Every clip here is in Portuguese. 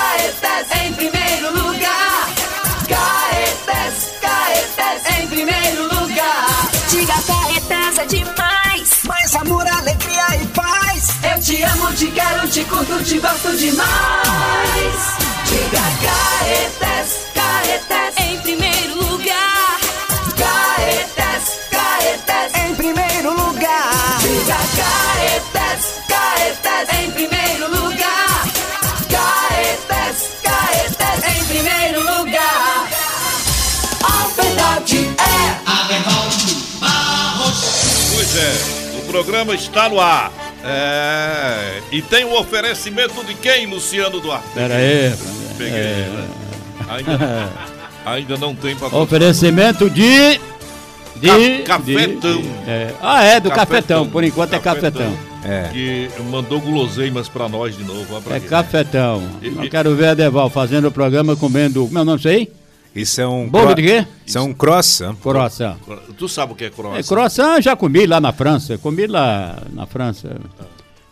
Caetés em primeiro lugar. Caetés, Caetés em primeiro lugar. Diga Caetés é demais. Mais amor, alegria e paz. Eu te amo, te quero, te curto, te gosto demais. Diga Caetés, Caetés Em primeiro lugar. Caetés, Caetés Em primeiro lugar. Diga Caetés, Caetés em primeiro lugar. Caetés, Caetés em primeiro lugar. A verdade é. Pois é, o programa está no ar. É, e tem o oferecimento de quem, Luciano Duarte? Pera aí. Peguei, É. né? Ainda, ainda não tem pra Oferecimento de. De. Ca- cafetão. de- de- é. Ah, é, do cafetão. Por enquanto é cafetão. É. Que mandou guloseimas pra nós de novo. ó, pra É quê? cafetão. E- Não e- quero ver a Deval fazendo o programa comendo. Como é o nome disso aí? Isso é um. Bolo de quê? Isso é um croissant. Croissant. Tu sabe o que é croissant? É, croissant eu já comi lá na França. Comi lá na França.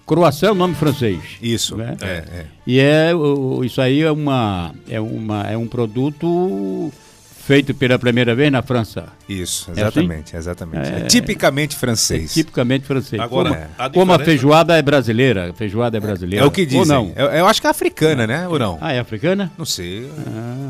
Croissant é o nome francês. Isso. Né? É, é. E é, o- isso aí é, uma, é, uma, é um produto feito pela primeira vez na França. Isso, assim? é exatamente, exatamente. É tipicamente francês. Tipicamente francês. Agora, como, a como a, diferença- feijoada é brasileira. A feijoada é brasileira. É o que dizem. Ou não. Eu, eu acho que é africana, né? Ou não? Ah, é africana? Não sei. Ah.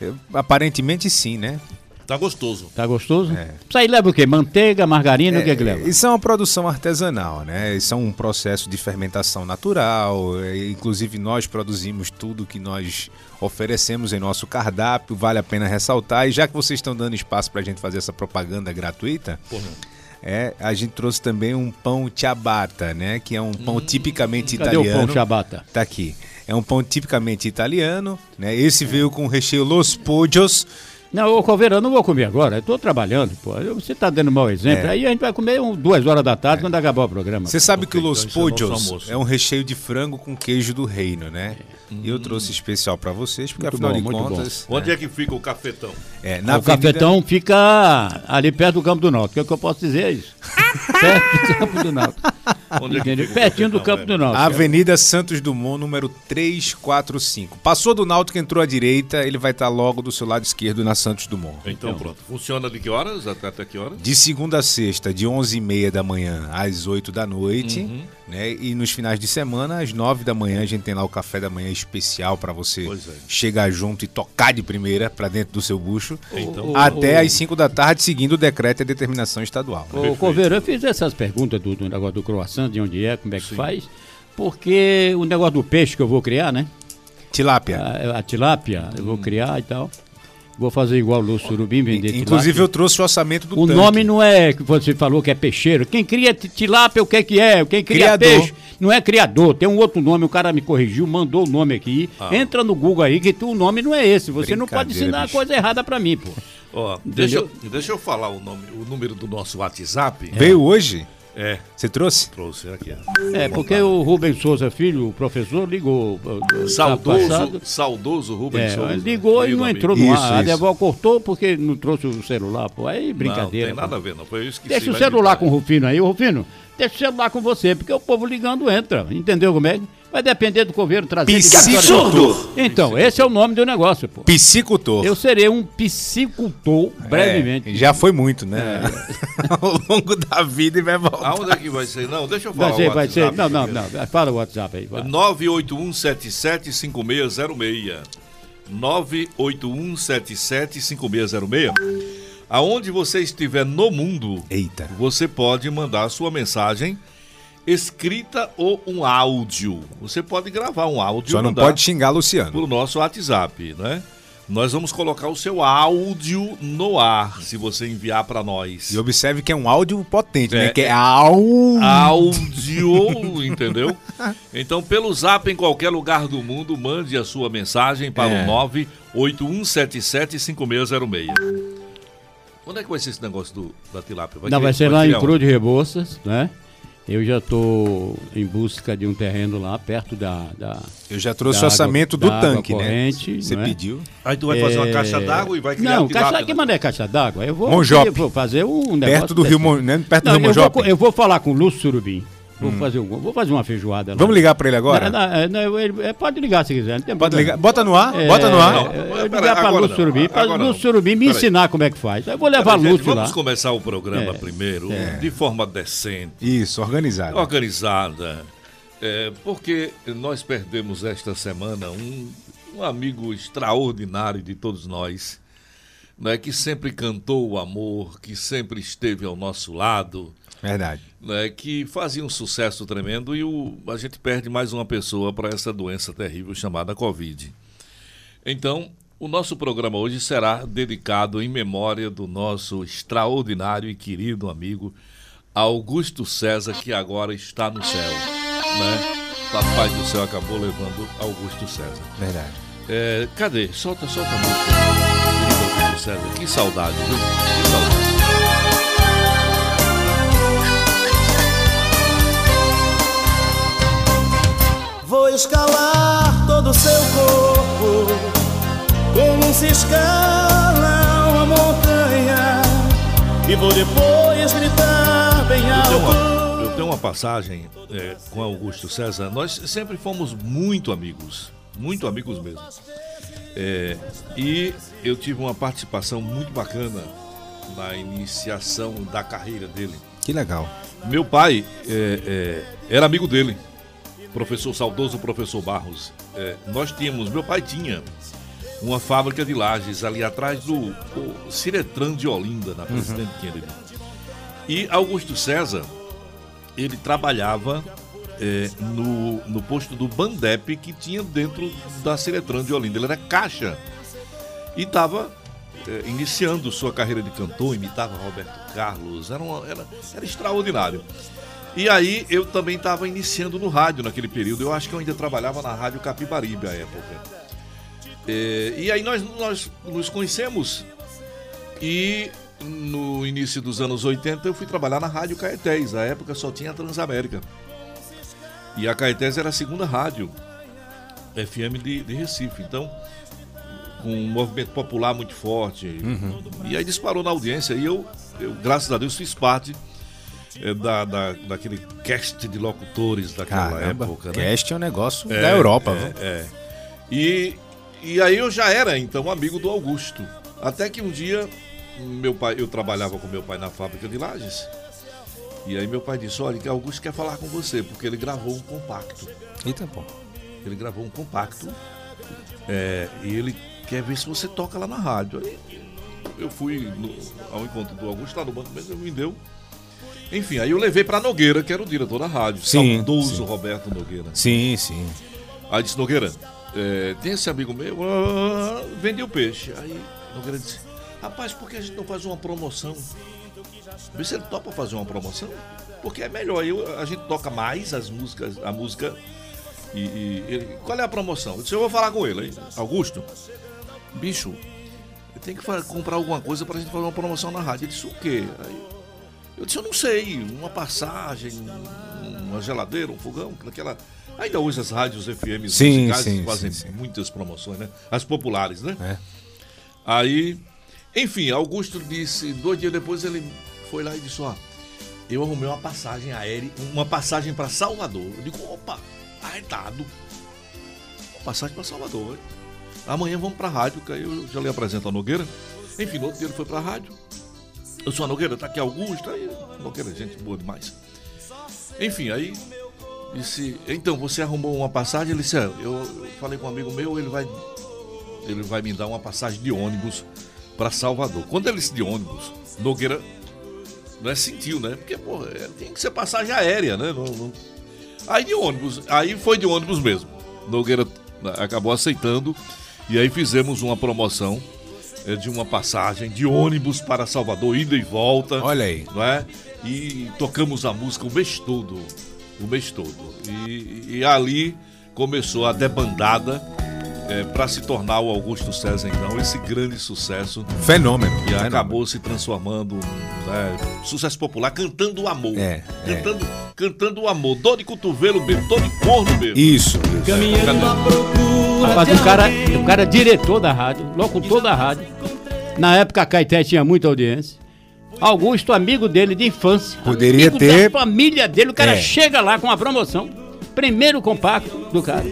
Eu- aparentemente sim, né? Tá gostoso. Tá gostoso? Isso aí leva o quê? Manteiga, margarina, o que é que leva? Isso é uma produção artesanal, né? Isso é um processo de fermentação natural. é, Inclusive, nós produzimos tudo que nós oferecemos em nosso cardápio. Vale a pena ressaltar. E já que vocês estão dando espaço para a gente fazer essa propaganda gratuita, é, a gente trouxe também um pão ciabatta, né? Que é um pão tipicamente Hum, Cadê italiano. o pão ciabatta? Tá aqui. É um pão tipicamente italiano, né? Esse veio com o recheio Los Poggios. Não, ô Coveira, eu não vou comer agora. Eu tô trabalhando, pô. Eu- Você tá dando mau exemplo. É. Aí a gente vai comer um, duas horas da tarde quando acabar o programa. Você sabe que o então Los esse é o nosso Poggios almoço. é, um recheio de frango com queijo do reino, né? E eu trouxe especial pra vocês, porque Hum. Muito afinal bom, de muito contas... né. Onde é que fica o cafetão? É, na o cafetão fica ali perto do Campo do Norte. O que eu posso dizer é isso. perto do Campo do Norte. Onde é que Entendeu? fica o Pertinho do cafetão, Campo é? do Norte. Avenida Santos Dumont, número 345. Passou do Náutico, entrou à direita, ele vai estar logo do seu lado esquerdo na Santos Dumont. Então, pronto. Funciona de que horas até, até que horas? De segunda a sexta, de 11h30 da manhã às 8 da noite, Uhum. né? E nos finais de semana, às 9 da manhã, a gente tem lá o café da manhã especial pra você Pois é. chegar junto e tocar de primeira pra dentro do seu bucho. Então- até às 5 da tarde, seguindo o decreto e a determinação estadual. né? Ô, Coveiro, eu fiz essas perguntas do, do negócio do croissant, de onde é, como é que faz. Porque o negócio do peixe que eu vou criar, né? Tilápia. A, a tilápia, eu Hum. vou criar e tal. Vou fazer igual o Lúcio Surubim, vender Inclusive, tilápia. eu trouxe o orçamento do O tanque. nome não é que você falou que é peixeiro. Quem cria ti- tilápia, o que é que é? Quem cria Criador. peixe não é criador. Tem um outro nome, o cara me corrigiu, mandou o nome aqui. Entra no Google aí que tu, o nome não é esse. Você não pode Ah. Brincadeira, ensinar bicho. coisa errada pra mim, pô. Ó, deixa, eu- deixa eu falar o, nome, o número do nosso WhatsApp. Veio hoje? É, Você trouxe? trouxe aqui. É, porque o Rubens Souza Filho, o professor, ligou. eh, eh, Saudoso, passado. saudoso Rubens É, Souza. ligou e Querido não amigo. entrou no Isso, ar. A isso. Deval cortou porque não trouxe o celular, pô. Aí brincadeira. Não, tem pô. nada a ver, não. Foi isso que Deixa o celular com o Rufino aí, Ô, Rufino. Deixa o celular com você, porque o povo ligando entra. Entendeu como é? Vai depender do coveiro trazer. de Psicotor. Ah, Então, esse é o nome do negócio, pô. Psicotor. Eu serei um psicultor brevemente. É. É, já foi muito, né? Ao longo da vida e vai voltar. Aonde é que vai ser? Não, deixa eu falar. Vai ser, o vai ser. WhatsApp Não, não, primeiro. não. Fala o WhatsApp aí. vai. 981775606. 981775606. Aonde você estiver no mundo, Eita. você pode mandar a sua mensagem escrita ou um áudio. Você pode gravar um áudio Só e não mandar pode xingar Luciano. pro nosso WhatsApp, né? Nós vamos colocar o seu áudio no ar, se você enviar para nós. E observe que é um áudio potente, É, né? Que é áudio. áudio, entendeu? Então, pelo zap em qualquer lugar do mundo, mande a sua mensagem para É. o 981775606. Quando é que vai ser esse negócio do, da tilápia? Não, ter- vai ser lá em ter Cruz de Rebouças, né? Eu já estou em busca de um terreno lá perto da. da Eu já trouxe da o orçamento água- do da tanque, água né? corrente, Você não é? pediu. aonde? Aí tu vai fazer uma É, caixa d'água e vai criar né? Não, tilápia. caixa, que mané é caixa d'água? Eu vou, Monjope. eu vou fazer um negócio. Perto do Rio desse. Mon... Hum. né? Perto Não, do Rio eu vou, Monjope. co- eu vou falar com o Lúcio Surubim. Vou, fazer, um- vou fazer uma feijoada lá. Vamos ligar pra ele agora? Não, não, não, ele- é, pode ligar se quiser. Não tem Pode problema. ligar. Bota no ar, bota no É, ar. Não, eu peraí, ligar pra agora Lúcio não, Surubim, pra agora não. Lúcio Surubim me Peraí. ensinar como é que faz. Eu vou levar Tá Gente, Lúcio lá. É, vamos começar o programa primeiro de forma decente. Isso, organizado. organizada. É, porque nós perdemos esta semana um, um amigo extraordinário de todos nós, né, que sempre cantou o amor, que sempre esteve ao nosso lado, Verdade. né, que fazia um sucesso tremendo e o, a gente perde mais uma pessoa para essa doença terrível chamada Covid. Então, o nosso programa hoje será dedicado em memória do nosso extraordinário e querido amigo Augusto César, que agora está no céu. Né? Papai do céu acabou levando Augusto César. Verdade. É, cadê? Solta, solta a música. Querido Augusto César, que saudade, viu? Que saudade. Vou escalar todo o seu corpo Como se escala uma montanha E vou depois gritar bem Eu tenho alto uma, eu tenho uma passagem é, com Augusto César. Nós sempre fomos muito amigos, muito amigos mesmo. É, e eu tive uma participação muito bacana na iniciação da carreira dele. Que legal. Meu pai é, é, era amigo dele, professor saudoso, professor Barros. É, nós tínhamos, meu pai tinha uma fábrica de lajes ali atrás do o Ciretran de Olinda, Uhum. na Presidente Kennedy. E Augusto César, ele trabalhava é, no, no posto do Bandep que tinha dentro da Ciretran de Olinda. Ele era caixa e estava iniciando sua carreira de cantor, imitava Roberto Carlos, era, uma- era- era extraordinário. E aí eu também estava iniciando no rádio naquele período, eu acho que eu ainda trabalhava na Rádio Capibaribe à época. É, e aí nós, nós nos conhecemos e no início dos anos 80 eu fui trabalhar na Rádio Caetés, à época só tinha a Transamérica. E a Caetés era a segunda rádio FM de- de Recife, então com um movimento popular muito forte. E aí disparou na audiência. E eu, eu, graças a Deus, fiz parte eh, da, da, daquele cast de locutores daquela Caramba. época. Né? Cast é um negócio É, da Europa. é, viu? é. E, e aí eu já era, então, amigo do Augusto. Até que um dia, meu pai, eu trabalhava com meu pai na fábrica de Lages. E aí meu pai disse, olha, que Augusto quer falar com você, porque ele gravou um compacto. Então. Eita, pô. Ele gravou um compacto é, e ele quer ver se você toca lá na rádio. Aí eu fui no- ao encontro do Augusto lá no banco, mas ele me deu. Enfim, aí eu levei pra Nogueira, que era o diretor da rádio. Sim, saudoso sim. Roberto Nogueira. Sim, sim. Aí disse, Nogueira, é, tem esse amigo meu, ah, vendeu peixe. Aí Nogueira disse, rapaz, por que a gente não faz uma promoção? Vê se ele topa fazer uma promoção, porque é melhor, eu, a gente toca mais as músicas, a música. E, e ele, qual é a promoção? Eu disse, eu vou falar com ele. Aí, Augusto, bicho, tem que fa- comprar alguma coisa pra gente fazer uma promoção na rádio. Ele disse, o quê? Aí, eu disse, eu não sei, uma passagem, um- uma geladeira, um fogão, aquela. Ainda hoje as rádios FM Sim, musicais sim, fazem sim, sim. muitas promoções, né? As populares, né? É. Aí, enfim, Augusto disse, dois dias depois ele foi lá e disse, ó, eu arrumei uma passagem aérea, uma passagem para Salvador. Eu digo, opa, arretado. Uma passagem para Salvador. hein? Amanhã vamos pra rádio, que aí eu já lhe apresento a Nogueira. Enfim, no outro dia ele foi pra rádio. Eu sou a Nogueira, tá aqui Augusto. Aí, Nogueira, é gente boa demais. Enfim, aí disse, então, você arrumou uma passagem? Ele disse, "É, eu eu falei com um amigo meu, ele vai ele vai me dar uma passagem de ônibus para Salvador. Quando ele disse de ônibus, Nogueira né, sentiu, né? Porque, pô, é, tem que ser passagem aérea, né? Não- não- Aí de ônibus, aí foi de ônibus mesmo. Nogueira né, acabou aceitando e aí fizemos uma promoção é, de uma passagem de ônibus para Salvador, ida e volta. Olha aí. Não é? E tocamos a música o mês todo. O mês todo. E, e ali começou a debandada para se tornar o Augusto César, então, esse grande sucesso. Fenômeno. E fenômeno. acabou se transformando né, sucesso popular, cantando o amor. É, é. cantando, cantando o amor. Dor de cotovelo mesmo, dor de corno mesmo. Isso. Rapaz, o cara, o cara é diretor da rádio, locutor da rádio. Na época a Caeté tinha muita audiência. Augusto, amigo dele de infância. Poderia amigo ter- Da família dele. O cara É. chega lá com a promoção. Primeiro compacto do cara.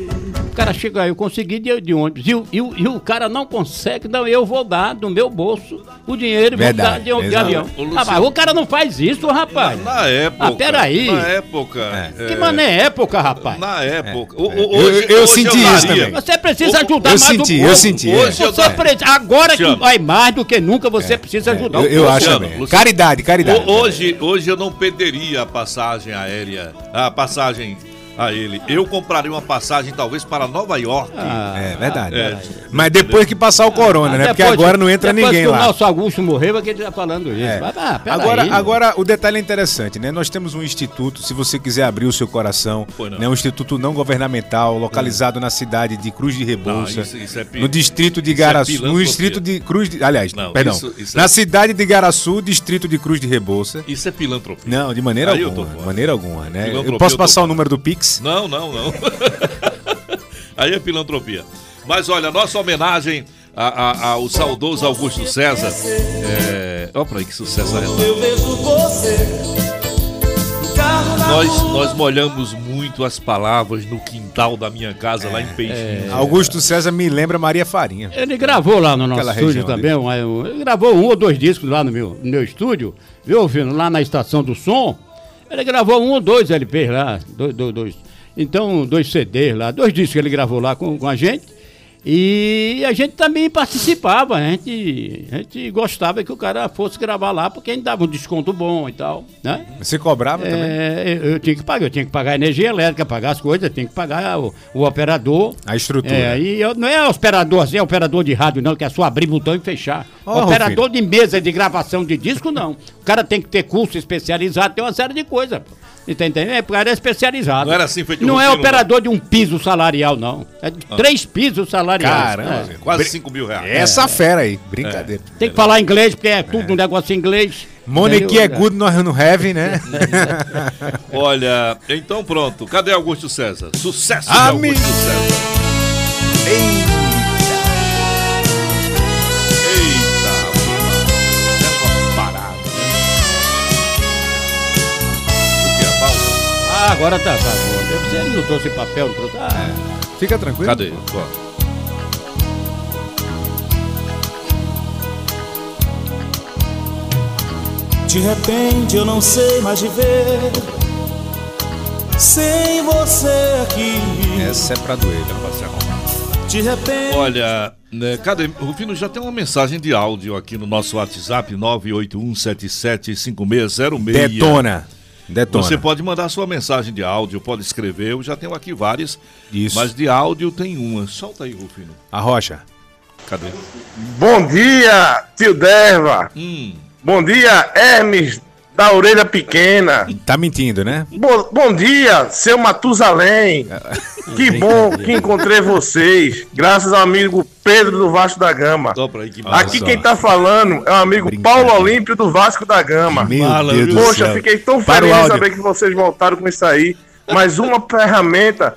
O cara chega aí, eu consegui de, de ônibus. E, o- e o- e o cara não consegue, não, eu vou dar do meu bolso o dinheiro e vou dar Verdade, de, de verdade. avião. Ô, Luciano. Ah, mas o cara não faz isso, rapaz. Na época. Ah, peraí. Na época. É. Que mané é época, rapaz. Na época. É, O- o- é. hoje- Eu- eu hoje senti isso daria. também. Você precisa Eu- ajudar eu mais senti, o eu povo. senti, é. Hoje eu Você daria. precisa- agora que Luciano. vai mais do que nunca, você precisa ajudar. É, Eu, o eu povo. acho Luciano, também. Luciano. Caridade, caridade. Ho- Hoje, hoje eu não perderia a passagem aérea, a passagem a ele. Eu compraria uma passagem talvez para Nova York. Ah, É verdade. É. Mas depois que passar o corona, né? Porque Depois- agora não entra depois ninguém que o lá. nosso Augusto morreu, é que ele tá falando isso. É. Mas, ah, pera Agora, aí, meu. agora, o detalhe é interessante, né? Nós temos um instituto, se você quiser abrir o seu coração, Pois não. né? um instituto não governamental, localizado na cidade de Cruz de Rebouça, Não, isso- isso é pi- no distrito de isso é Garaçu, no filantropia. distrito de Cruz de... Aliás, Não, perdão, isso- isso é- na cidade de Garaçu, distrito de Cruz de Rebouça. Isso é filantropia. Não, de maneira Aí eu tô alguma, de fora. maneira alguma, né? Eu Filantropia posso eu tô passar o fora. número do Pix? Não, não, não. Aí é filantropia. Mas olha, nossa homenagem a- a- ao saudoso Augusto César. É... Olha pra aí que sucesso. né? Eu vejo você no carro na Nós, rua. nós molhamos muito as palavras no quintal da minha casa, lá em é. Peixinho. Augusto César me lembra Maria Farinha. Ele gravou lá no nosso Aquela estúdio região ali. também. um- um- ele gravou um ou dois discos lá no meu, no meu estúdio, viu, ouvindo? Lá na estação do som. Ele gravou um ou dois LPs lá, dois, dois, dois. Então, dois CDs lá, dois discos que ele gravou lá com, com a gente. E a gente também participava, a gente, a gente gostava que o cara fosse gravar lá, porque a gente dava um desconto bom e tal, né? Você cobrava também? É, eu, eu tinha que pagar, eu tinha que pagar a energia elétrica, pagar as coisas, eu tinha que pagar o, o operador. A estrutura. É, e eu- não é operador assim, é operador de rádio, não, que é só abrir botão e fechar. Ó, operador de mesa de gravação de disco, não. O cara tem que ter curso especializado, tem uma série de coisas. pô. Entendeu? É, o cara é especializado. Não era assim feito o Não é roteiro, operador de um piso salarial, não. É de três É. pisos salariais. Caramba, É. velho. Ah. Quase 5 mil reais. É Essa fera aí, brincadeira. Tem que falar inglês, porque é tudo um negócio em inglês. Monarchy Entendeu? é good, nós não have, né? Olha, então pronto. Cadê Augusto César? Sucesso de Amigo. Augusto César. Eita, uma parada. O que é, Paulo? Ah, agora tá, tá bom. Você não trouxe papel, não trouxe. Ah, Fica tranquilo. Cadê? De repente eu não sei mais viver sem você aqui. Essa é pra doer. De repente. Olha, né, cadê? Rufino, já tem uma mensagem de áudio aqui no nosso WhatsApp 981775606. Detona. Detona. Você pode mandar sua mensagem de áudio, pode escrever, eu já tenho aqui várias. Isso. Mas de áudio tem uma. Solta aí, Rufino. A rocha. Cadê? Bom dia, tio Derva. Hum, Bom dia, Hermes da orelha pequena. Tá mentindo, né? É. Bo- bom dia, seu Matusalém. Que bom que encontrei vocês. Graças ao amigo Pedro do Vasco da Gama. só pra aí que massa. Aqui quem tá falando é o amigo Brincadeira. Paulo Olímpio do Vasco da Gama. Meu Fala, Deus do viu? Poxa, céu. fiquei tão Para o feliz de áudio. saber que vocês voltaram com isso aí. Mais uma ferramenta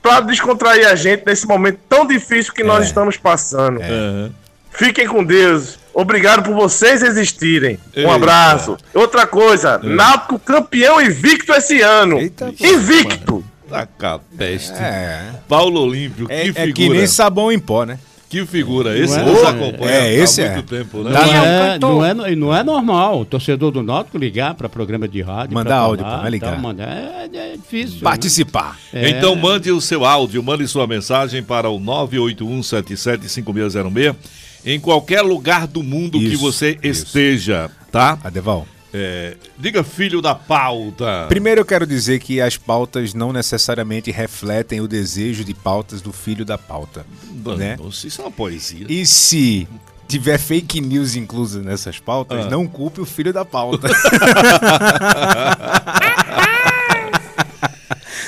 para descontrair a gente nesse momento tão difícil que nós É. estamos passando. Aham. Fiquem com Deus. Obrigado por vocês existirem. Um Eita. abraço. Outra coisa, Náutico campeão invicto esse ano. Eita, pô, invicto. Tá com a peste. É. Paulo Olímpio, que É, é figura. que nem sabão em pó, né? Que figura. Esse é? nos acompanha É, esse tá há é. muito tempo, né? Não Daniel é, cantou. não, é, no- e não é normal o torcedor do Náutico ligar para programa de rádio. Mandar pra falar áudio, pô, não é e ligar. tal, mandar- é, é difícil. né? Participar. É. Então mande o seu áudio, mande sua mensagem para o 981775606 em qualquer lugar do mundo que Isso, você isso. esteja, tá? Adeval. É, diga filho da pauta. Primeiro eu quero dizer que as pautas não necessariamente refletem o desejo de pautas do filho da pauta. Mano, né? Isso é uma poesia. E se tiver fake news inclusa nessas Ah. pautas, não culpe o filho da pauta.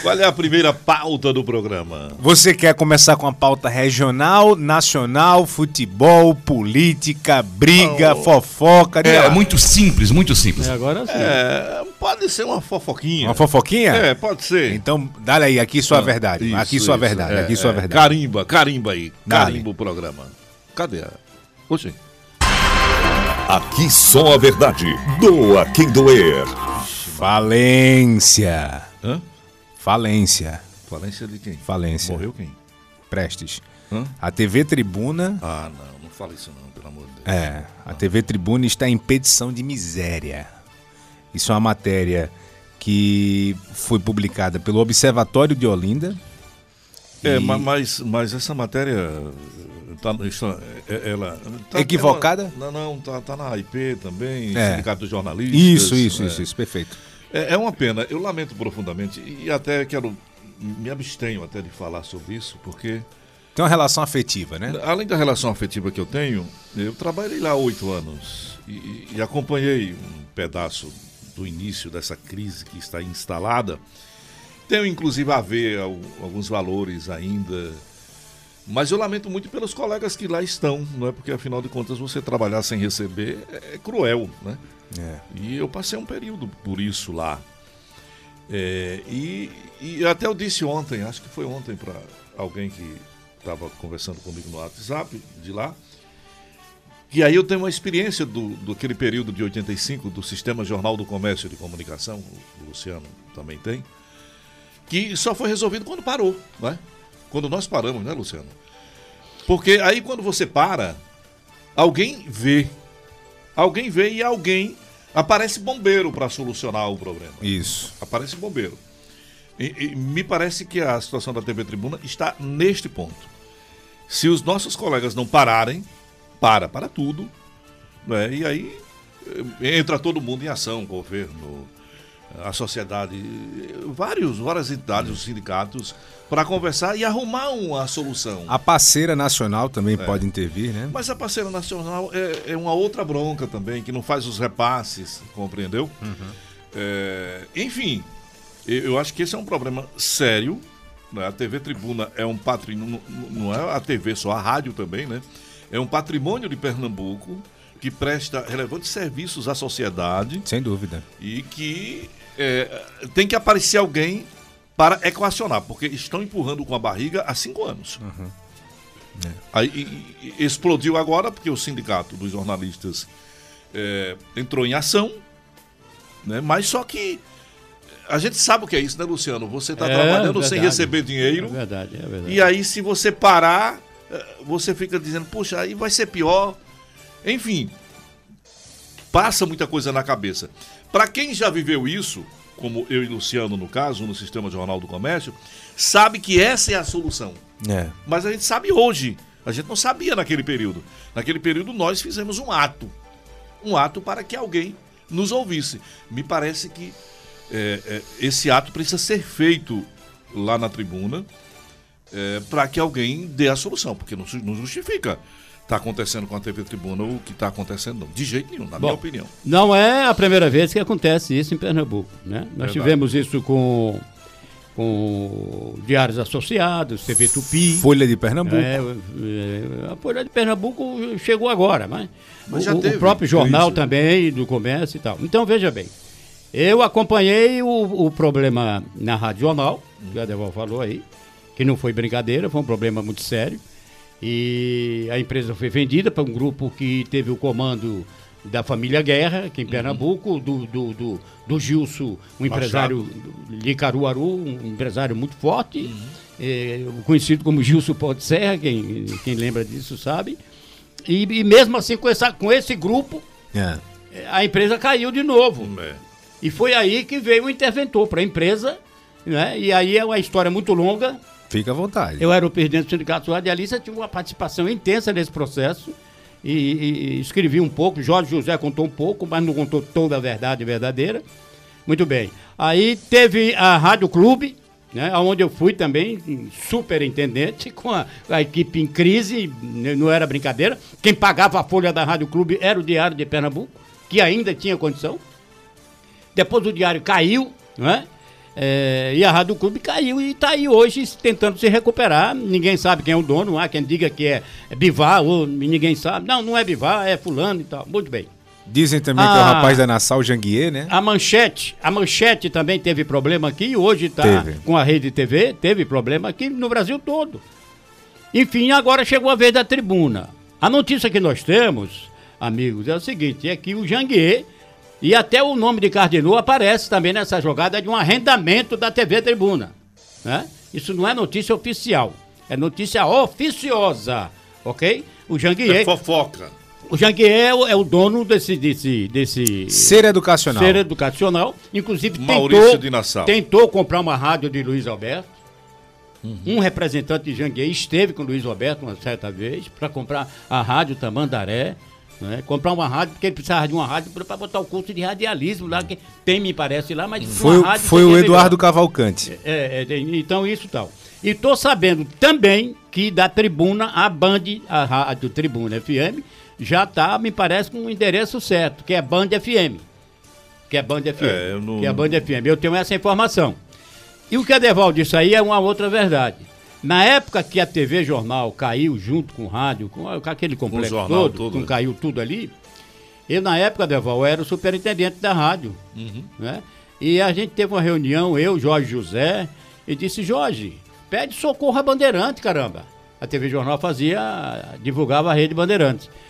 Qual é a primeira pauta do programa? Você quer começar com a pauta regional, nacional, futebol, política, Oh. briga, fofoca? diga lá. muito simples, muito simples. É, agora sim. É, pode ser uma fofoquinha. Uma fofoquinha? É, pode ser. Ah, Então, dá aí, aqui sua verdade. Isso, aqui sua isso. verdade, É, aqui sua é. verdade. Carimba, carimba aí. Dale. Carimba o programa. Cadê? a- Oxe. Aqui só a verdade. Doa quem doer. Falência. Hã? Falência. Falência de quem? Falência. Morreu quem? Prestes. Hã? A TV Tribuna. Ah, não, não fala isso não, pelo amor de Deus. É, a TV Tribuna está em petição de miséria. Isso é uma matéria que foi publicada pelo Observatório de Olinda. É, E- ma- mas, mas essa matéria tá, está, é- ela tá- Equivocada? ela- não, não, tá, tá na IP também, É. Sindicato dos Jornalistas. Isso, isso, é. isso, isso, perfeito. É, é uma pena, eu lamento profundamente e até quero, me abstenho até de falar sobre isso, porque Tem uma relação afetiva, né? além da relação afetiva que eu tenho, eu trabalhei lá oito anos e- e, e acompanhei um pedaço do início dessa crise que está instalada. Tenho inclusive a ver al- alguns valores ainda, mas eu lamento muito pelos colegas que lá estão, não é? Porque afinal de contas você trabalhar sem receber é é cruel, né? E eu passei um período por isso lá. É, e, e até eu disse ontem, acho que foi ontem para alguém que estava conversando comigo no WhatsApp de lá, que aí eu tenho uma experiência do, do aquele período de 85 do Sistema Jornal do Comércio e de Comunicação, o Luciano também tem, que só foi resolvido quando parou, né? Quando nós paramos, né, Luciano? Porque aí quando você para, alguém vê, alguém vê e alguém aparece bombeiro para solucionar o problema Isso. aparece bombeiro. E, e me parece que a situação da TV Tribuna está neste ponto. Se os nossos colegas não pararem, para, para tudo, né? e aí eh, entra todo mundo em ação, governo, a sociedade, eh, vários, várias entidades, os sindicatos, para conversar e arrumar uma solução. A parceira nacional também É. pode intervir, né? Mas a parceira nacional é, é uma outra bronca também, que não faz os repasses, compreendeu? É, enfim, eu, eu acho que esse é um problema sério. né? A TV Tribuna é um patrimônio, não é a TV só, a rádio também, né? É um patrimônio de Pernambuco que presta relevantes serviços à sociedade Sem dúvida. e que é, tem que aparecer alguém para equacionar, porque estão empurrando com a barriga há cinco anos. Uhum. Aí e- e- explodiu agora porque o sindicato dos jornalistas é, entrou em ação, né? mas só que a gente sabe o que é isso, né, Luciano? Você está trabalhando sem É, verdade. receber dinheiro, É verdade, é verdade. e aí se você parar, eh, você fica dizendo, puxa, aí vai ser pior. Enfim, passa muita coisa na cabeça. Para quem já viveu isso, como eu e Luciano no caso, no Sistema Jornal do Comércio, sabe que essa é a solução. É. Mas a gente sabe hoje. A gente não sabia naquele período. Naquele período nós fizemos um ato. Um ato para que alguém nos ouvisse. Me parece que é, é, esse ato precisa ser feito lá na tribuna é, para que alguém dê a solução, porque não, su- não justifica. Está acontecendo com a TV Tribuna o que está acontecendo, não. De jeito nenhum, na minha Bom, opinião. Não é a primeira vez que acontece isso em Pernambuco, né? Nós Verdade. tivemos isso com, com Diários Associados, TV Tupi. Folha de Pernambuco. É, é, a Folha de Pernambuco chegou agora, mas, Mas o- já o, teve próprio jornal crise. também, do comércio e tal. Então, veja bem, eu acompanhei o, o problema na Rádio Jornal, que o Adeval falou aí, que não foi brincadeira, foi um problema muito sério. E a empresa foi vendida para um grupo que teve o comando da família Guerra, aqui em Pernambuco, do, do, do, do Gilson, um empresário de Caruaru, um empresário muito forte, eh, conhecido como Gilson Pó de Serra, quem, quem lembra disso sabe. E, e mesmo assim, com, essa, com esse grupo, É. eh, a empresa caiu de novo. É. E foi aí que veio o interventor para a empresa, né? e aí é uma história muito longa, Fica à vontade. eu era o presidente do Sindicato Radialista, tive uma participação intensa nesse processo e, e- e escrevi um pouco. Jorge José contou um pouco, mas não contou toda a verdade verdadeira. Muito bem. Aí teve a Rádio Clube, né, onde eu fui também superintendente, com a, a equipe em crise, n- não era brincadeira. Quem pagava a folha da Rádio Clube era o Diário de Pernambuco, que ainda tinha condição. Depois o diário caiu, não é? É, e a Rádio Clube caiu e está aí hoje se- tentando se recuperar. Ninguém sabe quem é o dono, não há quem diga que é Bivar, ou ninguém sabe. Não, não é Bivar, é fulano e tal. Muito bem. Dizem também que é o Ah. rapaz da Nassau Janguier, né? A manchete, a manchete também teve problema aqui, e hoje está Teve. com a rede TV, teve problema aqui no Brasil todo. Enfim, agora chegou a vez da tribuna. A notícia que nós temos, amigos, é o seguinte, é que o Janguier e até o nome de Cardinô aparece também nessa jogada de um arrendamento da TV Tribuna. né? Isso não é notícia oficial, é notícia oficiosa, ok? O É Janguier, fofoca. o Janguier é o- é o dono desse, desse, desse Ser educacional. ser educacional. Inclusive, Maurício tentou, de Nassau. tentou comprar uma rádio de Luiz Alberto. Um representante de Janguier esteve com Luiz Alberto uma certa vez para comprar a rádio Tamandaré. Né? Comprar uma rádio, porque ele precisava de uma rádio para botar o curso de radialismo lá, que tem, me parece, lá, mas Foi, uma rádio foi o seria Eduardo melhor. Cavalcante. É, é, tem- então isso tal. E tô sabendo também que da tribuna, a Band, a rádio Tribuna FM, já tá, me parece, com o endereço certo, que é Band FM. Que é Band FM. É, eu não- Que é Band FM. Eu tenho essa informação. E o que a Deval disse aí é uma outra verdade. Na época que a TV Jornal caiu junto com o rádio, com com aquele complexo jornal todo, todo, com- né? caiu tudo ali, eu, na época, Deval, era o superintendente da rádio. Né? E a gente teve uma reunião, eu, Jorge José, e disse: Jorge, pede socorro à Bandeirante, caramba. A TV Jornal fazia, divulgava a rede Bandeirantes. Aí,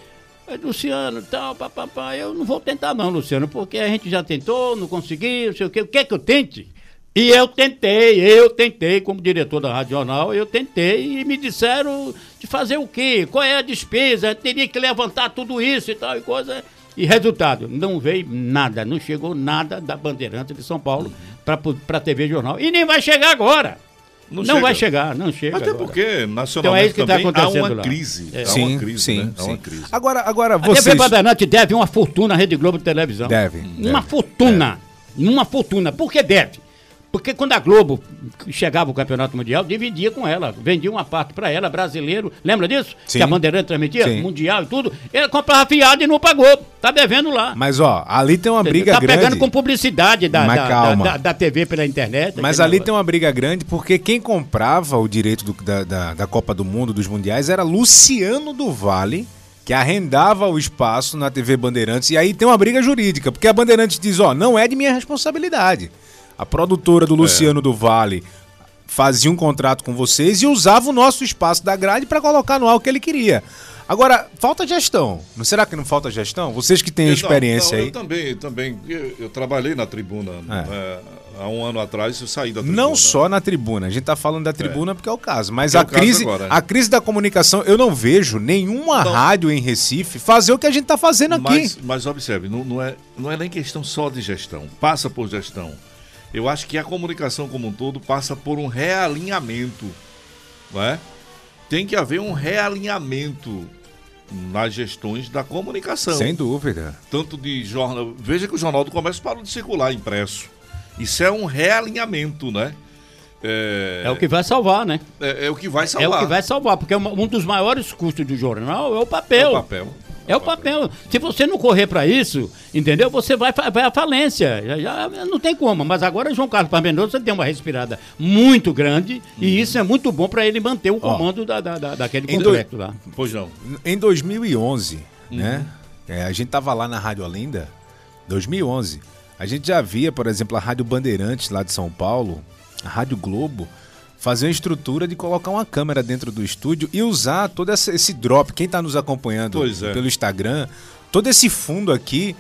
É, Luciano, tal, papapá, eu não vou tentar não, Luciano, porque a gente já tentou, não consegui, não sei o quê. O que é que eu tente? E eu tentei, eu tentei, como diretor da Rádio Jornal, eu tentei e me disseram de fazer o quê? Qual é a despesa? Teria que levantar tudo isso e tal e coisa. E resultado, não veio nada, não chegou nada da Bandeirante de São Paulo para para TV Jornal. E nem vai chegar agora. Não Não, chega. vai chegar, não chega. Até agora. porque nacionalmente Então é isso que tá também há acontecendo uma lá. crise. É. Há uma crise, né? Há uma crise. Agora, agora A TV vocês... Bandeirante deve uma fortuna à Rede Globo de televisão. Deve, Uma deve, fortuna. Uma fortuna. Por que deve? Porque quando a Globo chegava o Campeonato Mundial, dividia com ela. Vendia uma parte pra ela, brasileiro. Lembra disso? Sim. Que a Bandeirante transmitia, Sim. Mundial e tudo. Ela comprava fiado e não pagou. Tá devendo lá. Mas ó, ali tem uma briga tá grande. pegando com publicidade da, Mas da, calma. da, da- da TV pela internet. Mas aquele ali negócio. tem uma briga grande porque quem comprava o direito do- da, da, da Copa do Mundo, dos Mundiais, era Luciano do Vale, que arrendava o espaço na TV Bandeirantes. E aí tem uma briga jurídica, porque a Bandeirantes diz: ó, não é de minha responsabilidade. A produtora do Luciano do Vale fazia um contrato com vocês e usava o nosso espaço da grade para colocar no ar o que ele queria. Agora, falta gestão. Não será que não falta gestão? Vocês que têm Eu não, experiência não, aí. Eu também, também. Eu, eu trabalhei na tribuna É. é, há um ano atrás, eu saí da tribuna. Não só na tribuna. A gente tá falando da tribuna porque é o caso. Mas É o a, caso crise, agora. Então- a crise da comunicação, eu não vejo nenhuma rádio em Recife fazer o que a gente tá fazendo aqui. Mas, mas observe, não, não é, não é nem questão só de gestão. Passa por gestão. Eu acho que a comunicação como um todo passa por um realinhamento. Não é? Tem que haver um realinhamento nas gestões da comunicação. Sem dúvida. Tanto de jornal. Veja que o Jornal do Comércio parou de circular impresso. Isso é um realinhamento, né? É, É o que vai salvar, né? é- é o que vai É salvar. o que vai salvar, porque uma- um dos maiores custos do jornal é o É papel. o papel. É o papel. Se você não correr pra isso, entendeu? Você vai, fa- vai à falência. Já, já não tem como. Mas agora João Carlos Parmenoso deu uma respirada muito grande Hum. e isso é muito bom pra ele manter o comando da, da, da- daquele Em complexo lá. Pois não. Uhum. Em 2011, né? é, a gente tava lá na Rádio Olinda, 2011. A gente já via, por exemplo, a Rádio Bandeirantes lá de São Paulo, a Rádio Globo, fazer uma estrutura de colocar uma câmera dentro do estúdio e usar todo essa- esse drop. Quem tá nos acompanhando Pois é. pelo Instagram, todo esse fundo aqui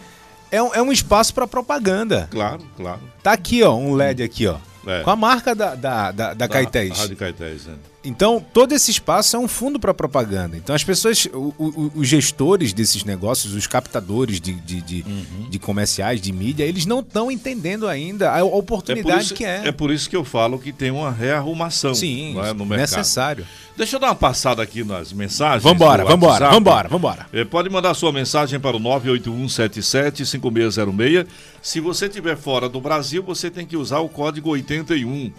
é um, é um espaço para propaganda. Claro, claro. Tá aqui, ó, um LED aqui, ó. É. Com a marca da, da, da, da Caetés. Rádio Caetés, né? Então, todo esse espaço é um fundo para propaganda. Então, as pessoas, o- o- os gestores desses negócios, os captadores de, de, de- Uhum. de comerciais, de mídia, eles não estão entendendo ainda a oportunidade isso, que é. é por isso que eu falo que tem uma rearrumação Sim, não é, no mercado. necessário. Deixa eu dar uma passada aqui nas mensagens. Vambora, do vambora, WhatsApp. vambora, vambora. Eh, Pode mandar sua mensagem para o 981775606. Se você estiver fora do Brasil, você tem que usar o código 81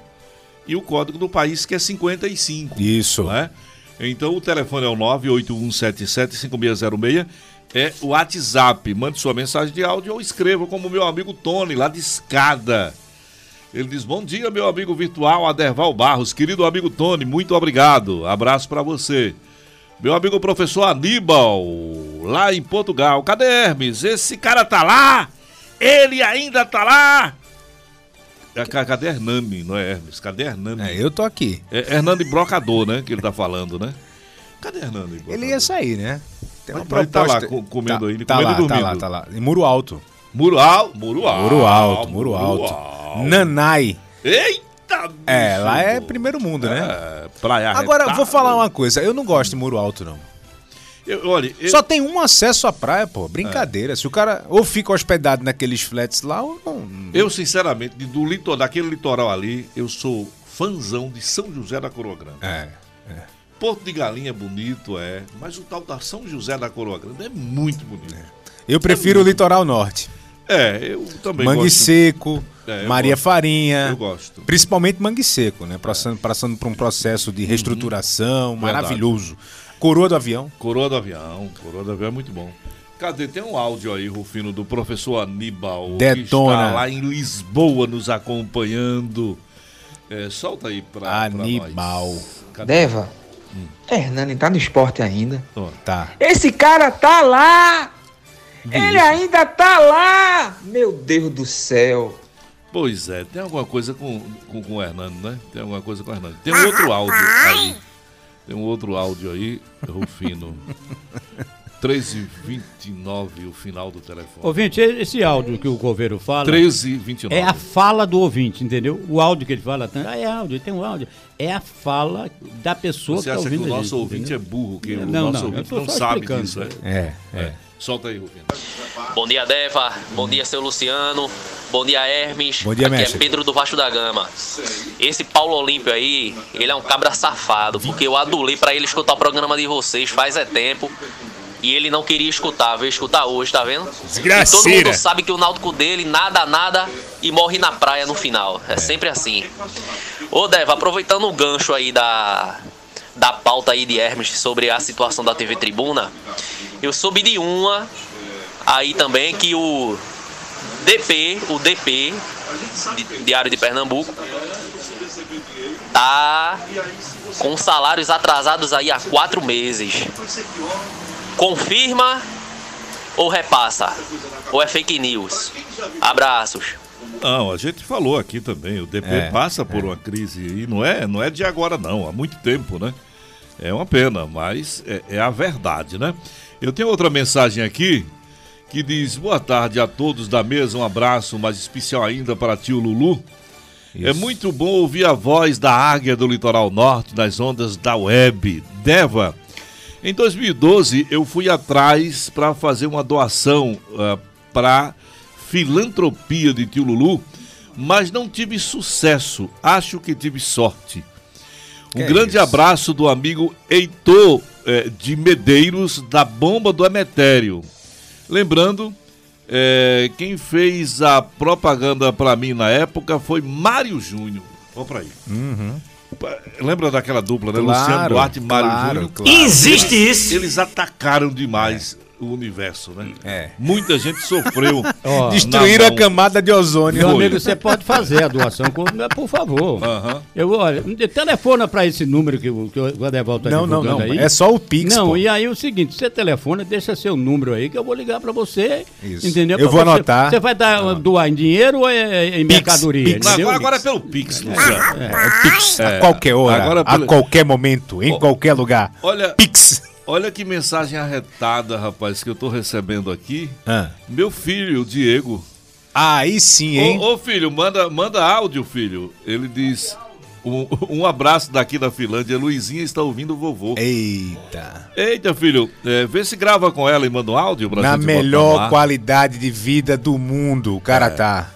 e o código do país que é 55. Isso. não é? Então o telefone é o 981775606. É o WhatsApp. Mande sua mensagem de áudio ou escreva como meu amigo Tony, lá de escada. Ele diz: Bom dia, meu amigo virtual Aderval Barros, querido amigo Tony, muito obrigado. Abraço pra você. Meu amigo professor Aníbal, lá em Portugal. Cadê Hermes? Esse cara tá lá? Ele ainda tá lá? É, ca- Cadê Hernani? Não é Hermes? Cadê Hernani? É, eu tô aqui. É Hernani Brocador, né? Que ele tá falando, né? Cadê Hernani Brocador? Ele ia sair, né? Tem Mas ele tá lá co- comendo Tá- aí, ele tá comendo e lá, dormindo. Tá lá, tá lá. Em Muro Alto. Muro alto, muro alto. Muro Alto, Muro Alto. Nanai. Eita, bicho. É, lá é primeiro mundo, né? É, praia Agora, arretada. vou falar uma coisa. Eu não gosto de Muro Alto, não. Eu, olha, eu- É. Só tem um acesso à praia, pô. Brincadeira. Se o cara ou fica hospedado naqueles flats lá, ou não. eu, sinceramente, de- do litoral, daquele litoral ali, eu sou fãzão de São José da Coroa Grande. É. Porto de Galinha é bonito, é. Mas o tal da São José da Coroa Grande é muito bonito. Eu prefiro o litoral norte. É, eu também Mangue gosto. Seco, É, eu Maria gosto. Farinha. Eu gosto. É. Principalmente Mangue Seco, né? Passando, passando por um processo de reestruturação Uhum. maravilhoso. Coroa do avião. Coroa do Avião. Coroa do Avião é muito bom. Cadê? Tem um áudio aí, Rufino, do professor Aníbal. Que Detona. está lá em Lisboa nos acompanhando. É, solta aí pra, pra Aníbal. nós. Cadê? Deva, Hernani tá no esporte ainda. Tá. Esse cara tá lá! Ele ainda tá lá! Meu Deus do céu! Pois é, tem alguma coisa com, com, com o Hernando, né? Tem alguma coisa com o Hernando. Tem um outro áudio aí. Tem um outro áudio aí, Rufino. 13h29, o final do telefone. Ouvinte, esse áudio que o Coveiro fala 13h29. é a fala do ouvinte, entendeu? O áudio que ele fala, ah, é áudio, tem um áudio. É a fala da pessoa Você que tá acha que ouvindo o a nosso gente, ouvinte entendeu? é burro, que o Não, nosso não, eu ouvinte tô não só sabe explicando. disso, né? É, é. Solta aí, Rufino. Bom dia, Deva. Bom dia, seu Luciano. Bom dia, Hermes. Bom dia, Aqui mestre. é Pedro do Vasco da Gama. Esse Paulo Olímpio aí, ele é um cabra safado, porque eu adulei pra ele escutar o programa de vocês faz é tempo. E ele não queria escutar, veio escutar hoje, tá vendo? E todo mundo sabe que o náutico dele nada, nada e morre na praia no final. É sempre assim. Ô, Deva, aproveitando o gancho aí da, da pauta aí de Hermes sobre a situação da TV Tribuna, eu soube de uma aí também que o DP, o DP, Di- Diário de Pernambuco, tá com salários atrasados aí há quatro meses. Confirma ou repassa? Ou é fake news? Abraços. Não, a gente falou aqui também, o DP É, passa por uma crise e não é, não é de agora não, há muito tempo, né? É uma pena, mas é, é a verdade, né? Eu tenho outra mensagem aqui que diz: "Boa tarde a todos da mesa, um abraço mais especial ainda para tio Lulu. É muito bom ouvir a voz da águia do litoral norte nas ondas da web. Deva, em 2012 eu fui atrás para fazer uma doação para filantropia de tio Lulu, mas não tive sucesso. Acho que tive sorte. Um Que grande isso. abraço do amigo Heitor eh, de Medeiros, da Bomba do Emetério. Lembrando, eh, quem fez a propaganda para mim na época foi Mário Júnior. Vamos para aí. Uhum. Pa- Lembra daquela dupla, né? Luciano Duarte e Mário Júnior. Existe isso. Eles atacaram demais o universo, né? É. Muita gente sofreu. Ó, Destruíram Na mão. a camada de ozônio. Meu Foi. amigo, você pode fazer a doação, com- né, por favor. Aham. Eu, olha, de- telefona para esse número que o, que o Adeval tá Não, não, divulgando não. aí. É só o Pix. Não, pô. e aí é o seguinte, você telefona, deixa seu número aí que eu vou ligar pra você. Isso. Entendeu? Eu Pra vou você- anotar. Você vai dar, doar em dinheiro ou é, é em mercadoria? Pix. entendeu? Agora, agora é pelo Pix, Luciano. É Pix. É, a qualquer hora, agora pelo- a qualquer momento, em Ó, qualquer lugar. Olha, Pix. olha que mensagem arretada, rapaz, que eu tô recebendo aqui. Ah. Meu filho, o Diego. Aí sim, hein? Ô, ô, filho, manda, manda áudio, filho. Ele diz: um, um abraço daqui da Finlândia. Luizinha está ouvindo o vovô. Eita. Eita, filho, é, vê se grava com ela e manda um áudio pra Na gente botar no melhor ar. qualidade de vida do mundo, o cara tá.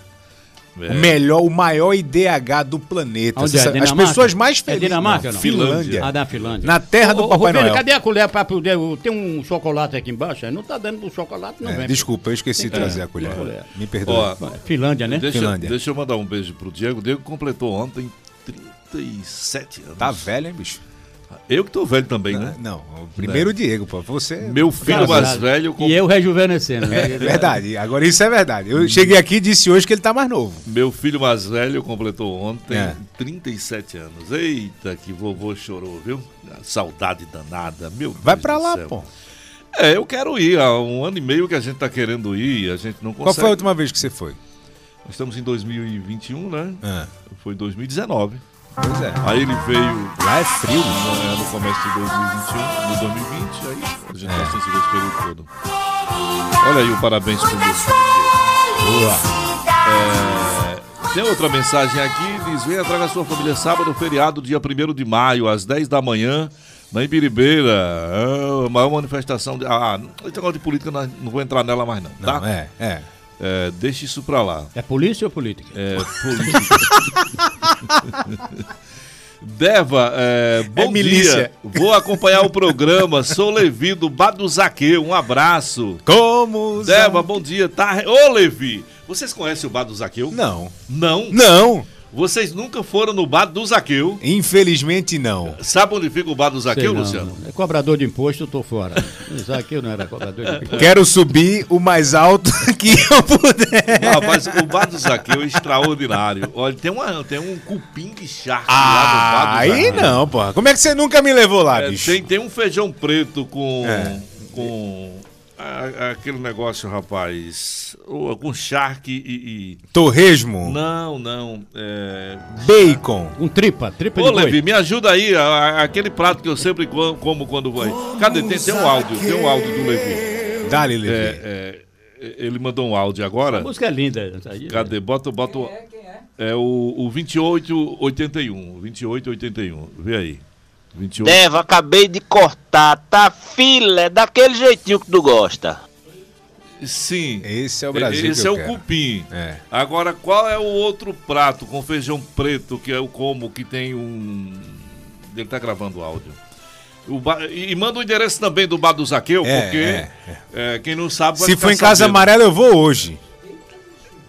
É. O melhor, o maior IDH do planeta. Onde Você é? sabe- As Dinamarca? pessoas mais É felizes. Dinamarca, na não? Finlândia. Ah, da Finlândia. Na terra do Ô, ô, Papai Rubino, Noel. cadê a colher para poder... Tem um chocolate aqui embaixo? aí? Não tá dando pro chocolate, não É, vem. desculpa, eu esqueci de trazer É a colher. colher. Me perdoa. É Ó, Finlândia, né? deixa, Finlândia. deixa eu mandar um beijo pro Diego. O Diego completou ontem 37 anos. Tá velho, hein, bicho? Eu que tô velho também, né? Não, o primeiro Diego, pô. Você. Meu filho Casado. mais velho. com- E eu rejuvenescendo. né? É verdade. Agora isso é verdade. Eu cheguei aqui e disse hoje que ele tá mais novo. Meu filho mais velho completou ontem É. 37 anos. Eita, que vovô chorou, viu? Saudade danada, meu Deus Vai pra do lá, céu. pô. É, eu quero ir. Há um ano e meio que a gente tá querendo ir e a gente não Qual consegue. foi a última vez que você foi? Nós estamos em 2021, né? Ah. Foi 2019. Pois é. Aí ele veio. Lá é frio. No, no começo de 2021, de 2020, aí a gente É. tá sem segundo período todo. Olha aí o parabéns pro Deus. Boa. É, tem outra mensagem aqui, diz: venha traga sua família sábado, feriado, dia 1 de maio, às 10 da manhã. Na Ibiribeira, é a maior manifestação de. Ah, esse negócio de política nós não vou entrar nela mais, não, tá? Não, é, é. É, deixa isso pra lá. É polícia ou política? É, política. Deva, é, bom milícia. dia. Vou acompanhar o programa. Sou Levi do Bar do Zaqueu. Um abraço. Como? Deva, bom dia. Tá... Ô, Levi, vocês conhecem o Bar do Zaqueu? Não. Não? Não. Vocês nunca foram no Bar do Zaqueu? Infelizmente não. Sabe onde fica o Bar do Sei Zaqueu, não, Luciano? não. É cobrador de imposto, eu tô fora. Zaqueu não era cobrador de imposto. Quero subir o mais alto que eu puder. Um Rapaz, o Bar do Zaqueu é extraordinário. Olha, tem, uma, tem um cupim de charque Ah, lá do Bar do Zaqueu. aí não, porra. Como é que você nunca me levou lá, É, bicho? tem, tem um feijão preto com. É. com a- aquele negócio, rapaz. ou Com charque e. e- Torresmo, Não, não. É... bacon. Um tripa, tripa Ô, de boi. Levi, me ajuda aí. a- a- aquele prato que eu sempre co- como quando vai. Cadê? Tem, tem um áudio, tem um áudio do Levi. Dá-lhe, Levi. É, é, ele mandou um áudio A agora. música é linda. tá aí, né? Cadê? Bota, bota. o- é, o, o 2881. 2881. Vê aí. 28. Deva, acabei de cortar, tá filé, daquele jeitinho que tu gosta. Sim. Esse é o Brasil Esse que eu é o quero. cupim. É. Agora, qual é o outro prato com feijão preto que eu como que tem um. Ele tá gravando o áudio. O ba- E e manda o endereço também do bar do Zaqueu, É, porque é, é, quem não sabe vai Se ficar for em Casa sabendo. Amarela, eu vou hoje.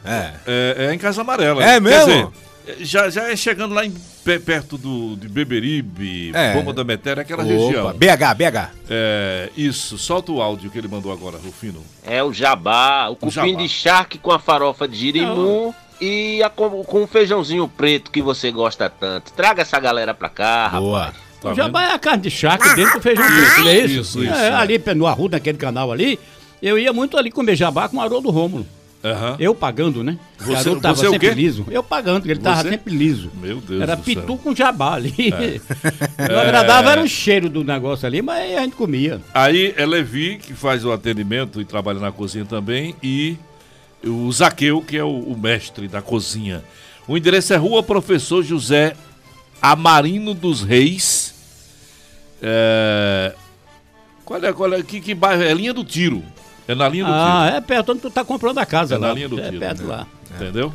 É. É, é em Casa Amarela. É mesmo? Quer dizer, já, já é chegando lá em, pe- perto do, de Beberibe, É. Bomba da Metéria, aquela Opa, região. BH, BH. É, isso, solta o áudio que ele mandou agora, Rufino. É o jabá, o cupim jabá. de charque com a farofa de girimum e a com, com o feijãozinho preto que você gosta tanto. Traga essa galera pra cá, rapaz. Boa. Tá o jabá vendo? é a carne de charque dentro do feijão preto, não é isso? Isso, isso, É, é. Ali no Arruda, naquele canal ali, eu ia muito ali comer jabá com o Haroldo Rômulo. Aham. Eu pagando, né? Você- Haroldo tava você é o sempre quê? liso. Eu pagando, ele tava Você? sempre liso. Meu Deus Era do pitu céu. É. com jabá ali. Não agradava era o cheiro do negócio ali, mas a gente comia. Aí é Levi, que faz o atendimento e trabalha na cozinha também, e o Zaqueu, que é o, o mestre da cozinha. O endereço é Rua Professor José Amarino dos Reis. É... Qual é, qual é, que, que bairro? É linha do tiro. É na linha do Ah, é perto onde tu tá comprando a casa É na lá. linha do é tiro, perto né? lá. tiro. Entendeu?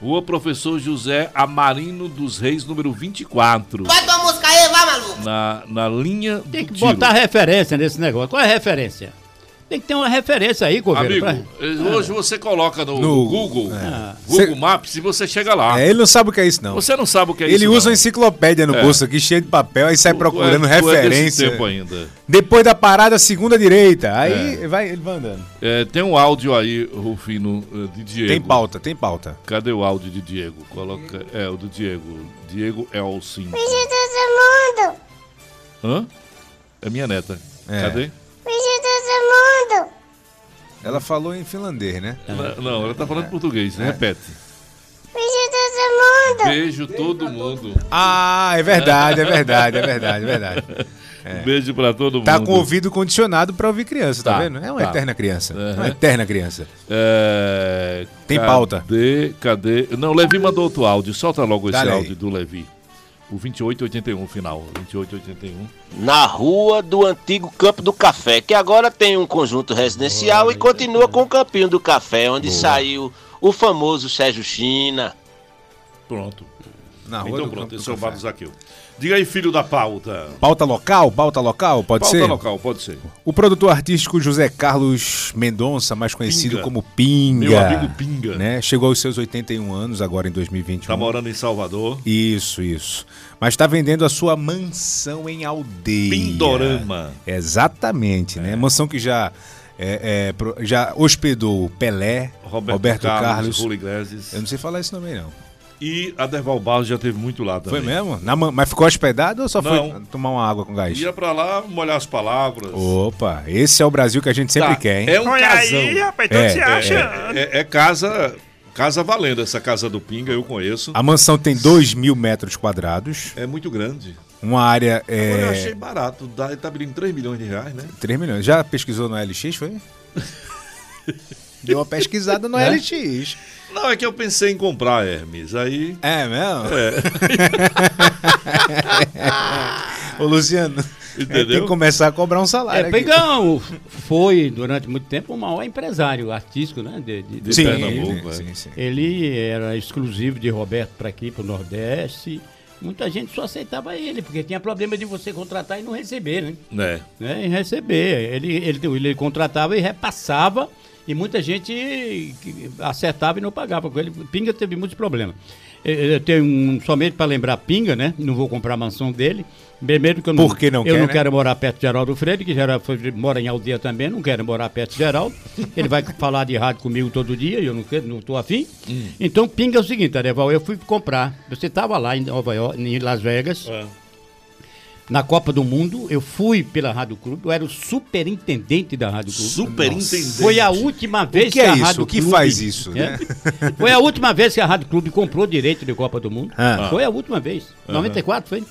Rua Professor José Amarino dos Reis, número 24. Vai tua música aí, vai, maluco! Na, na linha do Tem que tiro. botar Tá referência nesse negócio. Qual é a referência? Tem que ter uma referência aí, governo. Amigo, pra- eh, hoje você coloca no, No- Google, é. Google Cê- Maps e você chega lá. É, ele não sabe o que é isso, não. Você não sabe o que é isso. ele usa não. uma enciclopédia no É. bolso aqui, cheio de papel, aí sai Tu- tu procurando é- tu é desse referência. tempo ainda. Depois da parada, segunda direita. Aí vai, ele vai andando. É, tem um áudio aí, Rufino, eh, de Diego. Tem pauta, tem pauta. Cadê o áudio de Diego? Coloca. É, o do Diego. Diego Elsin. Beijo todo mundo! Hã? É minha neta. É. Cadê? Beijo todo mundo! Ela falou em finlandês, né? Não, Não, ela tá É. falando português. Repete. Beijo todo mundo! Beijo todo mundo. Ah, é verdade, é verdade, é verdade, é verdade. Beijo pra todo Tá mundo. com o ouvido condicionado pra ouvir criança, tá, Tá, vendo? É uma tá. eterna criança. É Uhum. Uma eterna criança. É, Tem cadê, pauta. Cadê? Não, o Levi mandou outro áudio. Solta logo esse Dale aí. áudio do Levi. O 2881 final. 2881. Na rua do antigo Campo do Café, que agora tem um conjunto residencial e continua com o Campinho do Café, onde saiu o famoso Sérgio China. Pronto. Na rua então do pronto, Campo esse do é o Café. Bado Zaqueu. Diga aí, filho da pauta. Pauta local, pauta local, pode pauta ser? local, pode ser. O produtor artístico José Carlos Mendonça, mais conhecido Pinga. como Pinga. Meu amigo Pinga. Né? Chegou aos seus 81 anos agora em 2021. Tá morando em Salvador. Isso, isso. Mas está vendendo a sua mansão em aldeia. Pindorama. Exatamente, né? Mansão que já, é, é, pro- já hospedou Pelé, Roberto, Roberto, Carlos, Carlos. Rully Iglesias. Eu não sei falar esse nome aí, não. E Aderval Barros já teve muito lá também. Foi mesmo? Na man- mas ficou hospedado ou só Não. foi tomar uma água com gás? Ia pra lá molhar as palavras. Opa, esse é o Brasil que a gente sempre Tá, quer, hein? É um casão. É, é, É, é casa Casa valendo, essa casa do Pinga eu conheço. A mansão tem 2 mil metros quadrados. É muito grande. Uma área. Agora eu É, achei barato, dá, tá abrindo 3 milhões de reais, né? 3 milhões. Já pesquisou no LX, foi? Deu uma pesquisada no É? LX. Não, é que eu pensei em comprar, Hermes. Aí. É mesmo? É. Ô, Luciano, Entendeu? tem que começar a cobrar um salário. É, aqui. Pegão foi durante muito tempo o maior empresário artístico, né? De, de, né? De Pernambuco, é. sim, sim. Ele era exclusivo de Roberto para aqui, para o Nordeste. Muita gente só aceitava ele, porque tinha problema de você contratar e não receber, né? É. Né? né, em receber. Ele, ele, ele contratava e repassava, e muita gente que acertava e não pagava. com Ele, Pinga teve muitos problemas. Eu, eu tenho um, somente para lembrar Pinga, né? Não vou comprar a mansão dele. Primeiro que eu não, Por que não eu quer, não né? quero morar perto de Geraldo Freire, que Geraldo Freire mora em aldeia também, não quero morar perto de Geraldo. Ele vai falar de rádio comigo todo dia, e eu não quero, não estou afim. Hum. Então, pinga é o seguinte, Areval, eu fui comprar. Você estava lá em Nova York, em Las Vegas. É. Na Copa do Mundo, eu fui pela Rádio Clube, eu era o superintendente da Rádio Clube. Superintendente. Foi a última vez que é a isso? Rádio O que Clube- é? faz isso, né? Foi a última vez que a Rádio Clube comprou direito de Copa do Mundo. Ah. Foi a última vez. Aham. 94, foi? Foi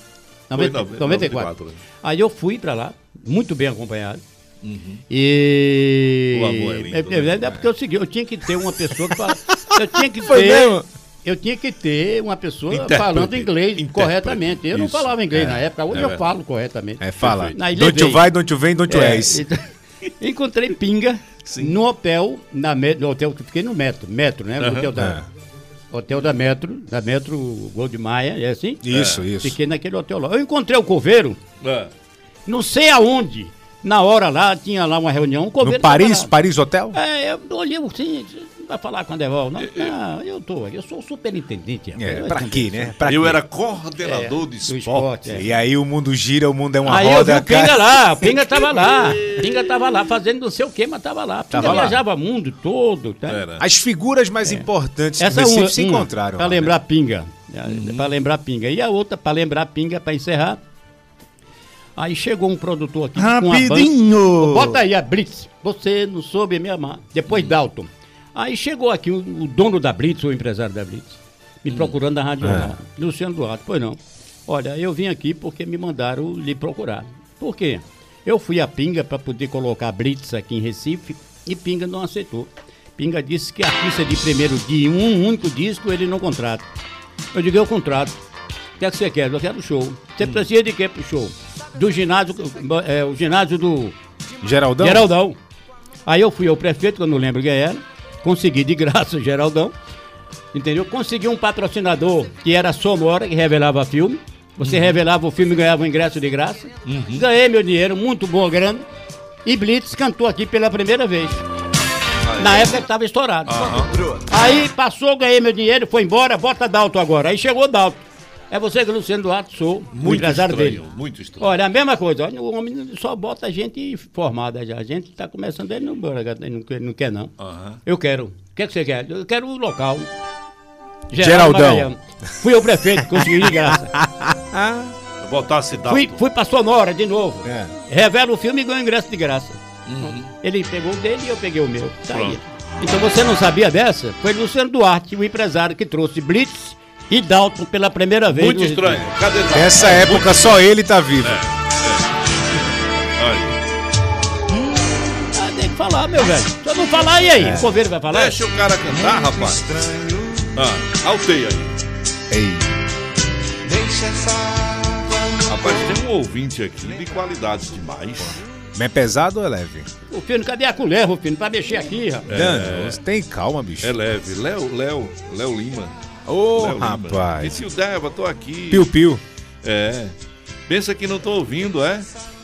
90, no- 94. 94, né? Aí eu fui pra lá, muito bem acompanhado. Uhum. E. O amor é lindo, é, né? é, é porque eu segui, eu tinha que ter uma pessoa que fala. Eu tinha que Foi ter. mesmo? Eu tinha que ter uma pessoa Intérprete. falando inglês Intérprete. corretamente. Eu não É, Isso. falava inglês É. na época, hoje É eu verdade. falo corretamente. É, fala. Aí Don't you levei. vai, don't you vem, don't you é. és. então, Encontrei pinga no hotel, na, me- no hotel que eu fiquei no Metro, Metro, né? No Aham. É. hotel da, hotel da Metro, da Metro Gold Maia, é assim? Isso, É. isso. Fiquei naquele hotel lá. Eu encontrei o coveiro, É. não sei aonde, na hora lá, tinha lá uma reunião, o coveiro... No Paris, tava lá. Paris Hotel? É, eu olhei assim, não vai falar com a Deval, não? Não, eu tô, eu sou o superintendente. rapaz. É, Eu pra também quê, sou. né? Pra eu quê? era coordenador de do esporte. esporte, é. E aí o mundo gira, o mundo é uma Aí eu vi roda. o Pinga lá, o Pinga tava lá. o Pinga tava lá fazendo não sei o que, mas tava lá. O Pinga Tava lá. viajava o mundo todo. Tá? As figuras mais importantes do Essa é Recife uma, se uma, encontraram. Pra lá, né? Uhum. lembrar Pinga. É, Pra lembrar Pinga. E a outra, pra lembrar Pinga, pra encerrar. Aí chegou um produtor aqui com Rapidinho! a banda. Bota aí a Blitz. Você não soube me amar. Depois Dalton. Aí chegou aqui o, o dono da Blitz, o empresário da Blitz, me procurando na Rádio É. Jornal. Luciano Duarte, pois não. Olha, eu vim aqui porque me mandaram lhe procurar. Por quê? Eu fui a Pinga para poder colocar a Blitz aqui em Recife e Pinga não aceitou. Pinga disse que artista de primeiro de um único disco ele não contrata. Eu digo, eu contrato. O que é que você quer? Eu quero show. Você precisa de quê pro show? Do ginásio, é, o ginásio do Geraldão? Geraldão. Aí eu fui ao prefeito, que eu não lembro quem era, consegui de graça o Geraldão, entendeu? Consegui um patrocinador que era a Somora, que revelava filme. Você Uhum. revelava o filme e ganhava o ingresso de graça. Uhum. Ganhei meu dinheiro, muito boa grana. E Blitz cantou aqui pela primeira vez. Na época que estava estourado. Aí passou, ganhei meu dinheiro, foi embora, bota Dalto agora. Aí chegou Dalto. É você que Luciano Duarte sou, o Muito empresário estranho, dele. muito estranho. Olha, a mesma coisa, olha, o homem só bota gente formada já. A gente tá começando, ele não, bora, ele não, quer- não quer, não. Aham. Eu quero. O que, é que você quer? Eu quero o local. Geraldão. Magalhães. Fui ao prefeito, consegui de graça. Botar a cidade. fui, fui pra Sonora de novo. É. Revela o filme e ganha o ingresso de graça. Uhum. Ele pegou o dele e eu peguei o meu. Tá aí. Então você não sabia dessa? Foi Luciano Duarte, o empresário que trouxe Blitz e Dalton pela primeira vez. Muito no- estranho. Cadê Nessa época só ele tá vivo. É. Olha, Ah, tem que falar, meu velho. Se eu não falar, e aí? O governo vai falar? É. Deixa o cara cantar, rapaz. Ah, alteia aí. Ei. Rapaz, tem um ouvinte aqui de qualidade demais. Mas é pesado ou é leve? O filho, cadê a colher, o filho? Pra mexer aqui, rapaz. Dano, você tem calma, bicho. É leve. Léo, Léo, Léo Lima. Ô, Léo Lima. rapaz. Disse o Deva, tô aqui. Piu-piu. É. Pensa que não tô ouvindo, é?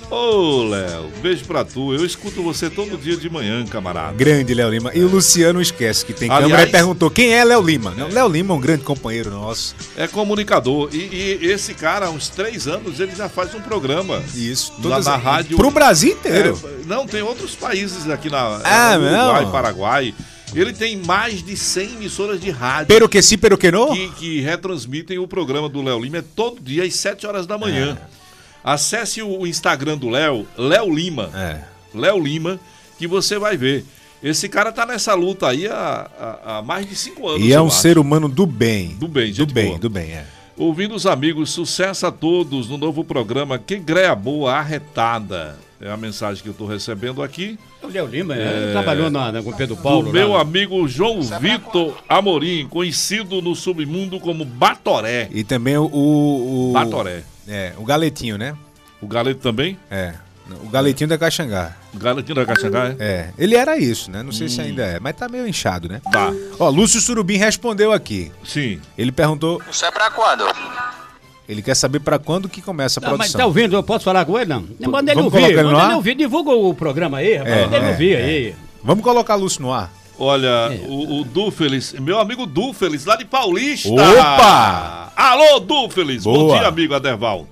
Ô, Léo, beijo pra tu. Eu escuto você todo dia de manhã, camarada. Grande Léo Lima. E o Luciano esquece que tem É. Aliás- câmera e perguntou quem é Léo Lima. Não, Léo Lima é um grande companheiro nosso. É comunicador. E, e esse cara, há uns três anos, ele já faz um programa. Isso. Lá na rádio. Pro Brasil inteiro. É, não, tem outros países aqui na Ah, é, Uruguai, não. Paraguai. Ele tem mais de 100 emissoras de rádio Pero que sim, pero que não? que, que retransmitem o programa do Léo Lima é todo dia às 7 horas da manhã. É. Acesse o Instagram do Léo, Léo Lima. É. Léo Lima, que você vai ver. Esse cara tá nessa luta aí há, há- há mais de cinco anos. E é eu um acho. ser humano do bem. Do bem, gente Do bem, boa. do bem, é. Ouvindo os amigos, sucesso a todos no novo programa Que Greia Boa Arretada. É a mensagem que eu tô recebendo aqui. O Léo Lima É. é... trabalhou na, na, com o Pedro Paulo. né? do meu lá, amigo João Vitor Amorim, conhecido no submundo como Batoré. E também o. o Batoré. É, o Galetinho, né? O Galeto também? É. O Galetinho da Caxangá. O Galetinho da Caxangá, é? É. Ele era isso, né? Não sei se Hum. ainda é, mas tá meio inchado, né? Tá. Ó, Lúcio Surubim respondeu aqui. Sim. Ele perguntou. Isso é pra quando? Ele quer saber pra quando que começa a Não, mas produção. tá ouvindo? Eu posso falar com ele? Não. Manda ele vamos ouvir. colocar ele no Manda ar? ele ouvir. Divulga o programa aí, rapaz. É, manda ele é, ouvir é. aí. Vamos colocar a Lúcio no ar. Olha, É. o, o Dúfelis, meu amigo Dúfelis, lá de Paulista. Tá. Opa! Alô, Dúfelis! Bom Boa. dia, amigo Aderval.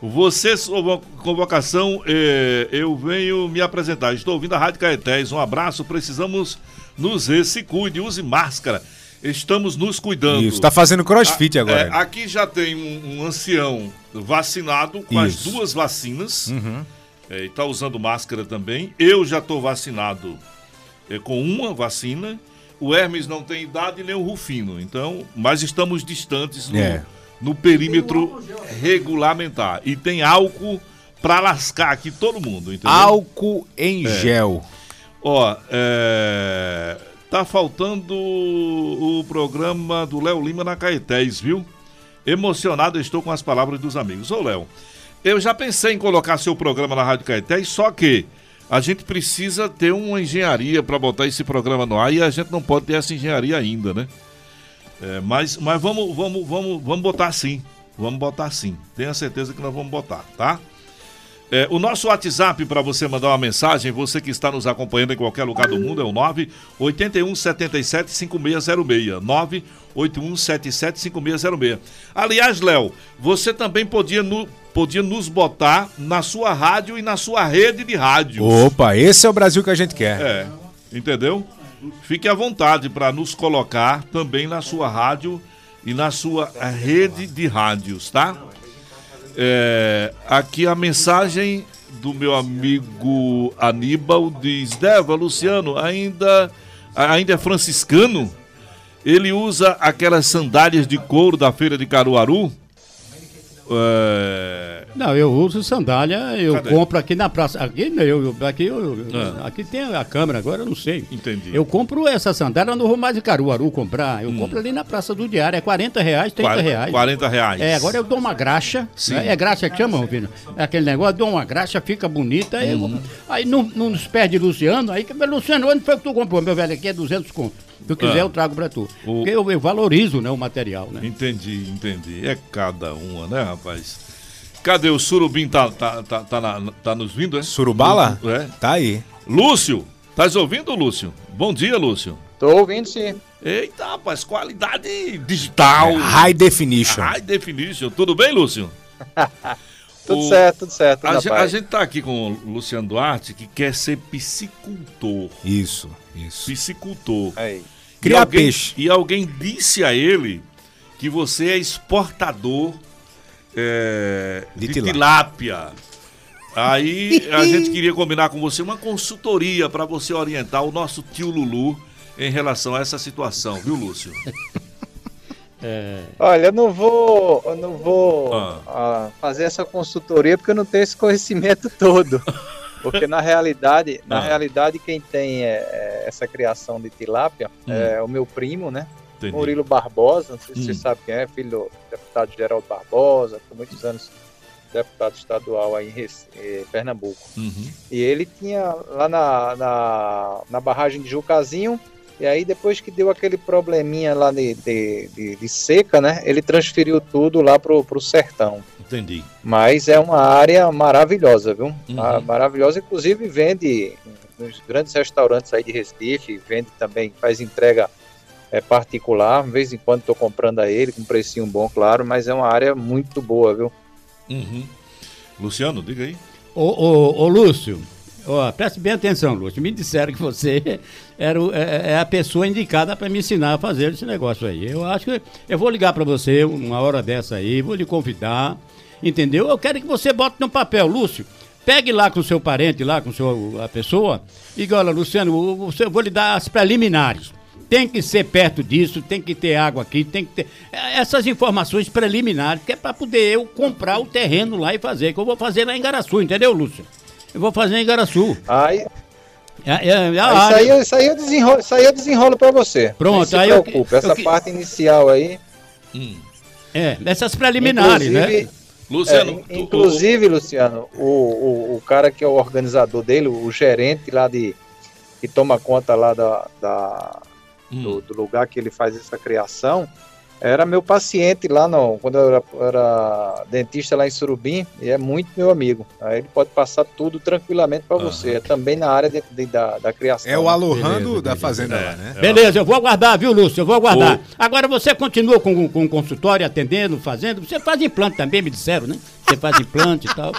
Você, sua convocação, eh, eu venho me apresentar. Estou ouvindo a Rádio Caetés. Um abraço, precisamos nos ver. Se cuide, use máscara. Estamos nos cuidando. Isso, tá fazendo crossfit A- agora. é, aqui já tem um, um ancião vacinado com as Isso. duas vacinas. Uhum. É, e tá usando máscara também. Eu já tô vacinado é, com uma vacina. O Hermes não tem idade nem o Rufino. Então, mas estamos distantes no, É. no perímetro regulamentar. E tem álcool pra lascar aqui todo mundo, entendeu? Álcool em É. gel. Ó, é... tá faltando o programa do Léo Lima na Caetés, viu? Emocionado estou com as palavras dos amigos. Ô, Léo, eu já pensei em colocar seu programa na Rádio Caetés, só que a gente precisa ter uma engenharia para botar esse programa no ar e a gente não pode ter essa engenharia ainda, né? É, mas mas vamos, vamos, vamos, vamos botar sim. Vamos botar sim. Tenha certeza que nós vamos botar, tá? É, o nosso WhatsApp para você mandar uma mensagem, você que está nos acompanhando em qualquer lugar do mundo, é o 981 77 5606. 981 77 5606. Aliás, Léo, você também podia, nu- podia nos botar na sua rádio e na sua rede de rádio. Opa, esse é o Brasil que a gente quer. É, entendeu? Fique à vontade para nos colocar também na sua rádio e na sua rede de rádios, tá? É, aqui a mensagem do meu amigo Aníbal diz: Deva, Luciano, ainda, ainda é franciscano? Ele usa aquelas sandálias de couro da feira de Caruaru? É, Não, eu uso sandália, eu Cadê? compro aqui na praça. Aqui, né, eu, eu- aqui, eu- eu- Ah. aqui tem a câmera, agora eu não sei. Entendi. Eu compro essa sandália, eu não vou mais em Caruaru comprar. Hum. Eu compro ali na Praça do Diário, é 40 reais, 30 Quar- reais. 40 reais. É, agora eu dou uma graxa. Sim. né? É graxa que chama, Rufino? É aquele negócio, dou uma graxa, fica bonita. aí eu- Uhum. Aí não, não nos perde Luciano. Aí, que- mas, Luciano, onde foi que tu comprou? Meu velho, aqui é 200 conto. Se tu quiser, Ah. eu trago pra tu. Porque eu, eu valorizo né, o material, né? Entendi, entendi. É cada uma, né, rapaz? Cadê o Surubim? Tá, tá, tá, tá, na- tá nos vindo, é? Surubala? É. Tá aí. Lúcio, tá ouvindo, Lúcio? Bom dia, Lúcio. Tô ouvindo sim. Eita, rapaz, qualidade digital. High definition. High definition. Tudo bem, Lúcio? Tudo O- certo, tudo certo. A, rapaz. gen- a gente tá aqui com o Luciano Duarte, que quer ser piscicultor. Isso, isso. Piscicultor. E Criar alguém- peixe. E alguém disse a ele que você é exportador é, de, tilápia. Aí a gente queria combinar com você uma consultoria para você orientar o nosso tio Lulu em relação a essa situação, viu, Lúcio? É. Olha, eu não vou, eu não vou Ah. ah, fazer essa consultoria porque eu não tenho esse conhecimento todo. Porque na realidade, na Ah. realidade quem tem é, é, essa criação de tilápia é o meu primo, né? Entendi. Murilo Barbosa, não sei se Hum. você sabe quem é, filho do deputado Geraldo Barbosa, por muitos anos deputado estadual aí em Rece- eh, Pernambuco. Uhum. E ele tinha lá na, na, na barragem de Jucazinho. E aí, depois que deu aquele probleminha lá de, de, de- de seca, né? Ele transferiu tudo lá pro, pro sertão. Entendi. Mas é uma área maravilhosa, viu? Uhum. Ma- Maravilhosa. Inclusive, vende nos grandes restaurantes aí de Recife. Vende também, faz entrega é, particular. De vez em quando estou comprando a ele, com um precinho bom, claro. Mas é uma área muito boa, viu? Uhum. Luciano, diga aí. Ô, ô, ô, Lúcio, ó, preste bem atenção, Lúcio. Me disseram que você era o- é, é a pessoa indicada para me ensinar a fazer esse negócio aí. Eu acho que eu vou ligar para você uma hora dessa aí, vou lhe convidar, entendeu? Eu quero que você bote no papel, Lúcio. Pegue lá com o seu parente, lá com seu, a pessoa, e diga, olha, Luciano, eu, eu vou lhe dar as preliminares. Tem que ser perto disso, tem que ter água aqui, tem que ter. eh, Essas informações preliminares, que é para poder eu comprar o terreno lá e fazer, que eu vou fazer lá em Garaçu, entendeu, Lúcio? Eu vou fazer em Garaçu. Aí, É, é, é a Aí, Ah, isso, área. aí, eu- isso aí eu desenrolo, isso aí eu desenrolo pra você. Pronto, Não se aí eu que- preocupe, eu essa que- parte inicial aí. É, essas preliminares, Inclusive- né? é, in- inclusive, Luciano, o, o, o cara que é o organizador dele, o gerente lá de. que toma conta lá da, da- do, do lugar que ele faz essa criação, era meu paciente lá no, quando eu era, era dentista lá em Surubim, e é muito meu amigo. Aí ele pode passar tudo tranquilamente para você. É também na área de- de- da, da criação. É o né? alorrando da fazenda É, lá, né? Beleza, eu vou aguardar, viu, Lúcio? Eu vou aguardar. Agora você continua com, com o consultório atendendo, fazendo. Você faz implante também, me disseram, né? Você faz implante e tal.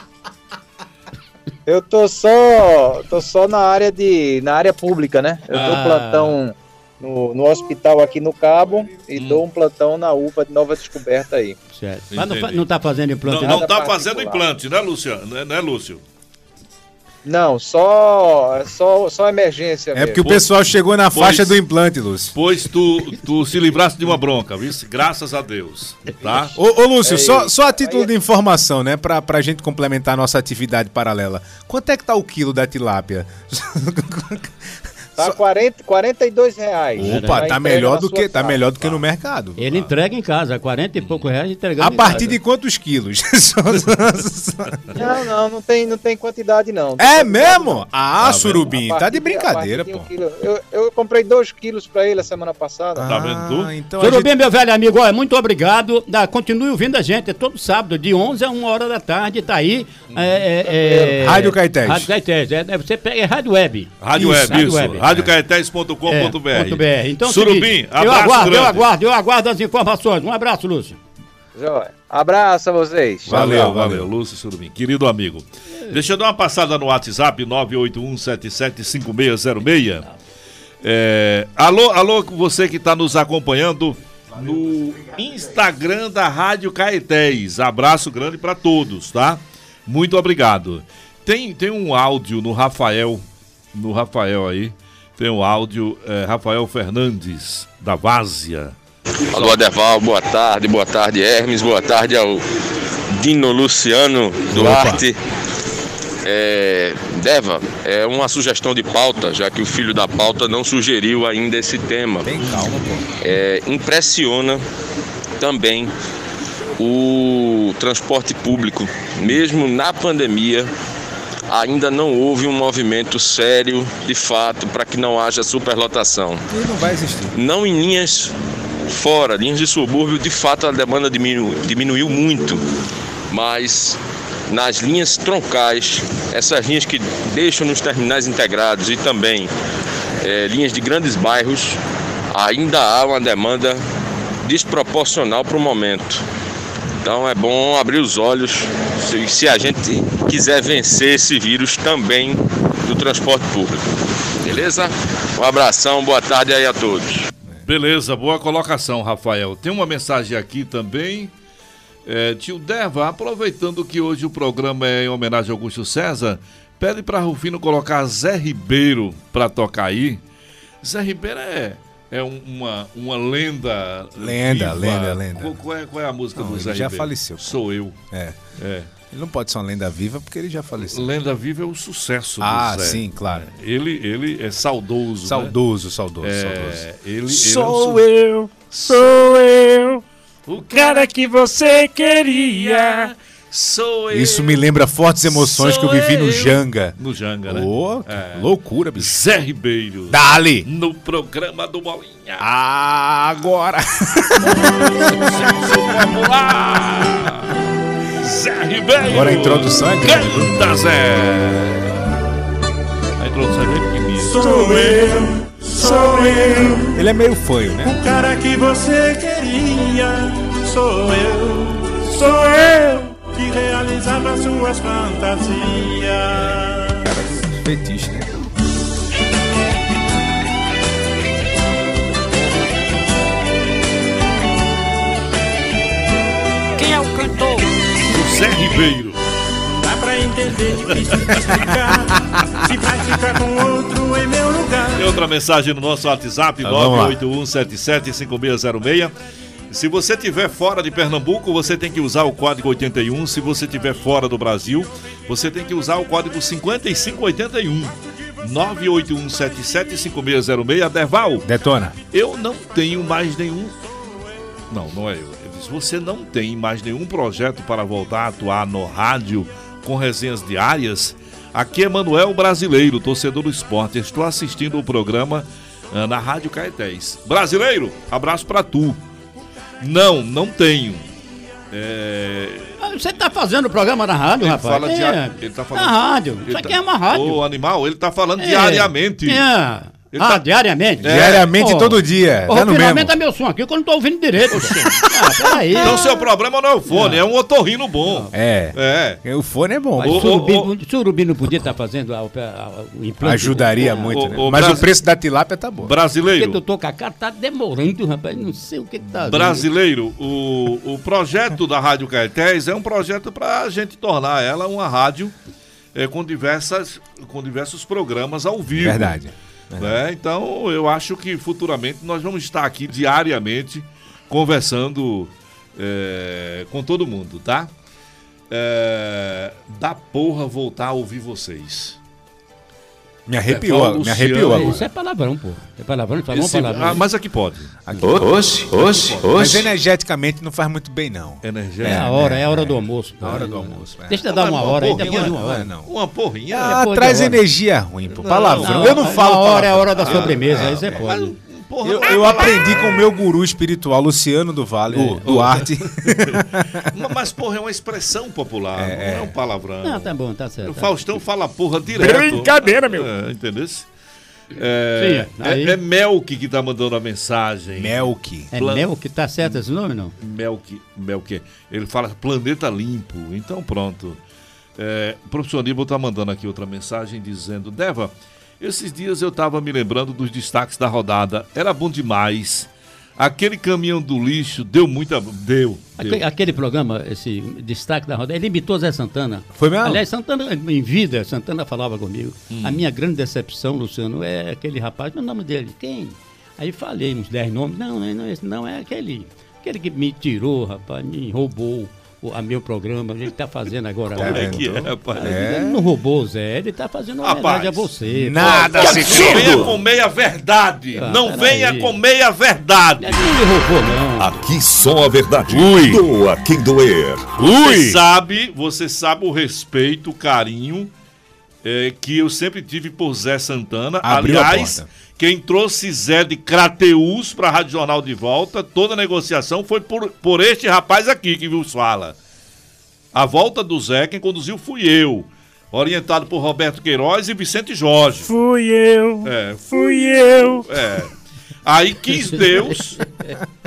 Eu tô só, tô só na área de, na área pública, né? Eu dou Ah. plantão no, no hospital aqui no Cabo e Hum. dou um plantão na UPA de Nova Descoberta aí. Certo. Mas não fa- não tá fazendo implante, Não, não? não tá Nada fazendo particular. implante, né, Luciano? Né, né, Lúcio? Não, só, só, só emergência. É porque o pessoal chegou na Pois- faixa do implante, Lúcio. Pois tu, tu se livrasse de uma bronca, viu? Graças a Deus, tá? Ah, Ô, ô, Lúcio, É, só, só a título de informação, né? Pra, pra gente complementar a nossa atividade paralela. Quanto é que tá o quilo da tilápia? Tá 40, 42 reais. Opa, Já tá entrega melhor na do sua que, tá casa. melhor do que no mercado. Ele entrega em casa, 40 e pouco reais entregando. A em partir casa. de quantos quilos? Só- Não, não, não tem, não tem quantidade não. é mesmo? Ah, Tá vendo? surubim, A tá de partir a partir brincadeira, de pô. um quilo. Eu, eu comprei 2 quilos pra ele a semana passada. Tá vendo tu? Então Tudo bem, meu velho amigo? Olha, muito obrigado. Ah, continue ouvindo a gente. É todo sábado, de 11 a 1 hora da tarde, tá aí. É, é, é, Rádio Caetés. Rádio Caetés. É, é, você pega, é Rádio Web. Rádio Isso, Web, isso. É, Radiocaetés.com.br. ponto BR. Então, é o Surubim, seguinte, eu abraço aguardo, eu grande. aguardo, eu aguardo as informações. Um abraço, Lúcio. Joia. Abraço a vocês. Valeu, Tchau, tchau. valeu, Lúcio Surubim, querido amigo. Deixa eu dar uma passada no WhatsApp 981775606. É, alô, alô, você que está nos acompanhando no Instagram da Rádio Caetés. Abraço grande para todos, tá? Muito obrigado. Tem, tem um áudio no Rafael, no Rafael aí, tem um áudio, é, Rafael Fernandes, da Várzea. Alô, Adeval, boa tarde, boa tarde, Hermes, boa tarde ao Dino Luciano Duarte. É, Deva, é uma sugestão de pauta, já que o filho da pauta não sugeriu ainda esse tema. Tem calma, impressiona também o transporte público. Mesmo na pandemia, ainda não houve um movimento sério, de fato, para que não haja superlotação Ele não vai existir. não em linhas fora, linhas de subúrbio, de fato a demanda diminu- diminuiu muito, mas nas linhas troncais, essas linhas que deixam nos terminais integrados e também eh, linhas de grandes bairros, ainda há uma demanda desproporcional para o momento. Então é bom abrir os olhos se, se a gente quiser vencer esse vírus também do transporte público. Beleza? Um abração, boa tarde aí a todos. Beleza, boa colocação, Rafael. Tem uma mensagem aqui também. É, tio Deva, aproveitando que hoje o programa é em homenagem a Augusto César, pede para Rufino colocar Zé Ribeiro para tocar aí. Zé Ribeiro é, é um- uma, uma lenda. Lenda, viva. lenda, lenda. Qual, qual é, qual é a música Não, do ele Zé já Ribeiro? faleceu, pô. Sou eu. É. É. Ele não pode ser uma lenda viva porque ele já faleceu. Lenda Viva é o sucesso do Ah, Zé. sim, claro. Ele, ele é saudoso. Saudoso, né? saudoso, É, saudoso. Ele, ele é um Sou su- eu, sou eu, o cara que você queria. Sou eu. Isso me lembra fortes emoções que eu vivi no eu. Janga. No Janga, né? Ô, cara, Loucura, bicho. Zé Ribeiro. Dali. No programa do Bolinha. Ah, Agora. Vamos lá. Zé Ribeiro. Agora a introdução é grande. Canta, Zé. A introdução é bem pequenininha. Sou eu, sou eu, Ele é meio fanho, né? o cara que você queria. Sou eu, sou eu, que realizava suas fantasias. Fetiche, né? Quem é o cantor? Zé Ribeiro. é Dá pra pra entender, é difícil de explicar. Se vai ficar com outro em meu lugar. Tem outra mensagem no nosso WhatsApp, Tá, vamos lá. 981775606. Se você estiver fora de Pernambuco, você tem que usar o código 81. Se você estiver fora do Brasil, você tem que usar o código 5581. 981775606 Derval. Detona. Eu não tenho mais nenhum. Não, não é eu. Ele diz: você não tem mais nenhum projeto para voltar a atuar no rádio com resenhas diárias? Aqui é Manuel Brasileiro, torcedor do esporte. Estou assistindo o programa ah, na Rádio Caetés. Brasileiro, abraço pra tu. Não, não tenho. É, Ah, Você tá fazendo o programa na rádio, ele rapaz? fala é. dia- ele tá falando. Na rádio. Ele Isso tá- aqui é uma rádio. Ô, animal, ele tá falando É. diariamente. É. Ah, Ele tá- diariamente? É. Diariamente, todo dia, Ô, dá no finalmente mesmo. é meu som aqui, que eu não tô ouvindo direito. ah, peraí. Então seu problema não é o fone, é um otorrino bom. É. O fone é bom. Mas O- o- Surubi, o- Surubi não podia estar fazendo a- a- o implante. Ajudaria Ah, muito, né? Mas o preço da tilápia tá bom. Porque o doutor Cacá tá demorando, rapaz. Não sei o que que Ah, tá. Brasileiro, o, o projeto da Rádio Caetés é um projeto para a gente tornar ela uma rádio eh, com, diversas, com diversos programas ao vivo. Verdade. Né? Então, eu acho que futuramente nós vamos estar aqui diariamente conversando eh, com todo mundo, tá? Eh, da porra voltar a ouvir vocês. Me arrepiou, Devolve me o arrepiou Luciano. agora. Isso é palavrão, pô. É palavrão, falou um Esse- palavrão. ah, mas aqui pode. Oxe, oxe, Mas oxe. energeticamente não faz muito bem, não. É a hora, é a hora do almoço. É a hora do almoço. é. Deixa eu dar uma hora aí, depois de uma hora. Não, Uma porrinha. Ah, Depois de traz hora. energia ruim, pô. Palavrão. Não, eu não uma falo hora é a palavrão. hora da sobremesa, é, aí você é. pode. Eu, eu aprendi com o meu guru espiritual, Luciano do Vale, o Duarte. Ma- Mas porra é uma expressão popular, não é um palavrão. Não, tá bom, tá certo. O tá. Faustão fala porra direto. Brincadeira, meu. É, entendeu? É, Sim, é, aí- é Melk que tá mandando a mensagem. Melk. É Mel que tá certo esse nome, não? Melk, Melk. Ele fala planeta limpo. Então pronto. É, o professor Aníbal tá mandando aqui outra mensagem dizendo: Deva, esses dias eu tava me lembrando dos destaques da rodada. Era bom demais. Aquele caminhão do lixo deu muita. Deu. Aque- deu. Aquele programa, esse destaque da roda, ele imitou Zé Santana. Foi mesmo? Aliás, Santana, em vida, Santana falava comigo. A minha grande decepção, Luciano, é aquele rapaz, meu nome dele, quem? Aí falei uns 10 nomes, não, não, é- não, é esse não é aquele. Aquele que me tirou, rapaz, me roubou o a meu programa, ele tá fazendo agora. Como é lá. que é, rapaz? Aí, Ele não roubou, Zé, ele tá fazendo uma Rapaz, homenagem a você. Nada Pô, se Venha com meia verdade. Ah, não peraí. venha com meia é verdade. Aqui só a verdade. Doa quem doer. Você sabe, você sabe o respeito, o carinho eh, que eu sempre tive por Zé Santana. Abriu a Aliás, porta. quem trouxe Zé de Crateus para a Rádio Jornal de volta, toda a negociação foi por, por este rapaz aqui que vos fala. A volta do Zé, quem conduziu fui eu. Orientado por Roberto Queiroz e Vicente Jorge. Fui eu, É, fui eu. É. Aí quis Deus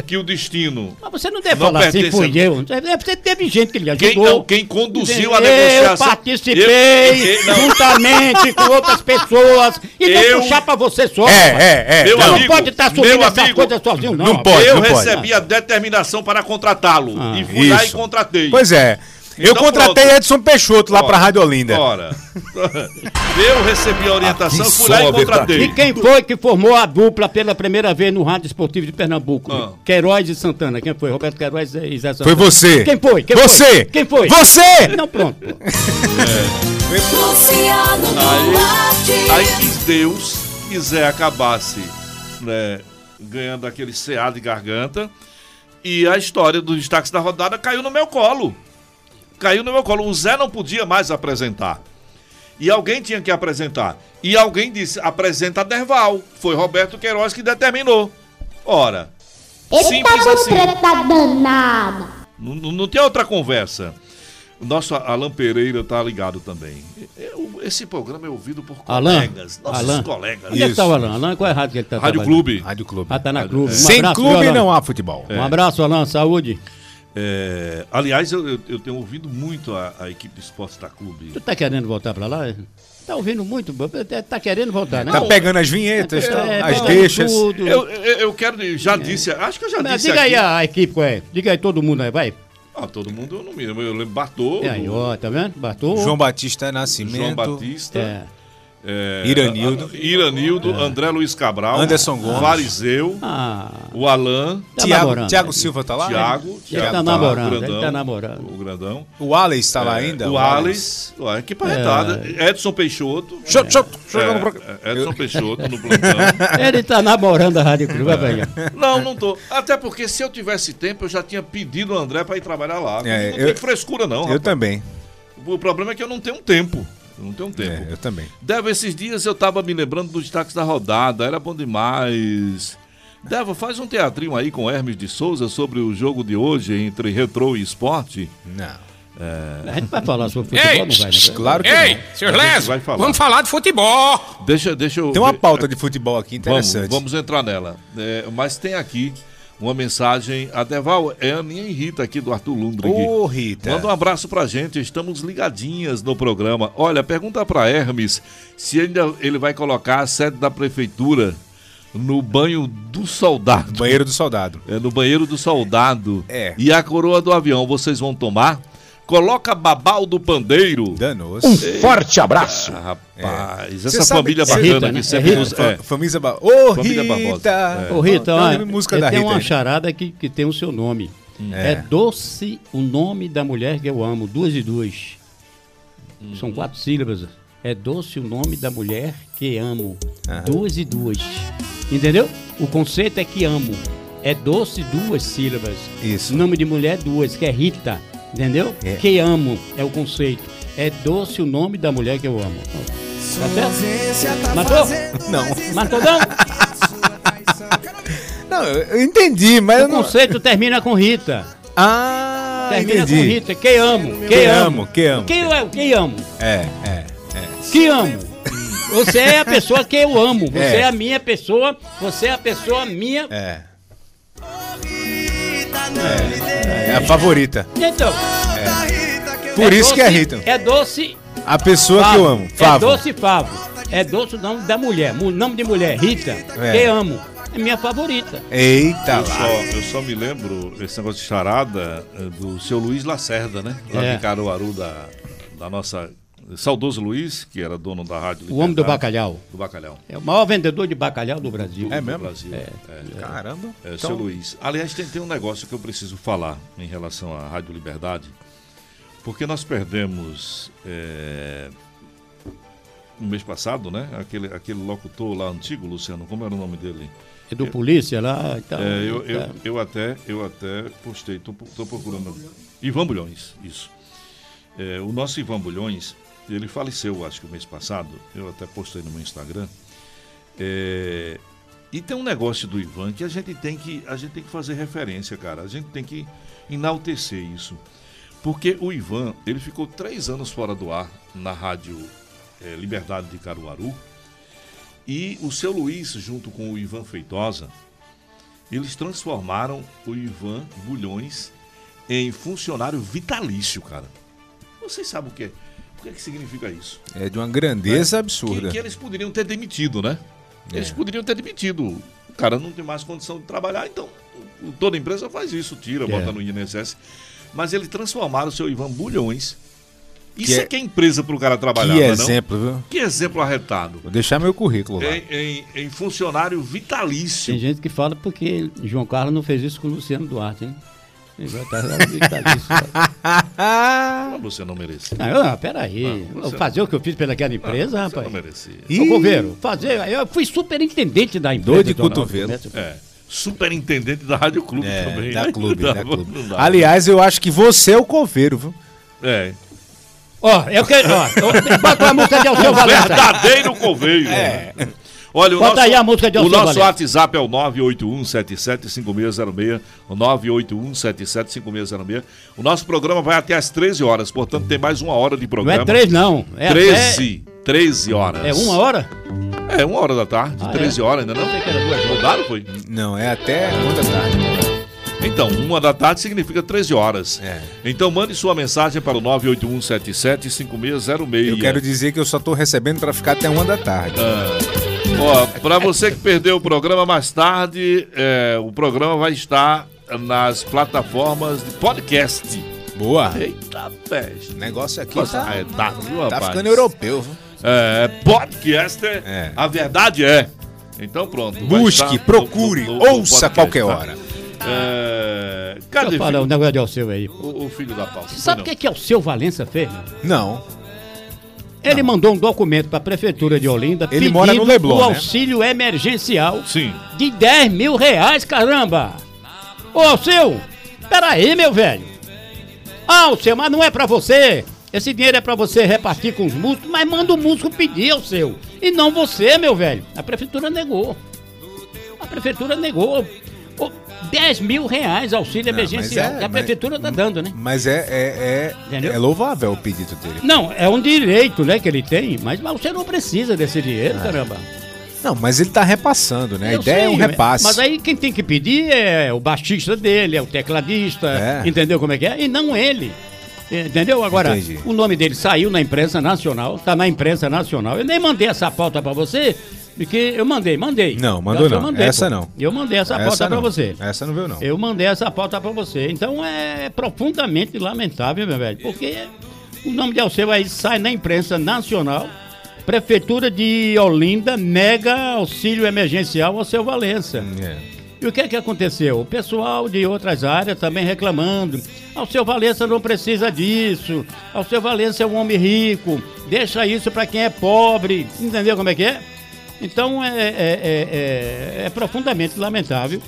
que o destino. Mas você não deve Não falar assim, pertence fui a- eu. É porque teve gente que lhe ajudou. Quem, não, quem conduziu a Eu negociação. participei Eu- eu- não. juntamente com outras pessoas e não Eu- puxar pra você só. É, rapaz. é, é. Você Meu não amigo, pode estar subindo meu essas amigo, coisas sozinho, não. não rapaz. Ah, pode. eu pode. recebi a determinação para contratá-lo. e fui lá e isso. contratei. Pois é. Eu Então, contratei pronto. Edson Peixoto lá pra Rádio Olinda. Ora. eu recebi a Ah, orientação, Aqui fui lá só e a contratei. E quem foi que formou a dupla pela primeira vez no Rádio Esportivo de Pernambuco? Ah. Queiroz e Santana. Quem foi? Roberto Queiroz e Zé Santana. Foi você. Quem foi? Quem Você. Foi? Quem foi? Você. Não, pronto. pô. Luciano Aí, aí Duarte. quis Deus que Zé acabasse né, ganhando aquele CA de garganta. E a história dos destaques da rodada caiu no meu colo. Caiu no meu colo. O Zé não podia mais apresentar. E alguém tinha que apresentar. E alguém disse: apresenta Derval. Foi Roberto Queiroz que determinou. Ora. simples assim. danada. Não, não- não tem outra conversa. O nosso Alan Pereira tá ligado também. Eu- esse programa é ouvido por Alan. colegas, nossos Alan. colegas. Onde é que tá o Alan? Alan, qual é a rádio que ele tá Rádio trabalhando? Clube. Rádio Clube. Ah, tá na clube. Um Sem abraço, viu, clube Alan? não há futebol. Um abraço, Alan. Saúde. É, aliás, eu, eu- eu tenho ouvido muito a, a equipe Esporte da Clube. É, ah, Tu tá querendo voltar pra lá? Tá ouvindo muito? bo- tá- Tá querendo voltar, né? Tá pegando as vinhetas, É, tá? é, as pegando deixas. tudo. Eu, eu- eu quero, já disse, acho que eu já É. Mas disse diga aí aqui. a equipe qual é. Diga aí todo mundo aí, vai. Ah, todo mundo eu não me lembro. Eu lembro Bartô. É, aí, ó, tá vendo? Bartô. João Batista é Nascimento. João Batista. É. é, Iranildo. a- a- Iranildo, É. André Luiz Cabral. Anderson Gomes. Fariseu. Ah. O Alain. Tá Thiago- namorando. né? Thiago Silva tá lá? Thiago. Ele Thiago tá lá, o namorando, ele grandão, tá namorando. O grandão. O Alex está lá ainda? É, O Alex. Ué, que parretada. É. Edson Peixoto. Choto, choto, É, jogando é, Edson Peixoto no plantão. É. Ele tá namorando a Rádio Clube, vai pegar. Não, não tô. Até porque se eu tivesse tempo, eu já tinha pedido ao André pra ir trabalhar lá. É, não eu- tem frescura, não. Eu rapaz. também. O problema é que eu não tenho um tempo. Eu não tenho tempo. É, eu também. Deva, esses dias eu tava me lembrando dos destaques da rodada, era bom demais. Deva, faz um teatrinho aí com Hermes de Souza sobre o jogo de hoje entre retrô e esporte. Não. A gente vai falar sobre futebol, Ei, não vai, né? Claro que Ei, não. senhor Lésio, Vai falar. vamos falar de futebol. Deixa, deixa eu. Tem uma ver- pauta de futebol aqui interessante. Vamos, vamos entrar nela. É, mas tem aqui uma mensagem. A Deval é a minha Rita aqui do Arthur Lundra. aqui. Ô, Rita. Manda um abraço pra gente. Estamos ligadinhas no programa. Olha, pergunta pra Hermes se ainda ele vai colocar a sede da prefeitura no banho do soldado. Banheiro do soldado. É, no banheiro do soldado. É. E a coroa do avião, vocês vão tomar? Coloca babal do pandeiro. Danos. forte abraço. rapaz, Cê essa sabe- família cê- bacana Rita, que né? sempre É nos... Rita. é. Fa- família Ba- Ô, Família Rita! Barbosa. é. Ô, Rita, Então, olha, tem música da tem Rita uma aí, né? charada que, que tem o seu nome. É. É. doce o nome da mulher que eu amo, duas e duas. Hum. São quatro sílabas. É doce o nome da mulher que amo, duas e duas. Entendeu? O conceito é que amo. É doce duas sílabas. Isso. Nome de mulher duas, que é Rita. Entendeu? É. Que amo é o conceito. É doce o nome da mulher que eu amo. Tá certo? Matou? Não. Matou não? Não, eu eu entendi, mas eu O não. conceito termina com Rita. Ah, termina com entendi. Rita. Quem amo? Quem Que amo? amo, que amo. Quem eu quem amo? É, é, é. Que amo? Você é a pessoa que eu amo. Você é, É. a minha pessoa. Você é a pessoa minha. É. É, é a favorita. Então. Por isso que é doce- Rita. É doce. A pessoa que favo. eu amo. Favo. É doce favo. É doce o nome da mulher. O nome de mulher, Rita. É. Que amo. É minha favorita. Eita eu lá. Só, eu só me lembro esse negócio de charada eh, do seu Luiz Lacerda, né? Lá É. de Caruaru, da, da nossa. Saudoso Luiz, que era dono da rádio. O homem do Liberdade. bacalhau. Do bacalhau. É o maior vendedor de bacalhau do Brasil. Do Brasil. É. Caramba. É, Então- seu Luiz. Aliás, tem, tem um negócio que eu preciso falar em relação à Rádio Liberdade, porque nós perdemos é, no mês passado, né? Aquele, aquele locutor lá antigo, Luciano, como era o nome dele? É do polícia lá e tal. É, eu, eu, Tá. eu até, eu até postei, tô, tô procurando. Ivan Bulhões, isso. É, o nosso Ivan Bulhões, ele faleceu, acho que o mês passado, eu até postei no meu Instagram. É, e tem um negócio do Ivan que a gente tem que, a gente tem que fazer referência, cara. A gente tem que enaltecer isso. Porque o Ivan, ele ficou três anos fora do ar na rádio é, Liberdade de Caruaru. E o seu Luiz, junto com o Ivan Feitosa, eles transformaram o Ivan Bulhões em funcionário vitalício, cara. Vocês sabem o que é? O que é que significa isso? É de uma grandeza Que, absurda. que eles poderiam ter demitido, né? Eles poderiam ter demitido. O cara não tem mais condição de trabalhar, então o- toda empresa faz isso, tira, bota no INSS. Mas eles transformaram o seu Ivan Bulhões. Isso Que é é- que é empresa pro cara trabalhar, que não é não? exemplo, viu? Que exemplo arretado. Vou deixar meu currículo lá. Em, em- em funcionário vitalício. Tem gente que fala porque João Carlos não fez isso com o Luciano Duarte, né? Ele vai estar vitalício, cara. Ah, Você não merece. Ah, ah, peraí. Ah, você fazer o que eu fiz pelaquela empresa, Ah, você não rapaz. merecia. Ô, é governo, fazer. Eu fui superintendente da empresa. né? Dor de Donaldo cotovelo. É, Roberto. É. Superintendente da Rádio Clube também. Da né? clube, Não da dá, clube. não dá. Aliás, eu acho que você é o coveiro, viu? É. Ó, eu quero. Ó, eu- bota a música de Alceu O Valença. Um verdadeiro coveiro. É. Olha, o Bota nosso, aí a música de o Alceu nosso Valença. WhatsApp é o 981775606, o 981775606. O nosso programa vai até às 13 horas, portanto tem mais uma hora de Não programa. é três, não. É 13, 13 horas. até- É uma hora? É, uma hora da tarde, 13 horas ainda não. Mudaram, foi? Não, é até quando tarde. É. Então, uma da tarde significa 13 horas. Então mande sua mensagem para o 981775606. Eu quero dizer que eu só tô recebendo pra ficar até uma da tarde. É, Ó, pra você que perdeu o programa mais tarde, é, o programa vai estar nas plataformas de podcast. Boa. Eita peste. Negócio aqui Nossa, tá, é, tá, viu, tá rapaz? ficando europeu. viu? É, podcast é, a verdade é. Então pronto. vai Busque, estar no- procure, no- no- no ouça podcast, qualquer tá? hora. É, Deixa cadê eu falar um filho? negócio de Alceu aí. O, o filho da pauta. Você sabe o que, é que Alceu Valença fez? meu? Não. Ele mandou um documento para a Prefeitura de Olinda Ele mora no Leblon, o né? auxílio emergencial de 10 mil reais, caramba! Ô Alceu, peraí, meu velho! Ah, Alceu, mas não é para você! Esse dinheiro é para você repartir com os músicos, mas manda o músico pedir, Alceu! E não você, meu velho! A Prefeitura negou. A Prefeitura negou. Ô, 10 mil reais auxílio mas emergencial. é- que a mas- Prefeitura tá dando, né? Mas é, é, é, Entendeu? é louvável o pedido dele. Não, é um direito, né, que ele tem, mas, mas você não precisa desse dinheiro, caramba. Não, mas ele tá repassando, né? A Eu ideia é um sei, repasse. Mas aí quem tem que pedir é o baixista dele, é o tecladista, É. entendeu como é que é? E não ele. Entendeu? Agora, Entendi. o nome dele saiu na imprensa nacional, tá na imprensa nacional. Eu nem mandei essa pauta pra você, porque eu mandei, mandei. Não, mandou Eu não. mandei, Essa pô. não. Eu mandei essa, pauta pra não. você. Essa não veio, não. Eu mandei essa pauta pra você. Então é profundamente lamentável, meu velho, porque o nome de Alceu aí sai na imprensa nacional. Prefeitura de Olinda nega auxílio emergencial ao seu Valença. E o que é que aconteceu? O pessoal de outras áreas também reclamando. Alceu Valença não precisa disso. Alceu Valença é um homem rico. Deixa isso pra quem é pobre. Entendeu como é que é? Então é, é- é- é- é profundamente lamentável.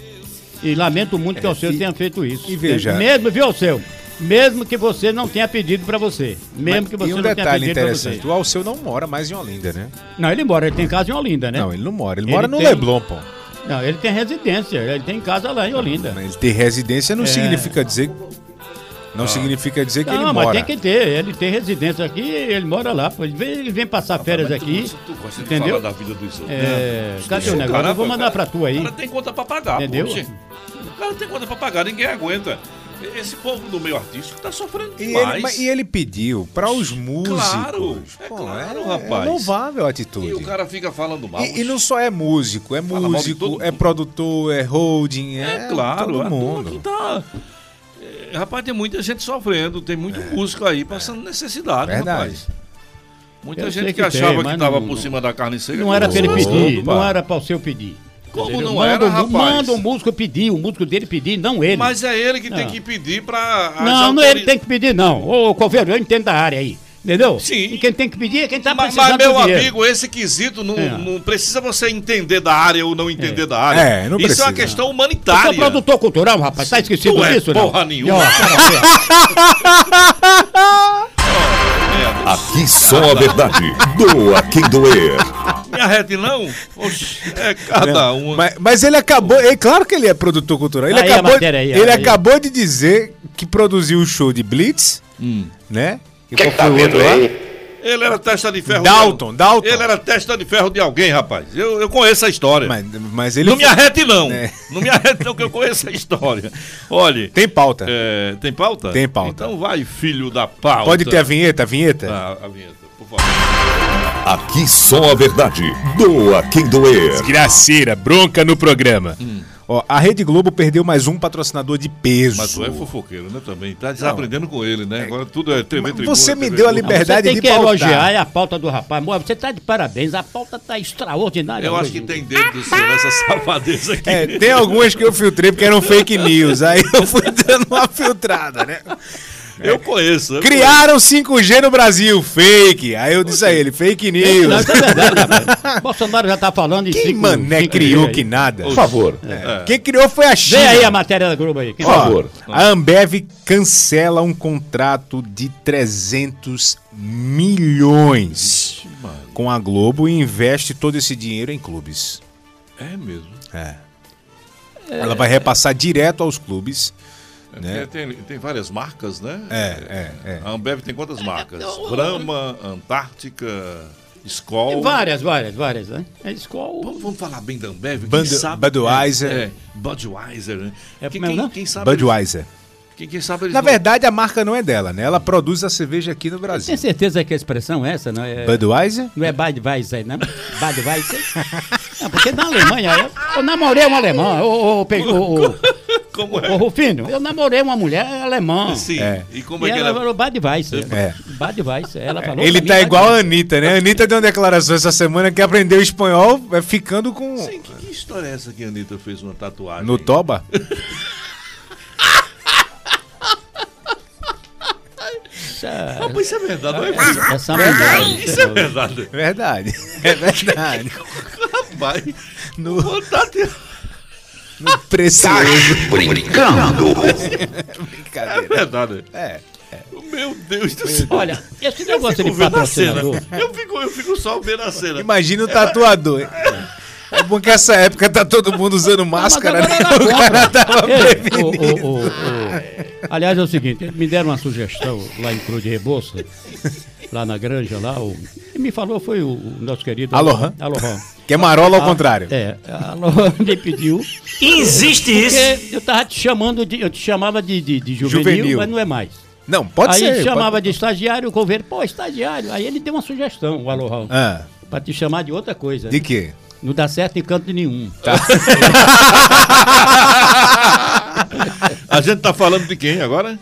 E lamento muito que o Alceu tenha feito isso. É, É, e veja- Mesmo, viu, Alceu? Mesmo que você não tenha pedido pra você. Mesmo que você e um não tenha detalhe pedido pra você. interessante, o Alceu não mora mais em Olinda, né? Não, ele mora, ele tem casa em Olinda, né? Não, ele não mora, ele, Ele mora no tem- Leblon, pô. Não, ele tem residência, ele tem casa lá em Olinda. Ele ter residência não É. significa dizer Ah. não significa dizer que não, ele mas tem mora. que ter. Ele tem residência aqui, ele mora lá. pô. Ele vem, ele vem passar férias mas tu aqui. gosta- tu gosta de entendeu? falar da vida dos outros, É, né? Dos cadê outros. o negócio? Caramba, Eu vou mandar cara. pra tu aí. O cara tem conta pra pagar, pô, Entendeu? gente. O cara tem conta pra pagar, ninguém aguenta. Esse povo do meio artístico tá sofrendo E demais. ele, mas- e ele pediu para os músicos. Claro, é claro, É rapaz. louvável E a o atitude. cara fica falando mal. E, e não só é músico, é mal de músico, todo é produtor, é holding, é, É claro, todo a turma que mundo. tá. É, Rapaz, tem muita gente sofrendo, tem muito músico aí passando necessidade, É. Verdade. rapaz. Muita Eu gente sei que, que tem, achava mas que tava não- por cima da carne seca. Não era pra ele Opa. pedir, não era pra o seu pedir. Como Entendeu? não manda, era, o mu- rapaz? Manda o músico pedir, o músico dele pedir, não ele. Mas é ele que tem Não. que pedir pra. as Ah. Não, não é autori- ele tem que pedir, não. Ô, Coveiro, eu entendo da área aí. Entendeu? Sim. E quem tem que pedir é quem tá Mas, precisando mas, meu do dinheiro. amigo, esse quesito não, É. não precisa você entender da área ou não entender da área. É, não Isso é precisa. uma questão Eu sou humanitária. produtor cultural, rapaz. Tá esquecido Tu é disso, porra não? nenhuma. E, ó, Aqui só a verdade. Doa quem doer. Minha rede não? Oxe, é cada Não, uma. Tá Mas, mas ele acabou, é claro que ele é produtor cultural. Ele, Aí a acabou, matéria aí, aí. ele acabou de dizer que produziu o show de Blitz, Hum. né? E qual tá foi o outro lá? Ele era testa de ferro. Dalton, de... Dalton. Ele era testa de ferro de alguém, rapaz. Eu, eu conheço a história. Mas, mas ele não me foi- arrete, não. É. Não me arrete, não, que eu conheço a história. Olha, Tem pauta. é, tem pauta? Tem pauta. Então vai, filho da pauta. Pode ter a vinheta, a vinheta? Ah, a vinheta, por favor. Aqui só a verdade. Doa quem doer. Desgraceira, bronca no programa. Hum. Ó, a Rede Globo perdeu mais um patrocinador de peso. Mas tu é fofoqueiro, né, também. Tá desaprendendo com ele, né? Agora tudo é TV Tribuna. você me TV deu a Globo. liberdade. Você tem de que pautar. elogiar é a pauta do rapaz. Moa, você tá de parabéns. A pauta tá extraordinária. Eu acho hoje. que tem dedo do senhor nessa safadeza aqui. É, tem algumas que eu filtrei porque eram fake news. Aí eu fui dando uma filtrada, né? Eu conheço. eu Criaram 5G no Brasil, fake. Aí eu disse a ele, fake Não, news. isso é verdade, rapaz. Bolsonaro já tá falando em Quem cinco- mané cinco criou dias que aí. nada? Por favor. É. Quem criou foi a China. Vem aí a matéria da Globo aí. Por Ó, A Ambev cancela um contrato de 300 milhões com a Globo e investe todo esse dinheiro em clubes. conheço. É mesmo. É. Ela vai repassar direto aos clubes. É Né? porque Tem, tem várias marcas, né? É, é, é. A Ambev tem quantas marcas? Brahma, Antártica, Skol. Várias, várias, várias, né? É escola. Vamos, vamos falar bem da Ambev. quem Bud- Budweiser. É, é, Budweiser, né? É quem, como é o quem, nome? quem sabe Budweiser. eles- Quem, quem sabe eles Na não- verdade, a marca não é dela, né? Ela produz a cerveja aqui no Brasil. Tem certeza que a expressão é essa, não é? Budweiser? Não é Budweiser, não? Budweiser? Não, porque na Alemanha... Eu, eu namorei um alemão, o, o, o, Como é? Ô, Rufino, eu namorei uma mulher alemã. Sim. É. E como é E que ela ela. falou Bad Weiss. É. Bad Weiss. Ela falou Ele pra mim, tá Bad igual a Weiss. Anitta, né? A Anitta deu uma declaração essa semana que aprendeu espanhol é, ficando com. Sim, que, que história é essa que a Anitta fez uma tatuagem? No toba? Essa, Rapaz, isso é verdade, não é? essa, essa mulher. né? Isso é verdade. Verdade. É verdade. Rapaz, no... vontade. Precioso. Brincando. É verdade. É. Meu Deus do céu. Olha, esse negócio fico de vendo a cena. patrocinador. Eu fico, eu fico só vendo a cena. Imagina o tatuador. É bom que essa época tá todo mundo usando máscara, né? O cara tava Ei, prevenido. ô, ô, ô, ô. Aliás, é o seguinte, eles me deram uma sugestão lá em Cruz de Rebouça, lá na granja, lá, o, quem me falou foi o, o nosso querido... Alohan. Alohan. Que é marola ao A- contrário. É, a Alohan me pediu... Existe porque isso? eu tava te chamando, de, eu te chamava de, de, de juvenil, Juvenil. mas não é mais. Não, pode aí ser. ele pode- chamava de estagiário, o governo, pô, estagiário. Aí ele deu uma sugestão, o Alohan, Ah, pra te chamar de outra coisa. de né? quê? Não dá certo em canto nenhum. A gente tá falando de quem agora?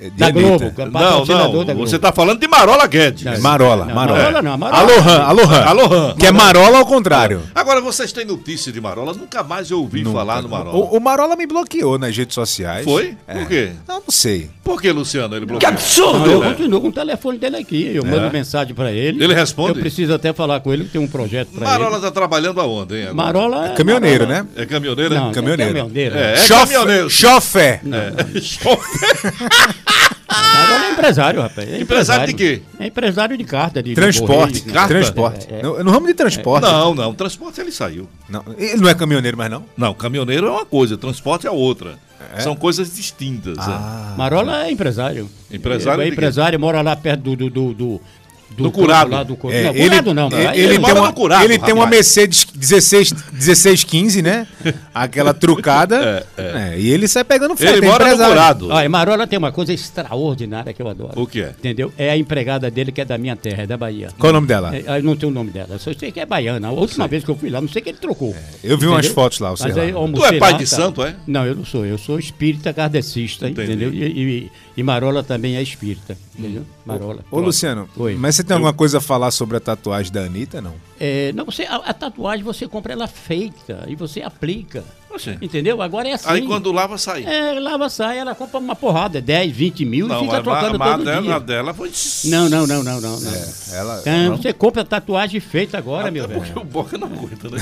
De Da Anitta. Globo. é Não, patrocinador da não. Globo. Você tá falando de Marola Guedes. Não, Marola, não, Marola. Marola não, Marola. Alohan, Alohan. Alohan. Que é marola ao contrário. Agora vocês têm notícia de Marola? Nunca mais eu ouvi falar no Marola. O, o Marola me bloqueou nas redes sociais. Foi? É. Por quê? Eu não sei. Por que, Luciano? Ele bloqueou. Não, eu É. continuo com o telefone dele aqui. É. Eu mando mensagem pra ele. Ele responde? Eu preciso até falar com ele, que tem um projeto pra Marola tá trabalhando aonde, hein? ele. agora? Marola é. Caminhoneiro, né? É caminhoneiro? Não, é? Caminhoneiro. É caminhoneiro. É, é Chofe- caminhoneiro. Chofé. É. Chofer. Marola é empresário, rapaz. É Empresário de quê? É empresário de carta. De Transporte. correio, Carta? Transporte. É, é. No, no ramo de transporte. Não, não. Transporte ele saiu. Não, Ele não é caminhoneiro mais, não? Não, caminhoneiro é uma coisa, transporte é outra. É? Ah. São coisas distintas. é. Marola é empresário. Empresário É de quê? empresário, mora lá perto do. Do, do, do, Do curado. Lá do curado. É, não, ele, curado não. ele, cara. ele mora tem no uma, curado, ele tem uma rapaz. Mercedes 16, 1615, né? Aquela trucada. É, É, e ele sai pegando Ele é mora no empresário. Dourado. Olha, Marola tem uma coisa extraordinária que eu adoro. O que é? Entendeu? É a empregada dele que é da minha terra, é da Bahia. Qual o nome dela? É, aí não tem o nome dela. Só sei que é baiana. A última vez que eu fui lá, não sei que ele trocou. eu vi umas fotos lá, eu sei Mas lá. aí eu Tu almocei é pai lá, tá. de santo, é? Não, eu não sou. Eu sou espírita kardecista, Entendi. entendeu? E, e- e Marola também é espírita, entendeu? Marola. Hum. Ô, Pronto. Luciano, Oi. mas você tem alguma coisa a falar sobre a tatuagem da Anitta, não? É, não, você, a, a tatuagem você compra ela feita e você aplica. Oxê. Entendeu? Agora é assim. Aí quando lava, sai. É, lava sai, ela compra uma porrada, 10, 20 mil e fica a, é ma- Tá trocando a todo madela dia. dela foi. Não, não, não, não, não. não. É, Ela. Ah, Você compra a tatuagem feita agora, Até meu porque velho. o Boca não aguenta, né?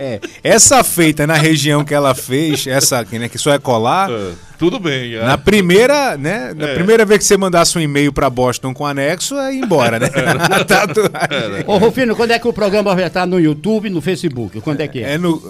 É, essa feita na região que ela fez, essa aqui, né, que só é colar. É, Tudo bem. é. Na primeira, né? Na É. primeira vez que você mandasse um e-mail pra Boston com anexo, é ir embora, né? É. A né? tatuagem. Ô, Rufino, quando é que o programa vai estar no YouTube e no Facebook? Quando é que é? É no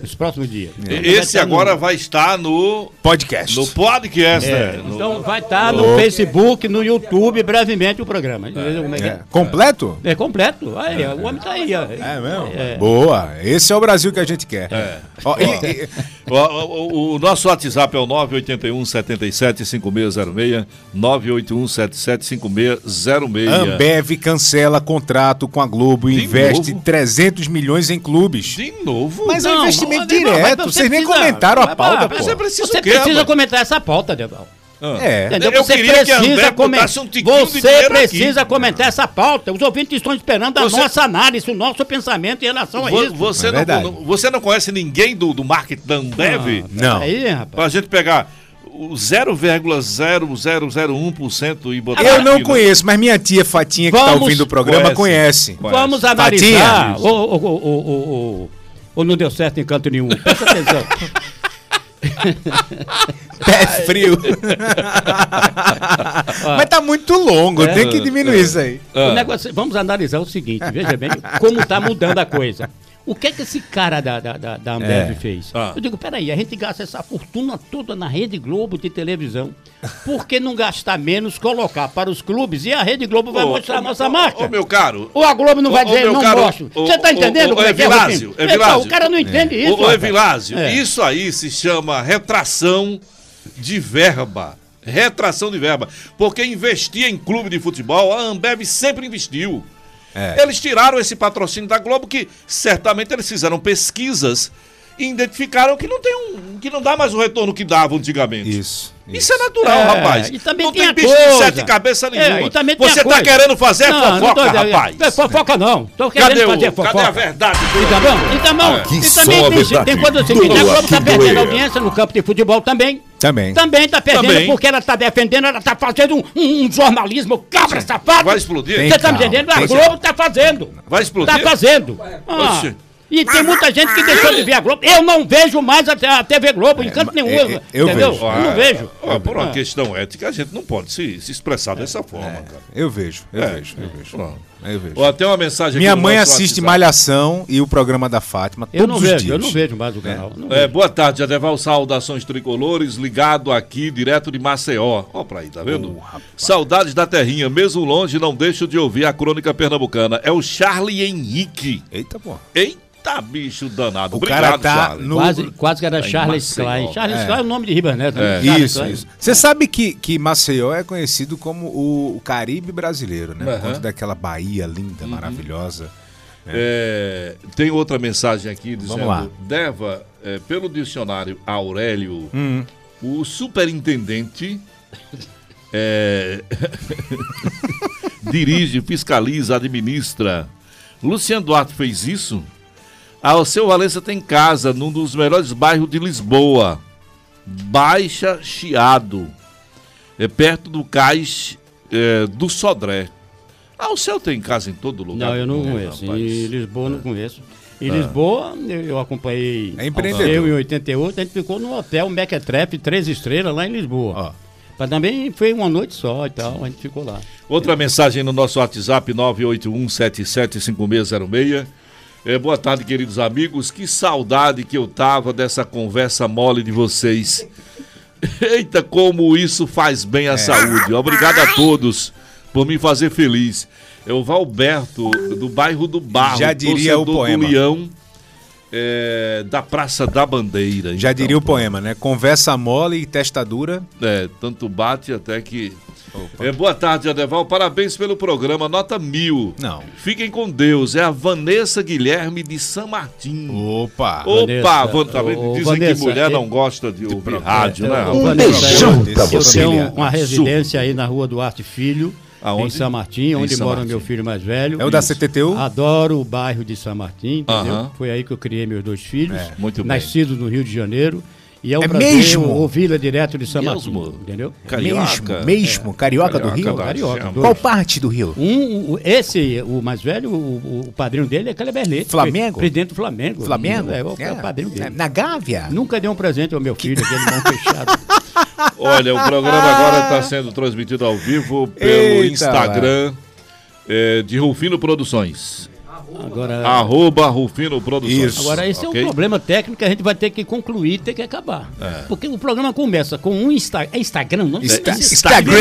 Nos próximos dias. E- Esse agora É. vai. vai estar no. podcast. No podcast, estar né? no- É, No- então vai estar no Facebook, no YouTube, brevemente o programa. Entendeu como É, que é? É. Completo? É completo. Aí, ó, o homem tá aí. ó. É mesmo? É. Boa. Esse é o Brasil que a gente quer. É. Ó, e- e- O, o- o nosso WhatsApp é o 981 77 5606 981 77 5606 Ambev cancela contrato com a Globo e De investe novo? 300 milhões em clubes. De novo? Mas é Não, investimento mas, um Deval, mas direto. você Vocês nem precisa- comentaram a mas, pauta, mas pô. você precisa Você o quê, precisa rapaz? comentar essa pauta, Deval. Ah. É. Entendeu? Eu Você queria que a precisa, Ambev come... botasse um tiquinho de você dinheiro precisa aqui. comentar essa pauta. Os ouvintes estão esperando a Você- nossa análise, o nosso pensamento em relação a Vo- isso. Você, É não, verdade. Ah, tá. não- você não conhece ninguém do, do marketing da Ambev? Não. Aí, rapaz. Pra gente pegar o 0,0001% e botar. Eu não aqui, né? conheço, mas minha tia Fatinha, que tá Vamos- ouvindo o programa, Conhece. conhece. Vamos Parece. analisar. Fatinha. Ou não deu certo em canto nenhum. Presta atenção. Pé frio. mas tá muito longo, tem que diminuir isso aí. É. O negócio- vamos analisar o seguinte, veja bem como está mudando a coisa. O que é que esse cara da, da, da, da Ambev É. fez? Ah. Eu digo, peraí, a gente gasta essa fortuna toda na Rede Globo de televisão. Por que não gastar menos, colocar para os clubes e a Rede Globo vai Ô, mostrar a ô, nossa ô, marca? Ô, meu caro. Ou a Globo não Ô, vai ô, dizer, meu não caro, mostra. ô, Você tá ô, entendendo? ô, como é é que é, Vilásio, Rufino? é Pessoal, Vilásio. O cara não entende isso. Ô, rapaz. Evilásio, É. isso aí se chama retração de verba. Retração de verba. Porque investir em clube de futebol, a Ambev sempre investiu. Eles tiraram esse patrocínio da Globo, que certamente eles fizeram pesquisas e identificaram que não tem um, que não dá mais o retorno que dava antigamente. Isso. Isso, é natural, É, rapaz. e também não tem tem, a bicho de coisa. sete cabeças nenhuma. É, e também tem Você a tá coisa. querendo fazer Não, não fofoca, tô- rapaz. É, fofoca não. Tô querendo Cadê, fazer o, fofoca. cadê a verdade? Ah, É. Tá bom? Então, não, Aqui e só também a tem, verdade tem quando o seguinte, a doa Globo tá que perdendo doer. audiência no campo de futebol também. Também. Também tá perdendo Também. porque ela tá defendendo, ela tá fazendo um, um- um jornalismo cabra safado. Vai explodir? Você tá me Tem entendendo? calma. A Globo tá fazendo. Vai explodir? Tá fazendo. Ah, Oxe. E tem muita gente que deixou de ver a Globo. Eu não vejo mais a, te- a TV Globo em É, canto nenhum. entendeu? Eu não vejo. Ah, por uma Ah. questão ética, a gente não pode se, se expressar dessa forma, cara. É, Eu vejo, eu É, vejo, eu vejo. pronto. Eu vejo. Ó, tem uma mensagem aqui Minha no mãe nosso assiste WhatsApp. Malhação e o programa da Fátima Eu todos não os vejo, dias. eu não vejo mais o canal. Não É, boa tarde, Adeval. Saudações tricolores, ligado aqui, direto de Maceió. Ó, pra aí, tá vendo? Saudades da terrinha, mesmo longe, não deixo de ouvir a crônica pernambucana. É o Charlie Henrique. Eita, pô. Eita, bicho danado. O Obrigado, cara tá Charlie. no- Quase, quase que era Tá em Charles Maceió. Klein. Charles É. Klein é o nome de Ribas Neto. né? É. Charles Isso, Klein. isso. Você sabe que, que Maceió é conhecido como o, o Caribe brasileiro, né? Por Aham. conta daquela Bahia Uhum. linda, maravilhosa. né? É, tem outra mensagem aqui dizendo: Vamos lá. Deva, é, pelo dicionário Aurélio, Hum. o superintendente é, dirige, fiscaliza, administra. Luciano Duarte fez isso. Alceu Valença tem casa num dos melhores bairros de Lisboa, Baixa Chiado, é perto do cais é, do Sodré. Alceu tem casa em todo lugar. Não, eu não do mundo, conheço. rapaz. É. Em Lisboa, eu não conheço. Em Ah. Lisboa, eu, eu acompanhei. É empreendedor. Eu, em 88, a gente ficou num hotel Mequetrap, três estrelas, lá em Lisboa. Mas também foi uma noite só e tal, a gente ficou lá. Outra mensagem no nosso WhatsApp 981775606. É, boa tarde, queridos amigos. Que saudade que eu tava dessa conversa mole de vocês. Eita, como isso faz bem É. à saúde. Obrigado a todos por me fazer feliz. É o Valberto, do bairro do Barro, Já diria o torcedor poema. do Leão, é, da Praça da Bandeira. Já Então, diria o poema, né? Conversa mole e testa dura. é, tanto bate até que. É, boa tarde, Adeval. Parabéns pelo programa, nota mil. Não. Fiquem com Deus. É a Vanessa Guilherme de San Martin. Opa! Opa, Vanessa, Van- tá vendo? ô, Dizem Vanessa, que mulher eu- não gosta de ouvir rádio, É, né? um Eu- rapaz? eu- Eu tenho uma residência aí na rua Duarte Filho, Aonde? em São Martim, Em onde São mora Martim. meu filho mais velho. É o da Isso. CTTU? Adoro o bairro de São Martim, entendeu? Aham. Foi aí que eu criei meus dois filhos, É, muito bem. nascidos no Rio de Janeiro. E é um É prazer mesmo? É ouvi-la direto de São Mesmo? Martim, entendeu? É. Carioca. É. Mesmo, mesmo. Carioca, do Carioca Tá Rio? da Carioca, Gema. dois. Qual parte do Rio? Um, o- esse, o mais velho, o, o padrinho dele é Kleber Leite. Flamengo? pre- Presidente do Flamengo. Flamengo? É, o É. padrinho dele. Na Gávea? Nunca deu um presente ao meu filho, aquele mão fechado. Olha, o programa agora está sendo transmitido ao vivo pelo Eita, Instagram é, de Rufino Produções. Agora, Arroba Rufino Produções. Isso. agora esse é ok? um problema técnico que a gente vai ter que concluir, ter que acabar. Porque o programa começa com um Insta é Instagram, não É. Insta- Esse- Instagram,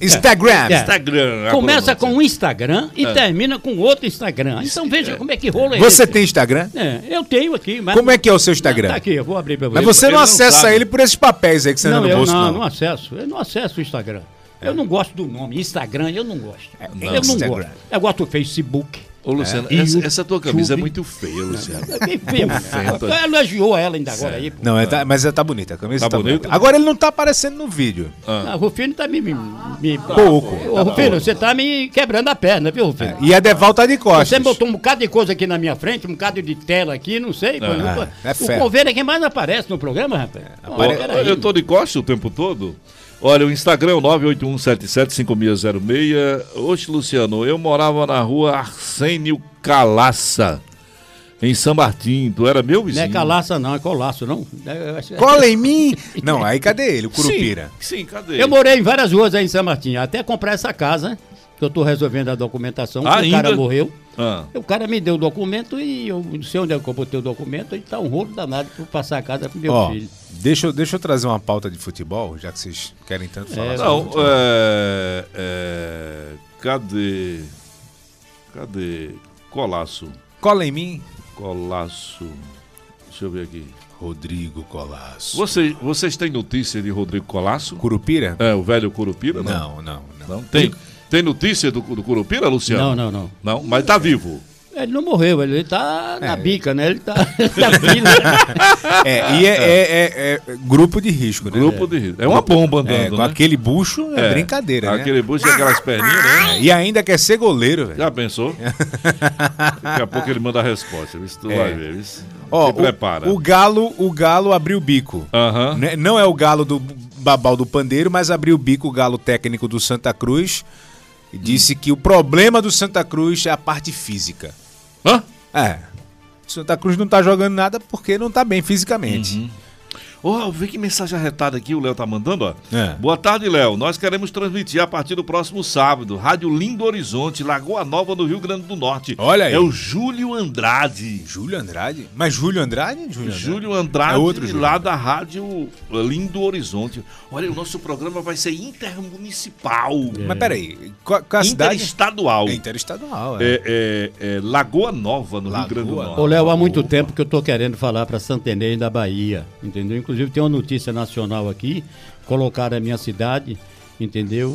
É. Instagram. É. Instagram. a Começa pronúncia. com um Instagram e É. termina com outro Instagram. Então veja como é que rola é Você esse. tem Instagram? É, eu tenho aqui, mas. Como é que é o seu Instagram? Tá aqui, eu vou abrir pra você. Mas você Ele não não acessa sabe. ele por esses papéis aí que você anda Não, no eu bolso, não, não. É. não acesso. Eu não acesso o Instagram. Eu não gosto do nome. Instagram, eu não gosto. não. Eu não Instagram. gosto. Eu gosto do Facebook. Ô, Luciano, É. essa, E o essa tua camisa YouTube? é É muito feia, Luciano. Quem fez? Bufeta. né? Ela elogiou ela ainda agora aí. pô. Não, é, tá- mas é, tá bonita. A camisa Tá tá, bonita. bonita? Agora ele não tá aparecendo no vídeo. Ah, O Rufino tá me. me, me- Pouco. Ô, Rufino, você tá me quebrando a perna, viu, Rufino? E a Deval tá de costas. Você botou um bocado de coisa aqui na minha frente, um bocado de tela aqui, não sei. pô, não- é o fera. Coveiro é quem mais aparece no programa, rapaz. Pô, Olha, peraí. eu tô de costa o tempo todo. Olha, o Instagram é o 981775606. Oxe, Luciano, eu morava na rua Arsênio Calaça, em São Martim. Tu era meu Não vizinho? é calaça, não, é colaço, não. É- eu acho- Cola em mim! Não, é. aí cadê ele? O Curupira. Sim, sim, cadê? Eu morei em várias ruas aí em São Martim, até comprar essa casa, que eu tô resolvendo a documentação, que o Ainda? cara morreu. Ah, O cara me deu o documento e eu não sei onde é que eu botei o documento, e tá um rolo danado pra eu passar a casa pro meu Ó, filho. deixa eu, deixa eu trazer uma pauta de futebol, já que vocês querem É, tanto falar. sobre não, futebol. é, é, Cadê? Cadê? Colaço. Cola em mim. Colaço. Deixa eu ver aqui. Rodrigo Colasso. Você- vocês têm notícia de Rodrigo Colaço? Curupira? É, o velho Curupira? Não, não, não. Não tem. Tem notícia do, do Curupira, Luciano? Não, não, não. Não, mas tá vivo. Ele não morreu, ele tá na bica, né? Ele tá na fila. É, e é, é- é- é grupo de risco, né? Grupo de risco. É uma bomba andando, É, com né? aquele bucho é, É, brincadeira, né? aquele bucho é e aquelas perninhas, né? E ainda quer ser goleiro, velho. Já pensou? Daqui a pouco ele manda a resposta. Isso tu É. vai ver. Isso. Ó, Se prepara. O, o galo, o galo abriu o bico. Né? Não é o galo do babal do pandeiro, mas abriu o bico o galo técnico do Santa Cruz. E disse que o problema do Santa Cruz é a parte física. Hã? É. O Santa Cruz não tá jogando nada porque não tá bem fisicamente. Uhum. Ó, vê que mensagem arretada aqui o Léo tá mandando, ó. É. Boa tarde, Léo. Nós queremos transmitir a partir do próximo sábado, Rádio Lindo Horizonte, Lagoa Nova, no Rio Grande do Norte. Olha aí. É o Júlio Andrade. Júlio Andrade? Mas Júlio Andrade? Júlio Andrade. Júlio Andrade, É outro Júlio lá da Rádio Lindo Horizonte. Olha, o nosso programa vai ser intermunicipal. É. Mas peraí, qual, qual a cidade? Interestadual. É interestadual, é. É, é, é Lagoa Nova, no Rio Grande do Norte. Ô, Léo, há muito tempo que eu tô querendo falar para Santenês da Bahia, entendeu? Inclusive tem uma notícia nacional aqui, colocaram a minha cidade, entendeu?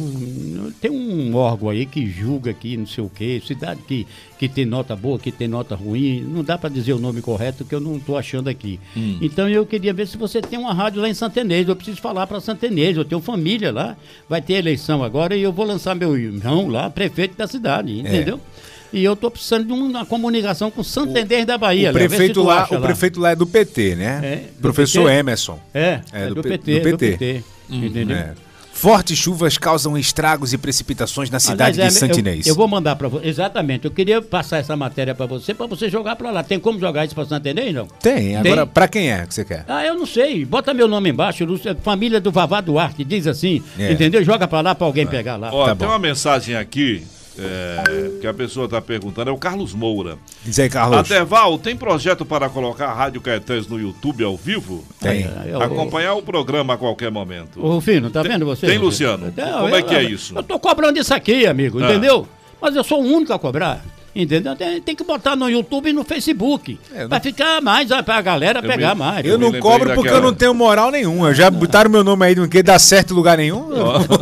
Tem um órgão aí que julga aqui, não sei o quê, cidade que, que tem nota boa, que tem nota ruim, não dá para dizer o nome correto que eu não tô achando aqui. Hum. Então eu queria ver se você tem uma rádio lá em Santenês, eu preciso falar para Santenês, eu tenho família lá, vai ter eleição agora e eu vou lançar meu irmão lá, prefeito da cidade, entendeu? E eu tô precisando de uma comunicação com Santander da Bahia. Léo. o Vê se prefeito tu lá, acha o prefeito lá é do PT, né? É, do Professor PT? Emerson. É, é do P- Hum, é. PT, do PT, entendeu? Fortes chuvas causam estragos e precipitações na cidade Aliás, de é, Santinês. Eu, eu vou mandar para você. Exatamente. Eu queria passar essa matéria para você, para você jogar para lá. Tem como jogar isso para Santander, não? Tem, agora pra quem é que você quer? Ah, eu não sei. Bota meu nome embaixo. Lúcio- Família do Vavá Duarte. Diz assim. É. Entendeu? Joga para lá para alguém pegar lá. Tá Ó, tem uma mensagem aqui é, que a pessoa está perguntando, é o Carlos Moura. Diz aí, Carlos. Aterval, tem projeto para colocar a Rádio Caetés no YouTube ao vivo? Tem. É, é, Acompanhar o programa a qualquer momento. Ô, Rufino, tá vendo você? tem, Rufino? Luciano? Não, Como eu- é que é isso? Eu tô cobrando isso aqui, amigo, Ah. entendeu? Mas eu sou o único a cobrar. Entendeu? Tem, tem que botar no YouTube e no Facebook. Pra ficar mais, ah, pra galera pegar mais. É, Eu não cobro porque eu não tenho moral nenhuma. Já botaram meu nome aí no que dá certo em lugar nenhum?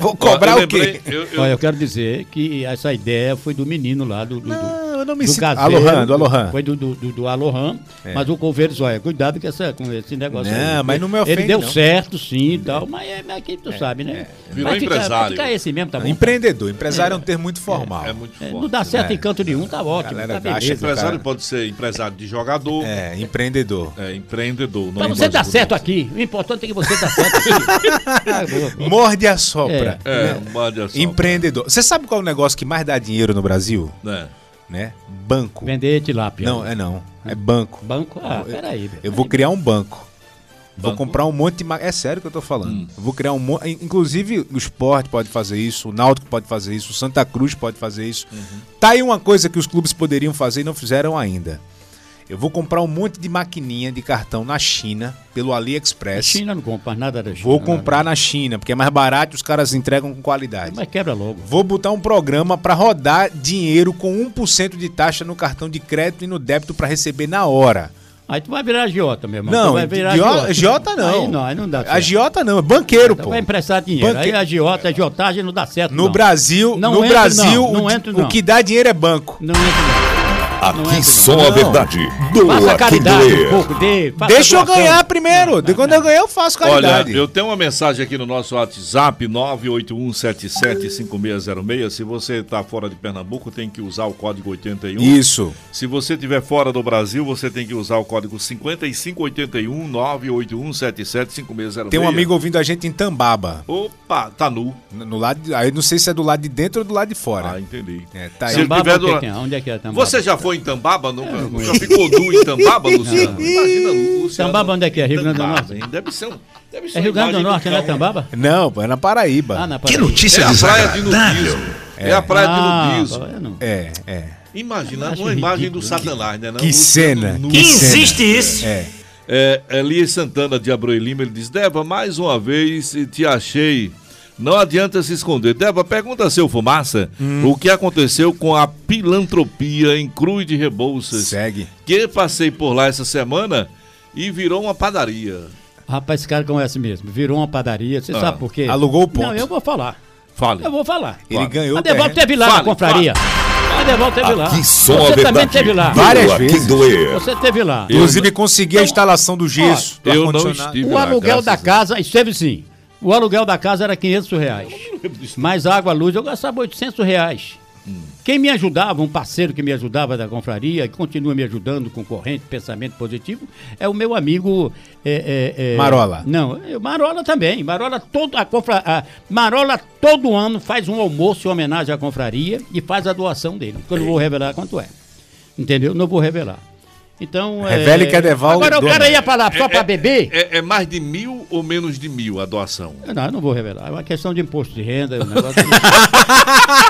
vou cobrar o quê? Olha, eu quero dizer que essa ideia foi do menino lá do. do não, eu não me do sinto- Gazeiro. Alohan, do Alohan. Foi do, do, do, do Alohan. É. Mas o Coveiros, olha, cuidado com, essa, com esse negócio. Não, mas não me ofende, Ele deu não. certo, sim e tal. Mas é, mas aqui tu sabe, né? Virou Vai ficar- vai empresário. ficar esse mesmo, tá bom? Empreendedor. Empresário é, um termo muito formal. É, muito É, Não dá certo em canto nenhum, tá ótimo. Galera Tá gasta beleza. empresário cara. pode ser empresário de jogador. É, empreendedor. É, empreendedor. Pra você dar certo aqui. O importante é que você dá certo aqui. Ah, Morde a sopra. É, é, morde a sopra. Empreendedor. Você sabe qual é o negócio que mais dá dinheiro no Brasil? É. Né? Banco. Vender tilápia. Não, é não. É banco. Banco? Ah, Eu- peraí, velho. Eu vou criar um banco. Vou Banco? Hum. comprar um monte de. ma- É sério que eu tô falando. Eu Vou criar um monte. Inclusive, o esporte pode fazer isso, o Náutico pode fazer isso, o Santa Cruz pode fazer isso. Tá aí uma coisa que os clubes poderiam fazer e não fizeram ainda. Eu vou comprar um monte de maquininha de cartão na China, pelo AliExpress. China não compra mais nada da China. Vou comprar na China, porque é mais barato e os caras entregam com qualidade. Mas quebra logo. Vou botar um programa para rodar dinheiro com 1% de taxa no cartão de crédito e no débito para receber na hora. Aí tu vai virar agiota, meu irmão. Não, tu vai virar gio- agiota não. Aí não, aí não dá certo. Agiota não, é banqueiro, Tu pô. vai emprestar dinheiro. Banque- Aí agiota, agiotagem não dá certo. No não. Brasil, Não no entra, Brasil, não. o Não di- entra, o, não. que dá dinheiro é banco. Não entra, é Aqui assim, só a verdade. Faça Doa quem caridade um doer. pouco, dê, faça Deixa eu doação. ganhar primeiro. De quando eu ganhar, eu faço Olha, qualidade. eu tenho uma mensagem aqui no nosso WhatsApp, 981775606. Se você está fora de Pernambuco, tem que usar o código 81. Isso. Se você estiver fora do Brasil, você tem que usar o código 5581 981775606. Tem um amigo ouvindo a gente em Tambaba. Opa, tá nu. No lado, de- aí eu não sei se é do lado de dentro ou do lado de fora. Ah, entendi. É, tá aí. Se ele tiver do... Onde é que é Tambaba? É, Você já foi em Tambaba? Nunca, nunca ficou nu em Tambaba, Luciano? Não. Imagina, Luciano. Tambaba onde é que é? Rio Grande do Tambaba, Norte? hein? Deve ser um... Deve ser É uma Rio Grande do imagem Norte, não é cão. Tambaba? Não, pô, é na Paraíba. Ah, na Paraíba. é a praia de nudismo. É. a praia Ah, de tá nudismo. É, é. Imagina, Acho uma imagem do ridículo. Satanás, né? não? Que Luciano cena, nu. que Que cena. existe isso? É. É, Elias Santana de Abreu e Lima, ele diz, Deva, mais uma vez te achei. Não adianta se esconder. Deva, pergunta a seu Fumaça Hum. o que aconteceu com a pilantropia em Cruz de Rebouças. Segue. Que passei por lá essa semana e virou uma padaria. Rapaz, esse cara conhece mesmo. Virou uma padaria. Você Ah. sabe por quê? Alugou o ponto. Não, eu vou falar. Fale. Eu vou falar. Ele Claro. ganhou A Devolve terreno. teve lá na Fale, confraria. fale. Edeval teve lá. Aqui só a Você também verdade. teve lá. Doa Várias quem vezes. doer. Você teve lá. Inclusive, consegui a instalação do gesso. do eu não ar-condicionado. estive O aluguel da casa, esteve sim. O aluguel da casa era 500 reais. Mais água, luz, eu gastava 800 reais. Hum. Quem me ajudava, um parceiro que me ajudava da confraria, e continua me ajudando com corrente, pensamento positivo, é o meu amigo. é, é, é, Marola. Não, é, Marola também. Marola todo, a confra, a- Marola todo ano faz um almoço em homenagem à confraria e faz a doação dele. Que eu não vou revelar quanto é. Entendeu? Não vou revelar. Então. Revele que é Deval Agora o doa cara mais. ia pra lá só pra beber. É, é mais de mil ou menos de mil a doação? Não, eu não vou revelar. É uma questão de imposto de renda. é Um negócio... assim.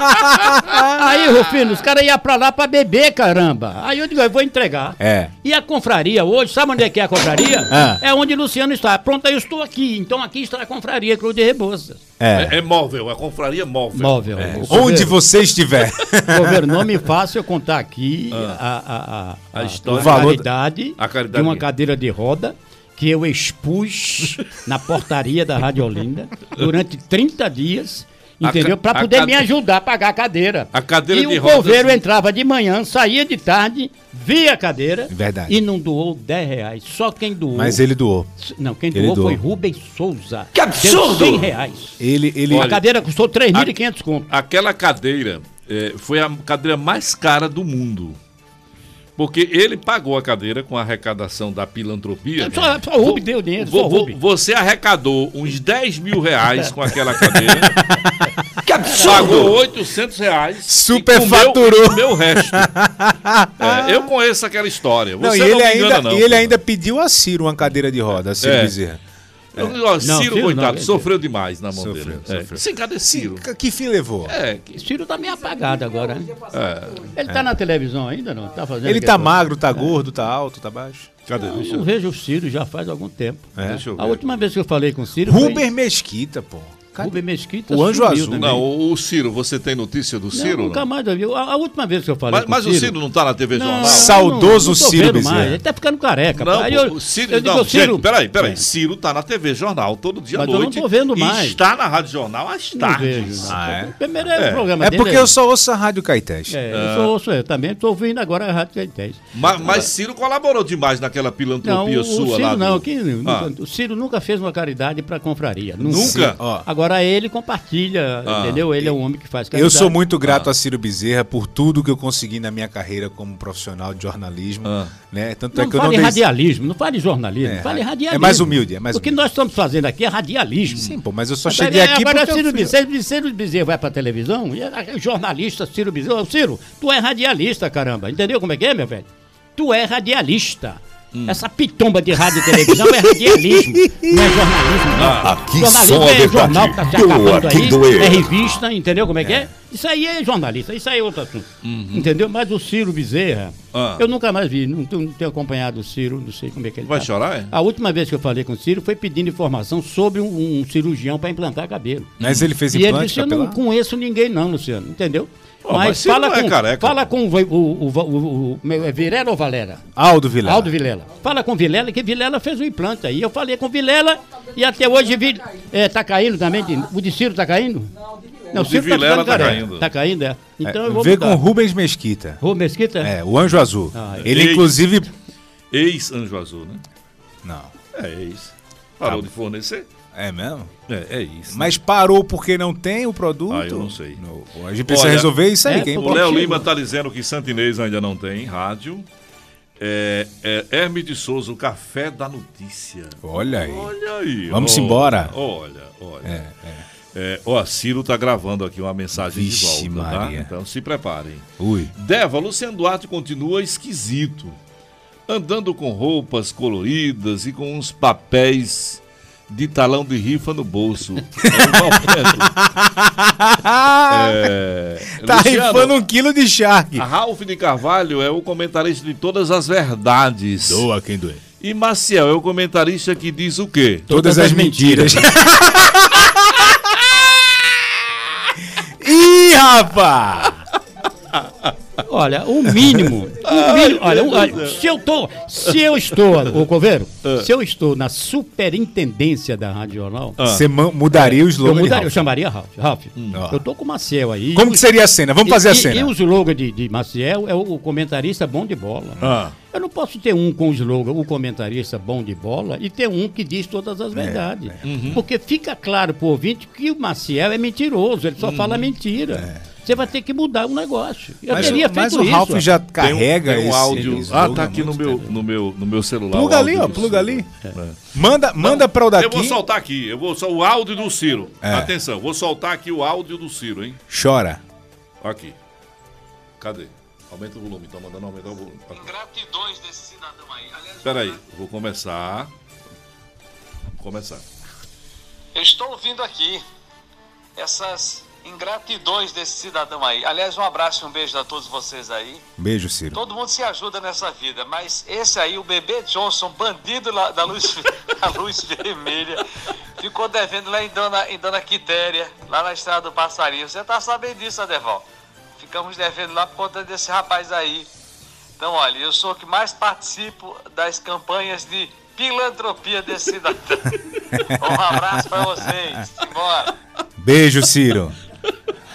Aí, Rufino, os caras iam pra lá pra beber, caramba. Aí eu digo, eu vou entregar. É. E a confraria hoje, sabe onde é que é a confraria? Ah. É onde Luciano está. Pronto, aí eu estou aqui. Então aqui está a confraria Cruz de Rebouças. É. É, é móvel, a confraria móvel. Móvel. É. O Onde governo- você estiver. Governo, não me faça eu é contar aqui a, a, a, Ah. A história. a O valor caridade, da- a caridade. de uma cadeira de roda que eu expus na portaria da Rádio Olinda durante 30 dias, A ca- entendeu? Para a poder me cade- ajudar a pagar a cadeira. A cadeira e de o rodas- é- governo entrava de manhã, saía de tarde, via a cadeira Verdade. e não doou 10 reais. Só quem doou. Mas ele doou. Não, quem Ele doou, foi doou. Rubens Souza. Que absurdo! Deu 100 reais. Ele, ele... a cadeira custou 3.500 conto. Aquela cadeira é, foi a cadeira mais cara do mundo. Porque ele pagou a cadeira com a arrecadação da pilantropia. Só, só o Rubens deu dinheiro, só Vo- o vo- Rubens. você arrecadou uns 10 mil reais com aquela cadeira. Que Pagou 800 reais. Superfaturou. Ah, E comeu, comeu o resto. É, eu conheço aquela história. Não, Você e não, ele, me ainda, engana, não. e ele ainda pediu a Ciro uma cadeira de roda, a Ciro É. Bezerra. Eu digo, ó, Não, Ciro, Ciro coitado, não, é- sofreu demais na mão Sofreu, dele. sofreu. É. Sem cadê Ciro? Que fim levou? É, que- Ciro tá meio apagado agora, né? é. Ele tá na televisão ainda, não? Tá fazendo Ele aqui tá agora? magro, tá gordo, tá alto, tá baixo. Cadê? Eu Deixa não eu- vejo o Ciro já faz algum tempo. É. né? deixa eu A ver. última vez que eu falei com o Ciro Ruber Mesquita, pô. foi... Rubem Mesquita O Anjo tá sumiu Azul. também. Não, o, o Ciro, você tem notícia do Ciro? Não, não? nunca mais ouviu. A, a última vez que eu falei Mas, com mas o Ciro não tá na TV Não, Jornal? Saudoso tô Ciro vendo Bezerra. mais, Ele tá ficando careca. Não, Aí eu, o Ciro, eu digo, não, Ciro... gente, peraí, peraí. É, Ciro tá na TV Jornal todo dia à Mas eu não noite. tô vendo e mais. está na Rádio Jornal às não tardes. vejo. não. Ah, é? O Primeiro é, É. o programa É dele porque eu só ouço a Rádio Caetés. É, Ah. eu só ouço, eu também tô ouvindo agora a Rádio Caetés. Ma- Mas, Ciro colaborou demais naquela Não, pilantropia o, o sua Ciro lá. do- não, que, nunca- Ah. o Ciro nunca fez uma caridade pra confraria. Nunca. Nunca? Ó. Agora ele compartilha, Ah. entendeu? Ele é um homem que faz Eu caridade. sou muito grato a Ciro Bezerra por tudo que eu consegui na minha carreira como profissional de jornalismo. Ah. Né? Tanto é Não que eu fale não dei- radialismo, não fale jornalismo, É, fale é radialismo. mais humilde, é mais O que humilde. nós estamos fazendo aqui é radialismo. Sim, pô, mas eu só Agora, cheguei aqui agora porque eu Ciro fui- Bezerra, Ciro- Ciro Bezerra vai pra televisão e é- é jornalista Ciro Bezerra, Ô, Ciro, tu é radialista, caramba. Entendeu como é que é, meu velho? Tu é radialista. Hum. Essa pitomba de rádio e televisão é radialismo, não é jornalismo. não. Ah, Aqui Jornalismo só a é jornal verdade. que tá se Doa acabando quem aí, é doer. revista, entendeu como é que é? Isso aí é jornalista, isso aí é outro assunto. Entendeu? Mas o Ciro Bezerra, Uhum. Ah. eu nunca mais vi, não, tu- não tenho acompanhado o Ciro, não sei como é que ele Vai tá. chorar, é? A última vez que eu falei com o Ciro foi pedindo informação sobre um, um cirurgião para implantar cabelo. Mas ele fez E ele implante disse, eu não capilar? conheço ninguém não, Luciano, entendeu? Ó, mas Ciro não é com, careca, fala pô. com o, Va- o, o, Va- o- o- meu, é Virela ou Valera? Aldo Vilela. Aldo Vilela. Fala com Vilela, que Vilela fez o implante aí. Eu falei com Vilela e até hoje vi, é, tá caindo também. de- o de Ciro tá caindo? Não, O de Vilela ficando tá careca. caindo. Tá caindo, é. Então eu É, vou vê mudar. com Rubens Mesquita. Rô Mesquita? É, o Anjo Azul. Ah, é. Ele, Ei. inclusive. Ex-Anjo Azul, né? Não. É, ex. Parou de fornecer? É mesmo? É, é isso. Mas parou porque não tem o produto? Ah, eu não sei. No- A gente precisa Olha, resolver isso é, aí. que é pô, O importante. Léo Lima tá dizendo que Santo Inês ainda não tem rádio. É, é Hermes de Souza, o café da notícia. Olha aí. Olha aí. Vamos olha, embora. Olha, olha. É, ó, Ciro tá gravando aqui uma mensagem Vixe, de volta, tá? Maria. Então se preparem. Ui. Deva, Luciano Duarte continua esquisito. Andando com roupas coloridas e com uns papéis de talão de rifa no bolso. É um malfeto. É, Tá Luciano, rifando um quilo de charque. a Ralph de Carvalho é o comentarista de todas as verdades. quem doer. E Maciel é o comentarista que diz o quê? Todas, as mentiras. Ih, rapaz! Olha, o mínimo. o mínimo olha, o- olha, se eu tô, se eu estou, ô Coveiro, Ah. se eu estou na superintendência da Rádio Jornal, Você ma- mudaria o slogan eu, de mudaria- Ralph. eu chamaria Ralf. Ralf, Ó. eu tô com o Maciel aí. Como que seria a cena? Vamos fazer e, a e- cena. E o slogan de, de Maciel é o comentarista bom de bola. Ah. Eu não posso ter um com o slogan, o comentarista bom de bola, e ter um que diz todas É, as verdades. Uhum. Porque fica claro pro ouvinte que o Maciel é mentiroso, ele só Uhum. fala mentira. Você vai ter que mudar o negócio. Eu É. Mas teria o- feito mas o isso. Ralph ó. já Tem um- Carrega tem um esse áudio. slogan Ah, tá há aqui no meu, no, meu, no meu celular. Pluga o ali, áudio ó, do pluga Ciro. É. ali. Manda, manda pra o Eu vou daqui. soltar aqui. Eu vou só o áudio do Ciro. É. Atenção, vou soltar aqui o áudio do Ciro, hein? Chora. Aqui. Cadê? Aumenta o volume, tá mandando aumentar o volume. Gratidões desse cidadão aí. Aliás, Espera aí, eu vou começar. Vou começar. Eu estou ouvindo aqui essas ingratidões desse cidadão aí. Aliás, um abraço e um beijo a todos vocês aí. Beijo, Ciro. Todo mundo se ajuda nessa vida, mas esse aí, o bebê Johnson, bandido lá da luz, da luz vermelha, ficou devendo lá em Dona, em Dona Quitéria, lá na Estrada do Passarinho. Você tá sabendo disso, Adeval? Ficamos devendo lá por conta desse rapaz aí. Então, olha, eu sou o que mais participo das campanhas de pilantropia desse cidadão. Um abraço pra Ah. vocês. Simbora. Beijo, Ciro.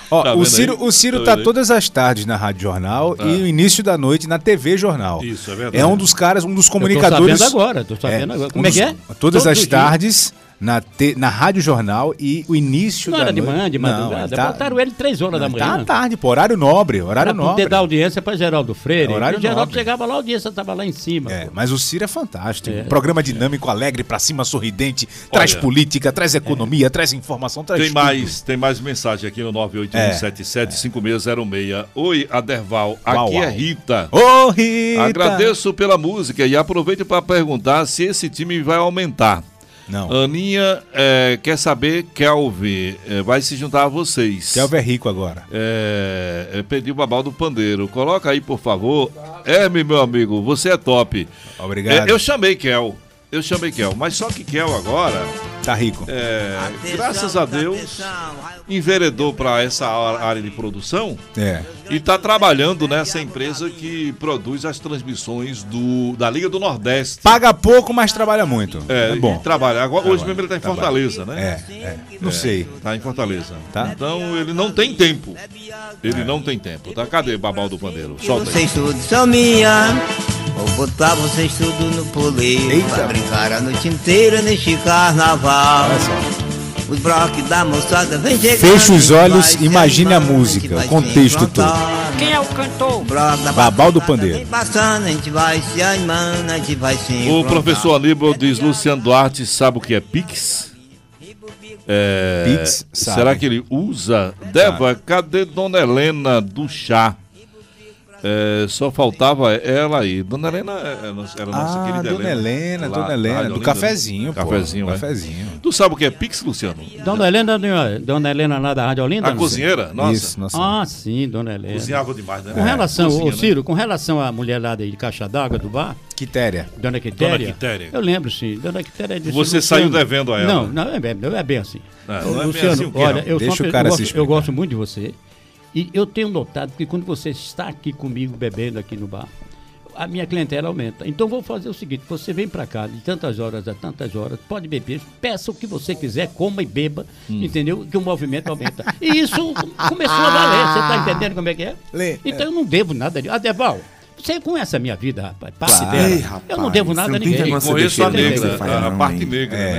Ó, Tá o vendo Ciro, aí? o Ciro Tá tá, vendo aí? todas as tardes na Rádio Jornal Tá. e o início da noite na TV Jornal. Isso, é verdade. É um dos caras, um dos tô comunicadores. sabendo agora, tô sabendo agora. Como um é que dos- é? Todas Todo as dia. tardes na, te- na Rádio Jornal e o início Não da era de noite. manhã, de Não, madrugada. É ele tá, Botaram ele três horas da ele tá manhã. à tarde, pô, horário nobre, Para horário nobre. poder dar audiência para Geraldo Freire. É horário e Geraldo nobre. chegava lá, a audiência estava lá em cima. É, mas o Ciro é fantástico. Um É. programa dinâmico, alegre, pra cima, sorridente, traz Olha. política, É. traz economia, traz informação, traz Tem tudo. mais, tem mais mensagem aqui no 981775606. Oi, Aderval, aqui uau. é Rita. Ô, Rita! Agradeço pela música e aproveito para perguntar se esse time vai aumentar. Não. Aninha eh, quer saber, Kelvin eh, vai se juntar a vocês. Kelvin é rico agora. É, é, pediu o babal do pandeiro. Coloca aí, por favor. Herme, meu amigo, você é top. Obrigado. É, eu chamei Kel. Eu chamei Kel, mas só que Kel agora. Tá rico. é, graças a Deus, enveredou para essa a- área de produção É. e tá trabalhando nessa empresa que produz as transmissões do, da Liga do Nordeste. Paga pouco, mas trabalha muito. É, É, bom. e trabalha. Agora, hoje mesmo ele tá em trabalha. Fortaleza, né? É, é. Não sei. Tá em Fortaleza. Tá. É. Então ele não tem tempo. Ele não tem tempo, tá? Cadê Babal do Pandeiro? Solta aí. Vocês tudo são minha. Vou botar vocês tudo no puleiro. Pra brincar a noite inteira neste carnaval. Os broques da moçada vem chegando. Fecha os olhos, vai se imagine a música, o contexto todo. Quem é o cantor? Broque da Babal do pandeiro. vem passando, a gente vai se animando, a gente vai se O encontrar. professor Aníbal diz: Luciano Duarte sabe o que é Pix? É, Pix, sabe. será que ele usa? Deva, cadê Dona Helena do chá? É, só faltava ela aí. Dona Helena é- é nossa- era nossa Ah, querida Dona Helena, Lá, Dona Helena, Rádio do Olinda. cafezinho, pô. Cafezinho, é. Cafezinho. Tu sabe o que é Pix, Luciano? Dona Helena, né, dona Helena lá da Rádio Olinda? A não cozinheira? sei. Nossa. Isso, nossa. Ah, sim, dona Helena. Cozinhava demais, né? Com relação, Cozinha, ô né? Ciro, com relação à mulherada aí de caixa d'água do bar, Quitéria. dona Quitéria. Dona Quitéria. Eu lembro, sim. Dona Quitéria é disse. Você "Luciano, saiu devendo a ela." Não, não é bem, é bem assim. É, Ô, não é bem Luciano, assim o quê, olha, não? eu, sou uma Deixa o pe- cara eu, se gosto, eu explicar. gosto muito de você. E eu tenho notado que quando você está aqui comigo bebendo aqui no bar, a minha clientela aumenta. Então vou fazer o seguinte: você vem pra cá de tantas horas a tantas horas, pode beber, peça o que você quiser, coma e beba, Hum. entendeu? Que o movimento aumenta. E isso começou a valer, você tá entendendo como é que é? Lê. Então eu não devo nada de. Adeval, você conhece a minha vida, rapaz. Parte Claro. dela. Ei, eu rapaz, não devo nada a não tem ninguém. negócio Conheço desse a jeito, negra, A- a parte negra, né?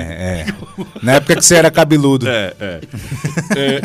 É, é. Na época que você era cabeludo. Então É, é.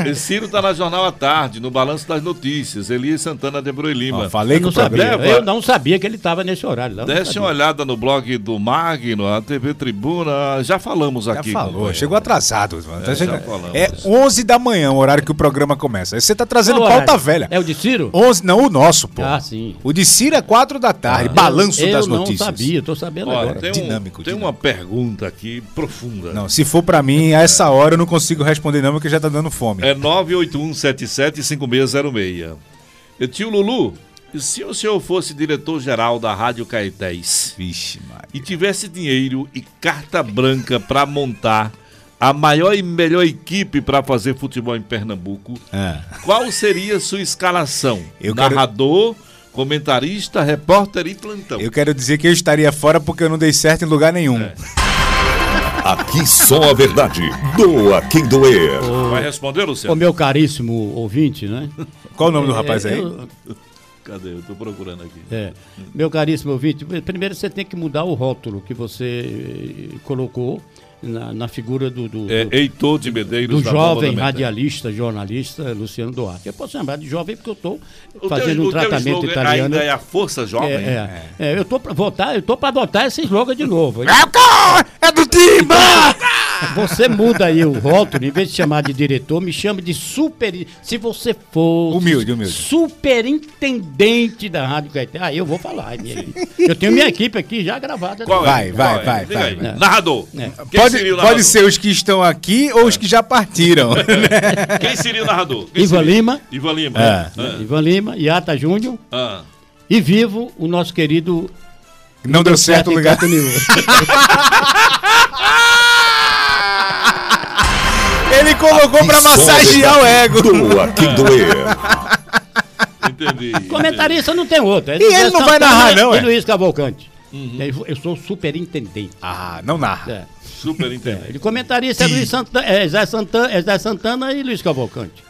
É, Ciro está na Jornal à Tarde, no Balanço das Notícias. Elias Santana de Broi Lima. Ó, falei Eu não que o sabia. programa- Eu não sabia que ele estava nesse horário. Então, lá, eu não Desce sabia. uma olhada no blog do Magno, a TV Tribuna. Já falamos Já aqui. falou, companheiro. chegou atrasado. mano. Tá É, já chegando- falamos. É, 11 da manhã o horário que o programa começa. Aí Você tá trazendo Qual pauta horário? velha. É o de Ciro? 11, não, o nosso, pô. Ah, sim. Ah, O de Ciro é 4 da tarde, balanço eu das não notícias. sabia, tô sabendo Olha, agora. tem um- Dinâmico, Tem uma pergunta aqui profunda. Não, se for pra mim, a essa hora eu não consigo responder não, porque já tá dando fome. É 981775606. E Tio Lulu, e se o senhor fosse diretor-geral da Rádio Caetés Vixe, Mário. e tivesse dinheiro e carta branca para montar a maior e melhor equipe para fazer futebol em Pernambuco, qual seria sua escalação? É. Eu quero- Narrador, comentarista, repórter e plantão. É. Eu quero dizer que eu estaria fora porque eu não dei certo em lugar nenhum. Aqui só a verdade. Doa quem doer. Vai responder, Luciano? O meu caríssimo ouvinte, né? Qual o nome do É, rapaz aí? eu- Cadê? Eu tô procurando aqui. É. Meu caríssimo ouvinte, primeiro você tem que mudar o rótulo que você eh, colocou na, na figura do, do, É, do- Heitor de Medeiros do da Nova jovem da Meta. radialista, jornalista Luciano Duarte. Eu posso lembrar de jovem porque eu estou O teu- fazendo o um teu tratamento slogan italiano. Ainda é a força jovem? É, é. É, eu tô para votar, eu tô para votar esse slogan de novo. é do time! Você muda aí o rótulo, em vez de chamar de diretor, me chame de super. Se você for Humilde, humilde. superintendente da Rádio Caeté, aí eu vou falar. minha gente. eu tenho minha equipe aqui já gravada. Qual é? Vai, vai, é? vai, Diga vai, aí. vai. Narrador. É. Quem Pode, seria o narrador? pode ser os que estão aqui ou os que já partiram. né? Quem seria o narrador? Quem Ivan seria? Lima. Ivan Lima. É. Ah. Ivan Lima, Iata Júnior. Ah. E vivo o nosso querido. Não deu certo em lugar. canto nenhum. Ele colocou pra massagear o ego. Doa quem doer. Comentarista não tem outro. É E ele não vai narrar, não, E é? Uhum. Luiz Cavalcante. Eu vou- Eu sou superintendente. Ah, não narra. É. Superintendente. Ele comentarista é Luiz Santana, é Zé Santana, é Zé Santana e Luiz Cavalcante.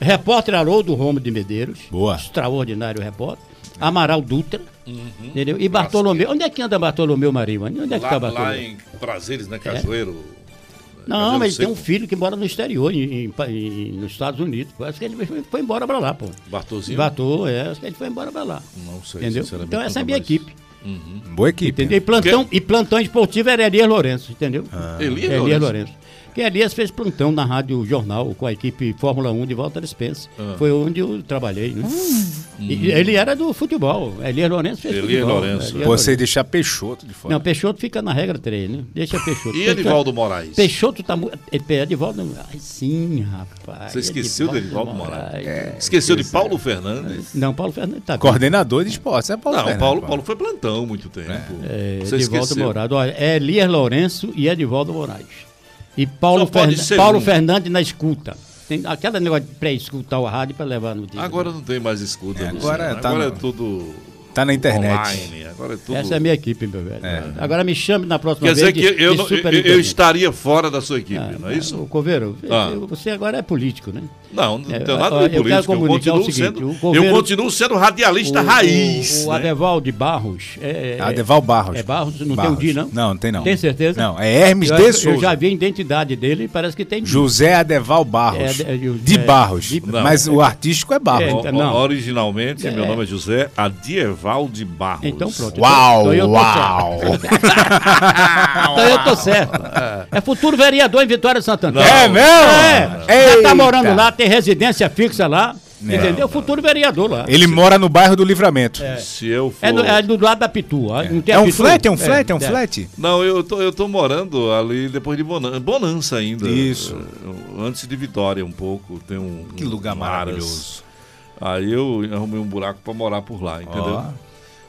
Repórter Haroldo Romo de Medeiros. Boa. É. Extraordinário repórter. Amaral Dutra. Uhum. Entendeu? E Bartolomeu. Onde é que anda Bartolomeu Marinho? Onde é que Lá, tá lá Bartolomeu? em Prazeres, né, Cajueiro? É? Não, mas ele tem Seco. um filho que mora no exterior, em- em pa- em- nos Estados Unidos. Parece que ele foi- foi embora pra lá, pô. Bartolzinho? Bartô, é, acho que ele foi embora pra lá. Não sei, Entendeu? sinceramente, Então essa é a não minha mais. equipe. Uhum. Boa equipe. né? Entendeu? E plantão, e plantão esportivo era Elias Lourenço, entendeu? Ah. Elias Elias Lourenço. Lourenço. Que Elias fez plantão na Rádio Jornal com a equipe Fórmula 1 de Walter Spence. Ah. Hum. Foi onde eu trabalhei, né? E ele era do futebol. Elias Lourenço fez Elias futebol. Lourenço. Elias Você deixar Peixoto de fora. Não, Peixoto fica na regra 3, né? Deixa Peixoto. E Peixoto- Edivaldo Moraes? Peixoto tá muito. Edivaldo. Ai, sim, rapaz. Você esqueceu do Edivaldo Moraes? É, Esqueceu de Paulo Fernandes? Não, Paulo Fernandes tá bem. Coordenador de esportes. É Paulo Não, Fernandes, Paulo, pô. Paulo foi plantão muito tempo. É, Você Edivaldo esqueceu. Moraes. Olha, é Elias Lourenço e Edivaldo Moraes. E Paulo, Só pode Fernan- ser Paulo um. Fernandes na escuta. Tem aquela negócio de pré-escutar o rádio para levar no dia. Agora não tem mais escuta. É, Luciano. agora tá agora é no- tudo Tá na internet. online. Agora é tudo... Essa é a minha equipe, meu velho. É. Agora me chame na próxima Quer dizer vez. que de- eu, de não- eu- eu, superintendente. estaria fora da sua equipe, não é isso? Ô, Coveiro, Ah. eu- você agora é político, né? Não, não É, tem nada olha, de eu quero político. Eu, comunicar continuo, o seguinte, sendo, o governo- eu continuo sendo radialista O- raiz. O, o né? Adeval de Barros. É, é- Adeval Barros. É Barros, não Barros. tem o D, não? Não, não tem não. Tem certeza? Não, é Hermes eu, de acho- Eu Souza. já vi a identidade dele e parece que tem D. José Adeval Barros. É, é, é, de é, Barros. de- Não. Mas o artístico é Barros. É, O- então, não. o- Originalmente, meu É. nome é José Adieval de Barros. Então pronto. Uau, Então eu tô uau. certo. Então eu tô certo. É futuro vereador em Vitória de Santo Antônio. É mesmo? É. Já Eita. É. tá morando lá, tem residência fixa lá. Não, entendeu? Futuro vereador lá. Ele mora no bairro do Livramento. É, Se eu for... É do, é do lado da Pitu. ó. Não tem a um Pitu? flat, é um flat, é um flat. Não, eu tô, eu tô morando ali depois de Bonança, Bonança ainda. Isso. Eh, Antes de Vitória, um pouco. Tem um. Que um lugar maravilhoso. Aí eu arrumei um buraco pra morar por lá, entendeu? Ó.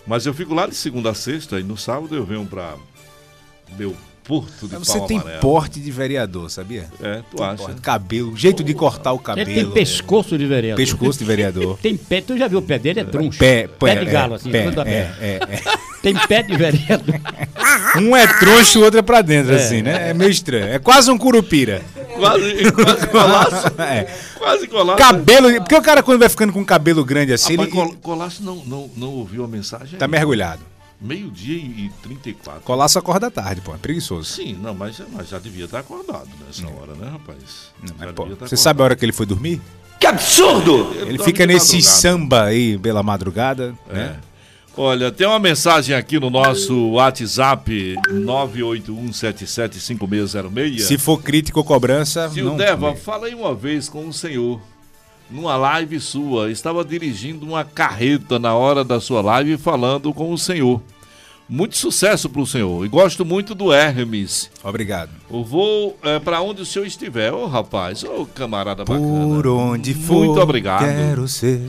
Mas eu fico lá de segunda a sexta e no sábado eu venho pra meu porto de Você pau tem amarelo. porte de vereador, sabia? É, tu Tem acha? porte. Cabelo, jeito de cortar o cabelo. Ele tem pescoço de vereador. Pescoço de vereador. Tem pé, tu já viu o pé dele? É troncho. Pé, pé, de galo, é, assim, pé, tudo a pé. é, é, Tem pé de vereador. Um é troncho, o outro é pra dentro, É. assim, né? É meio estranho. É quase um curupira. Quase, quase colasso. É. Quase colasso. Cabelo. Porque o cara, quando vai ficando com um cabelo grande assim, Rapaz, ele col- Colasso não, não, não ouviu a mensagem? tá aí. mergulhado. Meio-dia e e 34. Colar só acorda tarde, pô. É preguiçoso. Sim, não, mas, mas já devia estar acordado nessa hora, né, rapaz? Não, mas, Já pô, devia estar você acordado. sabe a hora que ele foi dormir? é Que absurdo! Ele fica nesse samba aí pela madrugada, É. né? Olha, tem uma mensagem aqui no nosso WhatsApp 981775606. Se for crítico ou cobrança. Tio não Deva, comigo. falei uma vez com o senhor numa live sua. Estava dirigindo uma carreta na hora da sua live falando com o senhor. Muito sucesso para o senhor. E gosto muito do Hermes. Obrigado. Eu vou é, para onde o senhor estiver. Ô, rapaz, ô, camarada bacana. Por onde for. Muito obrigado. Quero ser.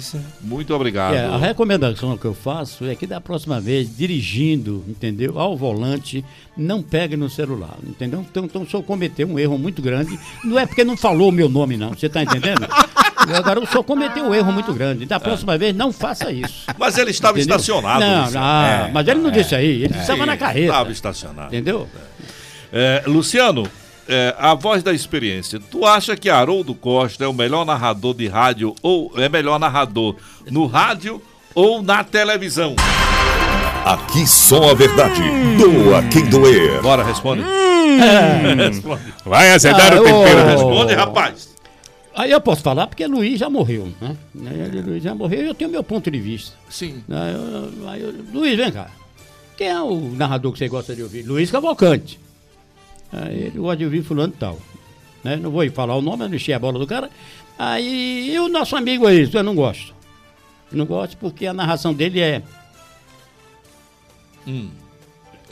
Muito obrigado. É, a recomendação que eu faço é que da próxima vez, dirigindo, entendeu? Ao volante, não pegue no celular, entendeu? Então, então se eu cometer um erro muito grande, não é porque não falou o meu nome, não. Você tá entendendo? Eu, Agora o senhor cometeu um erro muito grande. Da próxima vez, não faça isso. Mas ele estava Entendeu? estacionado. Não, Luciano. não, É, mas ele não disse aí, ele é. estava na Sim, carreta. Estava estacionado. Entendeu? É, Luciano, é, a voz da experiência. Tu acha que Haroldo Costa é o melhor narrador de rádio ou é melhor narrador no rádio ou na televisão? Aqui só a verdade. Doa quem doer. Bora, responde. Responde. Hum. Vai azedar Ah, o tempero. ô. Responde, rapaz. Aí eu posso falar porque Luiz já morreu, né? Aí Luiz já morreu e eu tenho meu ponto de vista. Sim. Aí eu- aí eu- Luiz, vem cá. Quem é o narrador que você gosta de ouvir? Luiz Cavalcante. Aí ele gosta de ouvir fulano e tal. Né? Não vou falar o nome, eu não enchei a bola do cara. Aí e o nosso amigo aí, eu não gosto. Não gosto porque a narração dele é Hum,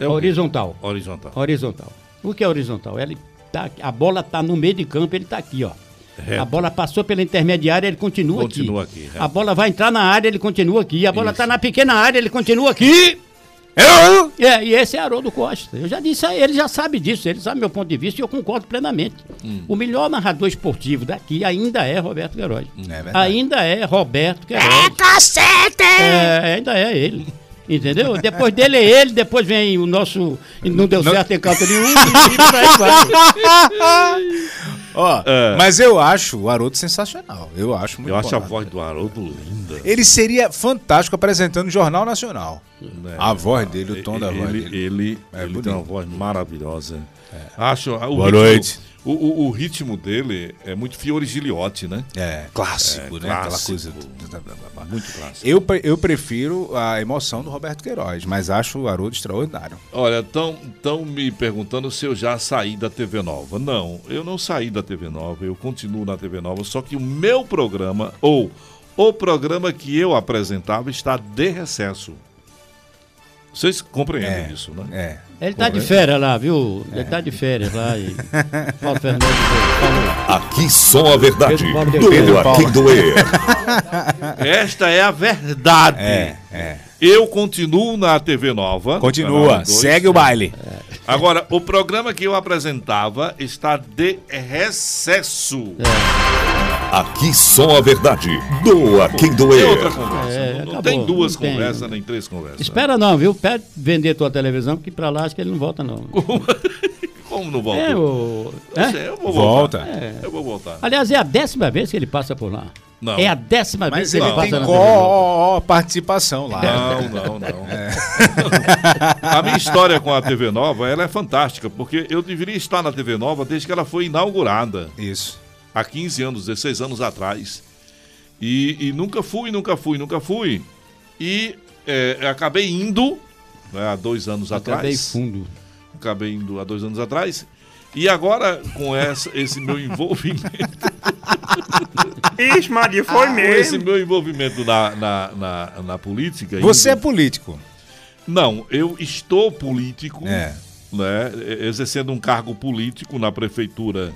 horizontal. Horizontal. Horizontal. O que é horizontal? Ele tá, a bola tá no meio de campo, ele tá aqui, ó. Reto. A bola passou pela intermediária, ele continua, Continua aqui. aqui, reto. a bola vai entrar na área, ele continua aqui. A bola está na pequena área, ele continua aqui. É, e esse é Haroldo Costa. Eu já disse a ele, ele já sabe disso, ele sabe meu ponto de vista e eu concordo plenamente. Hum. O melhor narrador esportivo daqui ainda é Roberto Queiroz. ainda é Roberto Queiroz. É cacete! ainda é ele. Entendeu? Depois dele é ele, depois vem o nosso. Não deu certo, tem canto de um, e por aí vai. Ó, mas eu acho o Haroldo sensacional. Eu acho muito É. Eu acho bom. a voz do Haroldo linda. Ele seria fantástico apresentando o Jornal Nacional. a voz dele, o tom da voz É. Ele, dele. ele, ele bonito. tem uma voz maravilhosa. Acho. ah, O Boa ritmo, noite. O, o- o ritmo dele é muito Fiore Giliotti, né? É, clássico, né? Aquela coisa- Muito clássico. Eu, pre- eu prefiro a emoção do Roberto Queiroz, mas acho o Haroldo extraordinário. Olha, estão tão me perguntando se eu já saí da TV Nova. Não, eu não saí da TV Nova, eu continuo na TV Nova, só que o meu programa, ou o programa que eu apresentava, está de recesso. Vocês compreendem isso, né? É. Ele tá de férias lá, viu? Ele tá de férias lá. E... Paulo Fernandes. Paulo- Aqui só a verdade. Pedro Paulo deu- Pedro Doa Paulo. quem doer. Esta é a verdade. É, é. Eu continuo na TV Nova. Continua, Canal dois. segue o baile. É. Agora, o programa que eu apresentava está de recesso. É. Aqui só a verdade. Doa quem Tem doer. outra conversa. É, não não acabou, tem duas não tem. conversas, nem três conversas. Espera não, viu? Pede vender tua televisão, que pra lá acho que ele não volta, não. Como não volta? É, o... Eu sei, eu vou voltar. Volta. É. Eu vou voltar. Aliás, é a décima vez que ele passa por lá. Não. É a décima vez Mas que ele ele tem passa na televisão. co participação lá. É. Não, não, não. É. A minha história com a TV Nova, ela é fantástica, porque eu deveria estar na TV Nova desde que ela foi inaugurada. Isso. Há 15 anos, 16 anos atrás. E, e nunca fui, nunca fui, nunca fui. E é, eu acabei indo né, há dois anos Acabei atrás. fundo. Acabei indo há dois anos atrás. E agora, com essa- esse meu envolvimento. Ixi, Maria, foi com mesmo. esse meu envolvimento na, na, na, na política. Você é indo- político. Não, eu estou político, É. né, e- exercendo um cargo político na prefeitura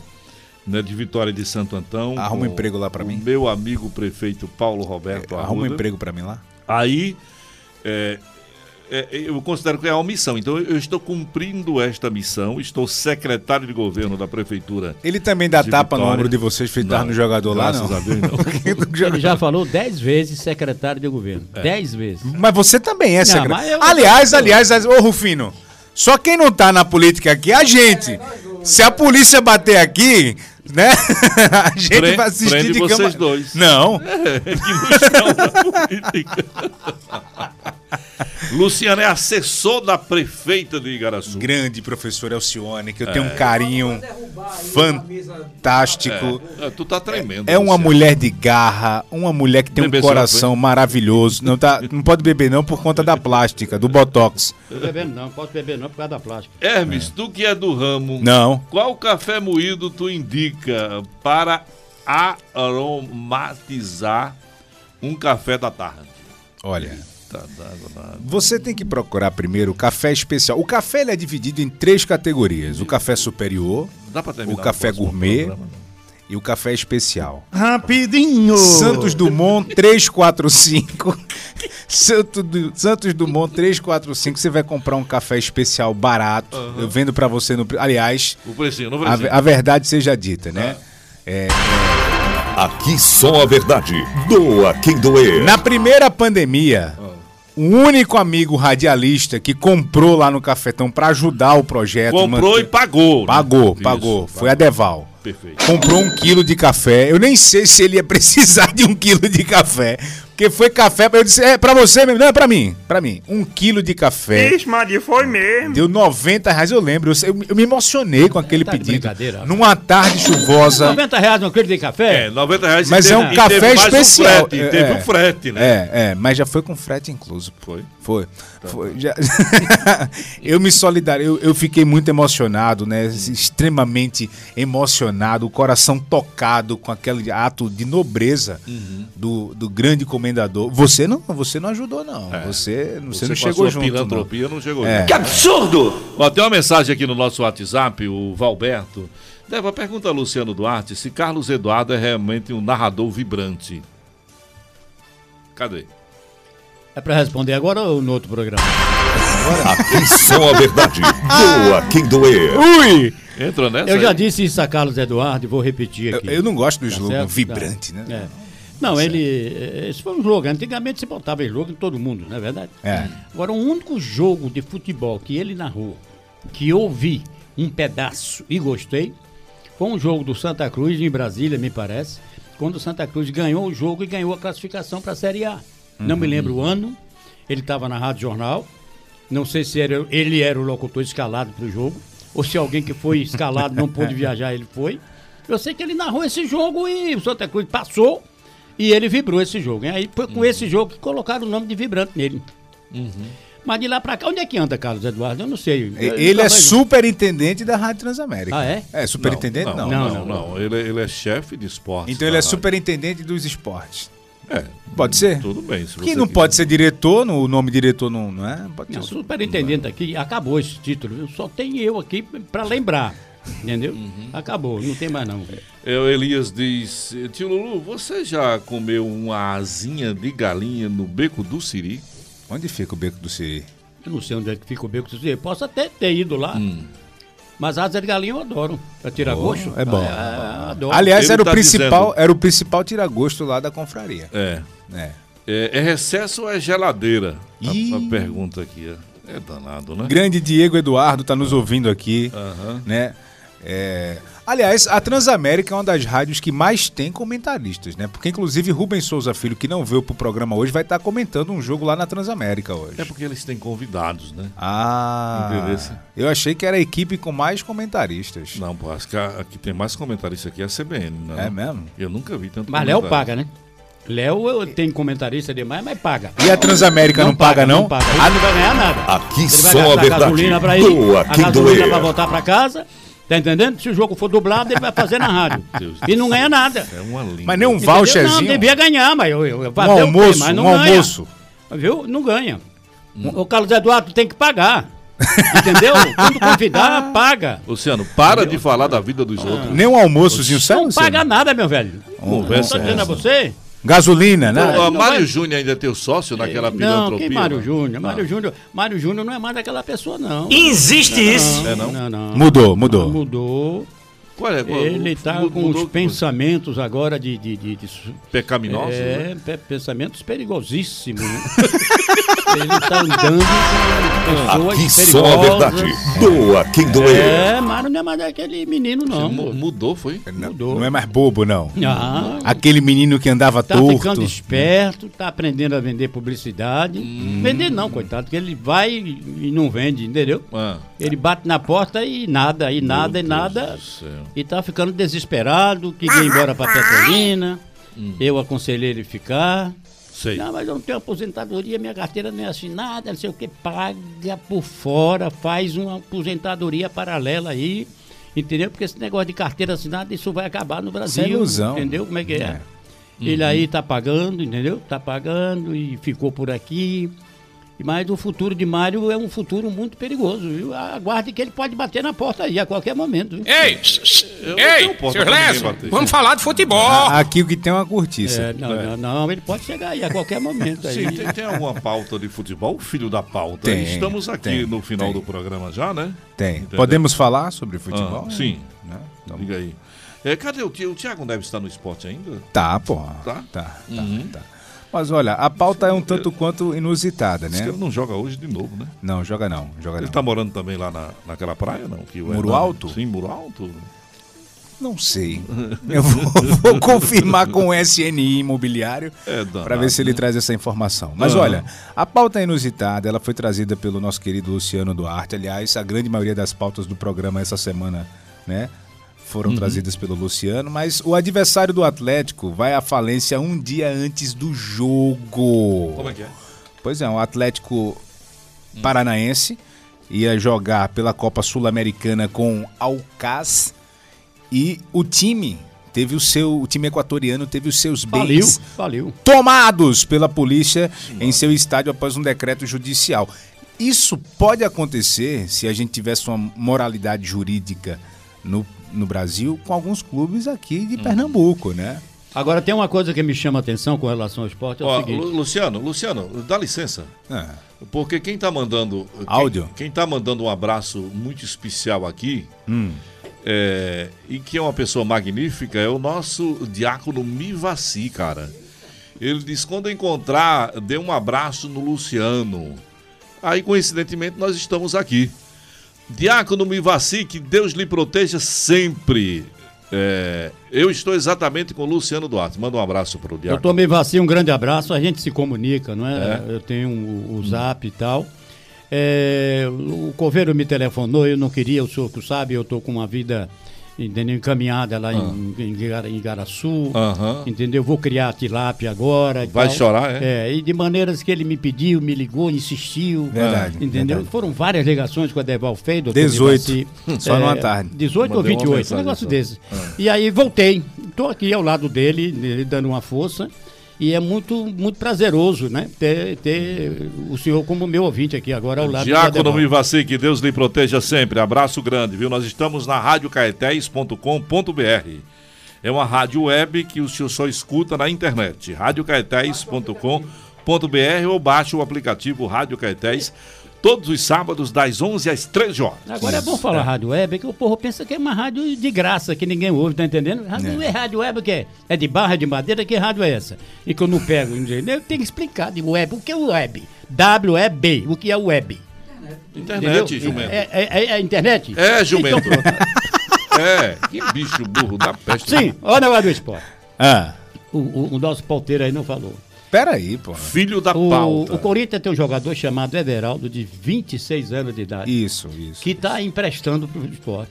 né, de Vitória de Santo Antão. Arruma um com emprego lá pra o mim. Meu amigo prefeito Paulo Roberto Arruma um Arruda. emprego pra mim lá. Aí, é, é, eu considero que é uma missão. Então, eu estou cumprindo esta missão. Estou secretário de governo da prefeitura. Ele também dá de tapa no Vitória. ombro de vocês fritar Não, no jogador lá, não. graças a Deus, não. Ele já falou dez vezes secretário de governo. É. Dez vezes. Hum. Mas você também é Não, secretário. mas eu- Aliás, aliás, aliás, ô Rufino, só quem não tá na política aqui é a gente. Se a polícia bater aqui, né? A gente Pre- vai assistir prende de vocês cama- dois. Não. É, que não estão na política. Luciano é assessor da prefeita de Igaraçu. Grande professor Elcione, que eu É. tenho um carinho fantástico. É, é, tu tá tremendo. É uma Luciano. mulher de garra, uma mulher que tem Bebê um só, coração maravilhoso. Não, tá, não pode beber não por conta da plástica, do botox. Não tô bebendo não, não posso beber é não por causa da plástica. Hermes, tu que é do ramo. Não. Qual café moído tu indica para aromatizar um café da tarde? Olha, Você tem que procurar primeiro o café especial. O café ele é dividido em três categorias: o café superior, Dá pra terminar o café o próximo né? gourmet e o café especial. Rapidinho! Santos Dumont 345. Santo Du- Santos Dumont 345. Você vai comprar um café especial barato. Aham. Eu vendo pra você no. pre- Aliás, O precinho, não a, precinho. a verdade seja dita, Tá. né? É, Aqui só a verdade. Doa quem doer. Na primeira pandemia, o único amigo radialista que comprou lá no Cafetão pra ajudar o projeto. Comprou e pagou, né? Pagou, Isso, pagou. Foi a Deval. Perfeito. Comprou um quilo de café. Eu nem sei se ele ia precisar de um quilo de café. Porque foi café. Eu disse, é pra você mesmo. Não, é pra mim. Pra mim. Um quilo de café. Ixi, Maria, foi mesmo. Deu 90 reais, eu lembro. Eu, eu- eu me emocionei com aquele pedido. brincadeira, rapaz. Numa tarde chuvosa. 90 reais no quilo de café? É, 90 reais. e Mas é teve- um e café teve mais especial. Um frete, É, teve é. um frete, né? É, é, mas já foi com frete incluso. Foi? Foi. Tá Foi, já- eu me solidar, eu, eu fiquei muito emocionado, né? Extremamente emocionado, o coração tocado com aquele ato de nobreza Uhum. do, do grande comendador. Você não, você não ajudou não. Você, você, com É. não a chegou sua junto. Não. Filantropia não chegou É. junto. Que absurdo! Ó, tem uma mensagem aqui no nosso WhatsApp, o Valberto. Deva, pergunta a Luciano Duarte se Carlos Eduardo é realmente um narrador vibrante. Cadê? É pra responder agora ou no outro programa? Aqui só a verdade. Ah! Doa quem doer. Ui! Entrou nessa? Eu já aí? disse isso a Carlos Eduardo e vou repetir aqui. Tá Eu, eu não gosto do slogan certo? vibrante, né? É. Não, ele. eh, Esse foi um slogan. Antigamente se botava slogan em todo mundo, não é verdade? É. Agora, o único jogo de futebol que ele narrou, que eu vi um pedaço e gostei, foi um jogo do Santa Cruz em Brasília, me parece, quando o Santa Cruz ganhou o jogo e ganhou a classificação para a Série A. Não Uhum. me lembro o ano, ele estava na Rádio Jornal, não sei se era- ele era o locutor escalado para o jogo, ou se alguém que foi escalado não pôde viajar, ele foi. Eu sei que ele narrou esse jogo e o Santa Cruz passou e ele vibrou esse jogo. hein? Aí foi Uhum. com esse jogo que colocaram o nome de vibrante nele. Mas de lá pra cá, onde é que anda Carlos Eduardo? Eu não sei. E- Eu tá Ele nunca é mais- superintendente da Rádio Transamérica. Ah, é? É, superintendente Não, não. não, não. não. Ele, ele é chefe de esportes. Então ele é da- superintendente dos esportes. É. Pode ser? Tudo bem. Se Que você não quiser. pode ser diretor, no- o nome diretor não, não é? Pode Não, ser. superintendente aqui, acabou esse título. viu? Só tem eu aqui pra lembrar. Entendeu? Uhum. Acabou, não tem mais não. É, o Elias diz: Tio Lulu, você já comeu uma asinha de galinha no beco do Siri? Onde fica o beco do Siri? Eu não sei onde é que fica o beco. do Siri. Eu posso até ter ido lá. Hum. Mas asa de galinha eu adoro. Pra tirar gosto. É bom. Ah, ah, adoro. Aliás, Ele era o, tá principal, dizendo- era o principal tiragosto lá da confraria. É. É. É, é recesso ou é geladeira? A- A, pergunta aqui. ó. É danado, né? Grande Diego Eduardo tá nos ouvindo aqui, né? É, Aliás, a Transamérica é uma das rádios que mais tem comentaristas, né? Porque inclusive Rubens Souza Filho, que não veio pro programa hoje, vai estar comentando um jogo lá na Transamérica hoje. É porque eles têm convidados, né? Ah, Interesse. eu achei que era a equipe com mais comentaristas. Não, pô, acho que a, a que tem mais comentarista aqui é a CBN, não? É mesmo? Eu nunca vi tanto Mas Léo comentarista. paga, né? Léo eu- tem comentarista demais, mas paga. E a Transamérica não paga, não? Ah, Não paga. Ele não vai ganhar nada. Aqui Ele vai só a gastar verdade. gasolina pra ele, Doa a quem gasolina doer. pra voltar pra casa. Tá entendendo? Se o jogo for dublado, ele vai fazer na rádio. Deus e não ganha nada. É uma linda. Mas nem um Entendeu? voucherzinho. Não, devia ganhar, mas eu, eu, eu fazer o quê? almoço, mas não um ganha. almoço. Viu? Não ganha. O Carlos Eduardo tem que pagar. Entendeu? Quando convidar, paga. Luciano, para de falar da vida dos outros. Nem um almoçozinho, sério? Não Luciano? paga nada, meu velho. Conversa Tô dizendo é a essa. você? Gasolina, né? O, Não, a não Mário vai- Júnior ainda é teu sócio naquela Não, filantropia? que Mário né? Júnior. Mário Júnior. Mário Júnior não é mais daquela pessoa, não. Existe não, isso? Não, É, não, não? não, não. Mudou, mudou. Mudou. Qual é? Qual- Ele o- está mu- com mudou- os pensamentos agora de. de, de, de su- Pecaminosos, É, né? pe- pensamentos perigosíssimos. né? Ele está andando com pessoas Aqui perigosas. só a verdade. Doa quem doer. É, Mário não é mais daquele menino, não. Mu- Mudou, foi? Não é mais bobo, não. Ah, Aquele menino que andava Tá ficando torto. né? esperto, tá aprendendo a vender publicidade. Hum. Vender não, coitado, porque ele vai e não vende, entendeu? Ah. Ele bate na porta e nada, e nada, e Deus nada. do céu. E tá ficando desesperado, queria ir embora pra Petrolina. Hum. Eu aconselhei ele ficar. Sei. Não, mas eu não tenho aposentadoria, minha carteira não é assinada, não sei o que. Paga por fora, faz uma aposentadoria paralela aí, entendeu? Porque esse negócio de carteira assinada, isso vai acabar no Brasil. ilusão. Entendeu como é que é? É. Ele aí tá pagando, entendeu? Tá pagando e ficou por aqui. Mas o futuro de Mário é um futuro muito perigoso, viu? Aguarde que ele pode bater na porta aí a qualquer momento. viu? Ei, ei, porta seus pra ninguém lesos, bater. vamos falar de futebol. A- Aqui o que tem é uma cortiça. É, não, não, não, ele pode chegar aí a qualquer momento. Aí. Sim, tem, tem alguma pauta de futebol? Filho da pauta. Tem, Estamos aqui tem, no final tem. do programa já, né? Tem. Entendeu? Podemos falar sobre futebol? Ah, sim. Né? Diga aí. É, cadê o Tiago? O Tiago deve estar no esporte ainda? Tá, pô. Tá? Tá, tá. Mas olha, a pauta é um tanto quanto inusitada, Esse né? cara não joga hoje de novo, né? Não, joga não, joga Ele não. tá morando também lá na, naquela praia, não? Que o Muro Hernando- Alto? Sim, Muro Alto. Não sei. Eu vou, vou confirmar com o SNI Imobiliário É danado, para ver se ele né? traz essa informação. Mas Ah. olha, a pauta é inusitada, ela foi trazida pelo nosso querido Luciano Duarte. Aliás, a grande maioria das pautas do programa essa semana, né, foram Uhum. trazidas pelo Luciano, mas o adversário do Atlético vai à falência um dia antes do jogo. Como é que é? Pois é, um Atlético Paranaense ia jogar pela Copa Sul-Americana com Alcaz e o time teve o seu, o time equatoriano teve os seus Faliu, bens faliu. tomados pela polícia em seu estádio após um decreto judicial. Isso pode acontecer se a gente tivesse uma moralidade jurídica no, no Brasil com alguns clubes aqui Hum. de Pernambuco, né? Agora tem uma coisa que me chama a atenção com relação ao esporte, é o Ó, seguinte. Lu- Luciano, Luciano, dá licença. Porque quem tá mandando. quem- É. Áudio. Quem, tá mandando um abraço muito especial aqui. Hum. é, e que é uma pessoa magnífica, é o nosso diácono Mivaci, cara. Ele diz: quando encontrar, dê um abraço no Luciano. Aí, coincidentemente, nós estamos aqui. Diácono Mivaci, que Deus lhe proteja sempre. É, eu estou exatamente com o Luciano Duarte. Manda um abraço pro Diácono. Doutor Mevaci, um grande abraço. A gente se comunica, não é? Eu tenho o, o zap e tal. É, o Coveiro me telefonou, eu não queria, o senhor que sabe, eu estou com uma vida entendeu, encaminhada lá em, em, Gara- em Garaçu. Aham. Entendeu? Vou criar tilápia agora. e Vai tal. chorar, é? É, e de maneiras que ele me pediu, me ligou, insistiu. Ah. Verdade, Entendeu? verdade. Foram várias ligações com a Deval Feio, doutor 18, Mevaci. só numa tarde. 18 É, ou Mandei uma 28, um mensagem negócio só. desse. Ah. E aí voltei, estou aqui ao lado dele, ele dando uma força. E é muito, muito prazeroso, né? Ter, ter o senhor como meu ouvinte aqui agora ao lado do Diácono Ademar. Mivaci, que Deus lhe proteja sempre. Abraço grande, viu? Nós estamos na radiocaetés.com.br. É uma rádio web que o senhor só escuta na internet. radiocaetés.com.br ou baixa o aplicativo Rádio Caetés todos os sábados das 11 às 13 horas. Agora é bom falar rádio web, que o povo pensa que é uma rádio de graça, que ninguém ouve, tá entendendo? Rádio é, rádio web, o que é? É de barra, é de madeira, que rádio é essa? E que eu não pego, eu tenho que explicar de web, o que é web? W-E-B, o que é web? Internet, Entendeu? Jumento. É, é, é- é internet? É, Jumento. Então, pronto. é, que bicho burro da peste. Sim, olha o negócio do esporte. Ah. O, o- o nosso pauteiro aí não falou. Peraí, pô. Filho da O, pauta. o Corinthians tem um jogador chamado Everaldo, de 26 anos de idade. Isso, isso. Que está emprestando para o esporte.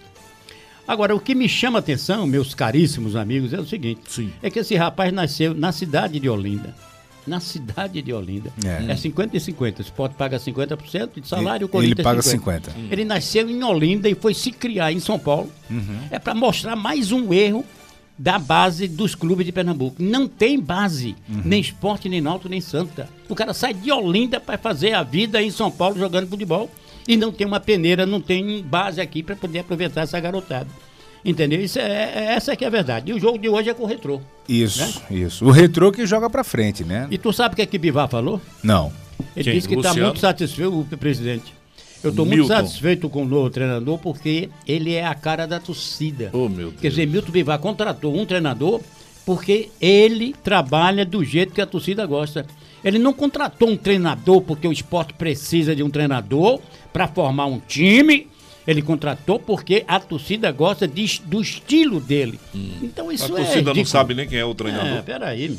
Agora, o que me chama a atenção, meus caríssimos amigos, é o seguinte: é que esse rapaz nasceu na cidade de Olinda. Na cidade de Olinda. É. É, 50 e 50. O esporte paga 50% de Ele- salário, o ele Corinthians paga 50. Ele nasceu em Olinda e foi se criar em São Paulo. Uhum. É para mostrar mais um erro da base dos clubes de Pernambuco. Não tem base, nem esporte, nem Náutico, nem Santa. O cara sai de Olinda para fazer a vida em São Paulo jogando futebol e não tem uma peneira, não tem base aqui para poder aproveitar essa garotada. Entendeu? Isso é, é- essa que é a verdade. E o jogo de hoje é com o retrô. Isso, Né? isso. O retrô que joga pra frente, né? E tu sabe o que é que Bivar falou? Não. Ele Quem? disse que está Luciano? muito satisfeito, o presidente. Eu estou muito Milton. satisfeito com o novo treinador porque ele é a cara da torcida. Oh, Quer dizer, Milton Bivar contratou um treinador porque ele trabalha do jeito que a torcida gosta. Ele não contratou um treinador porque o esporte precisa de um treinador para formar um time. Ele contratou porque a torcida gosta de- do estilo dele. Então isso a é. torcida não ridículo. sabe nem quem é o treinador. É, peraí. meu.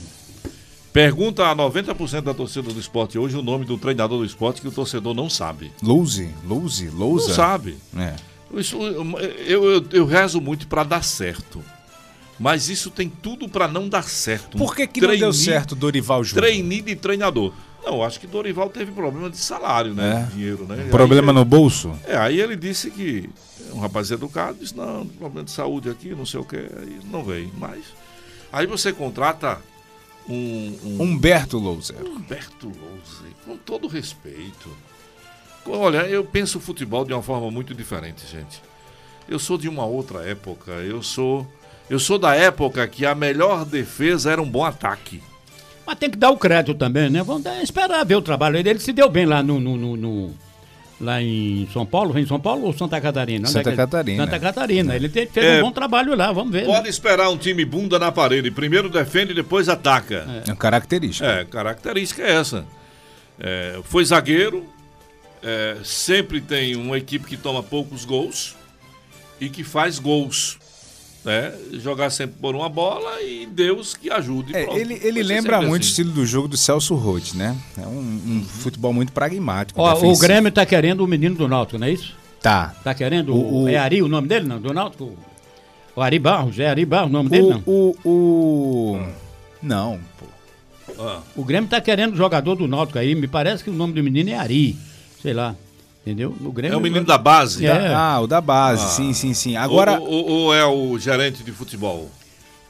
Pergunta a 90% da torcida do esporte hoje o nome do treinador do esporte que o torcedor não sabe. Louse, Louse, Lousa. Não sabe. É. Isso, eu, eu, eu rezo muito pra dar certo. Mas isso tem tudo pra não dar certo. Por que, que não deu Trainee- certo Dorival Júnior? Trainee de treinador. Não, acho que Dorival teve problema de salário, né? É. De dinheiro, né? Problema Aí- no bolso? É, aí ele disse que um rapaz educado disse: não, problema de saúde aqui, não sei o que, aí não veio. Mas aí você contrata um, um- Humberto Louser. Humberto Louser, com todo respeito. Olha, eu penso o futebol de uma forma muito diferente, gente. Eu sou de uma outra época. Eu sou, eu sou da época que a melhor defesa era um bom ataque. Mas tem que dar o crédito também, né? Vamos dar- esperar ver o trabalho dele. Ele se deu bem lá no. no- no- no- lá em São Paulo, Foi em São Paulo ou Santa Catarina? Onde Santa é que ele- Catarina. Santa Catarina. Ele te- fez É. um bom trabalho lá, vamos ver. né? Pode esperar um time bunda na parede. Primeiro defende, depois ataca. É uma característica. É, característica é essa. É, foi zagueiro, é, sempre tem uma equipe que toma poucos gols e que faz gols. Né? Jogar sempre por uma bola e Deus que ajude. É, pronto. ele ele Vai ser lembra sempre muito o assim. estilo do jogo do Celso Roth, né? É um, um futebol muito pragmático. Ó, o defensivo. Grêmio tá querendo o menino do Náutico, não é isso? Tá. Tá querendo? O- O, o- É Ari o nome dele, não? Do Náutico? O Ari Barros, é Ari Barros o nome dele, não? O. o, Não, pô. O Grêmio tá querendo o jogador do Náutico aí. Me parece que o nome do menino é Ari. Sei lá. Entendeu? O Grêmio... É o menino da base? É. Ah, o da base, Ah. sim, sim, sim. Agora. Ou, ou- ou é o gerente de futebol?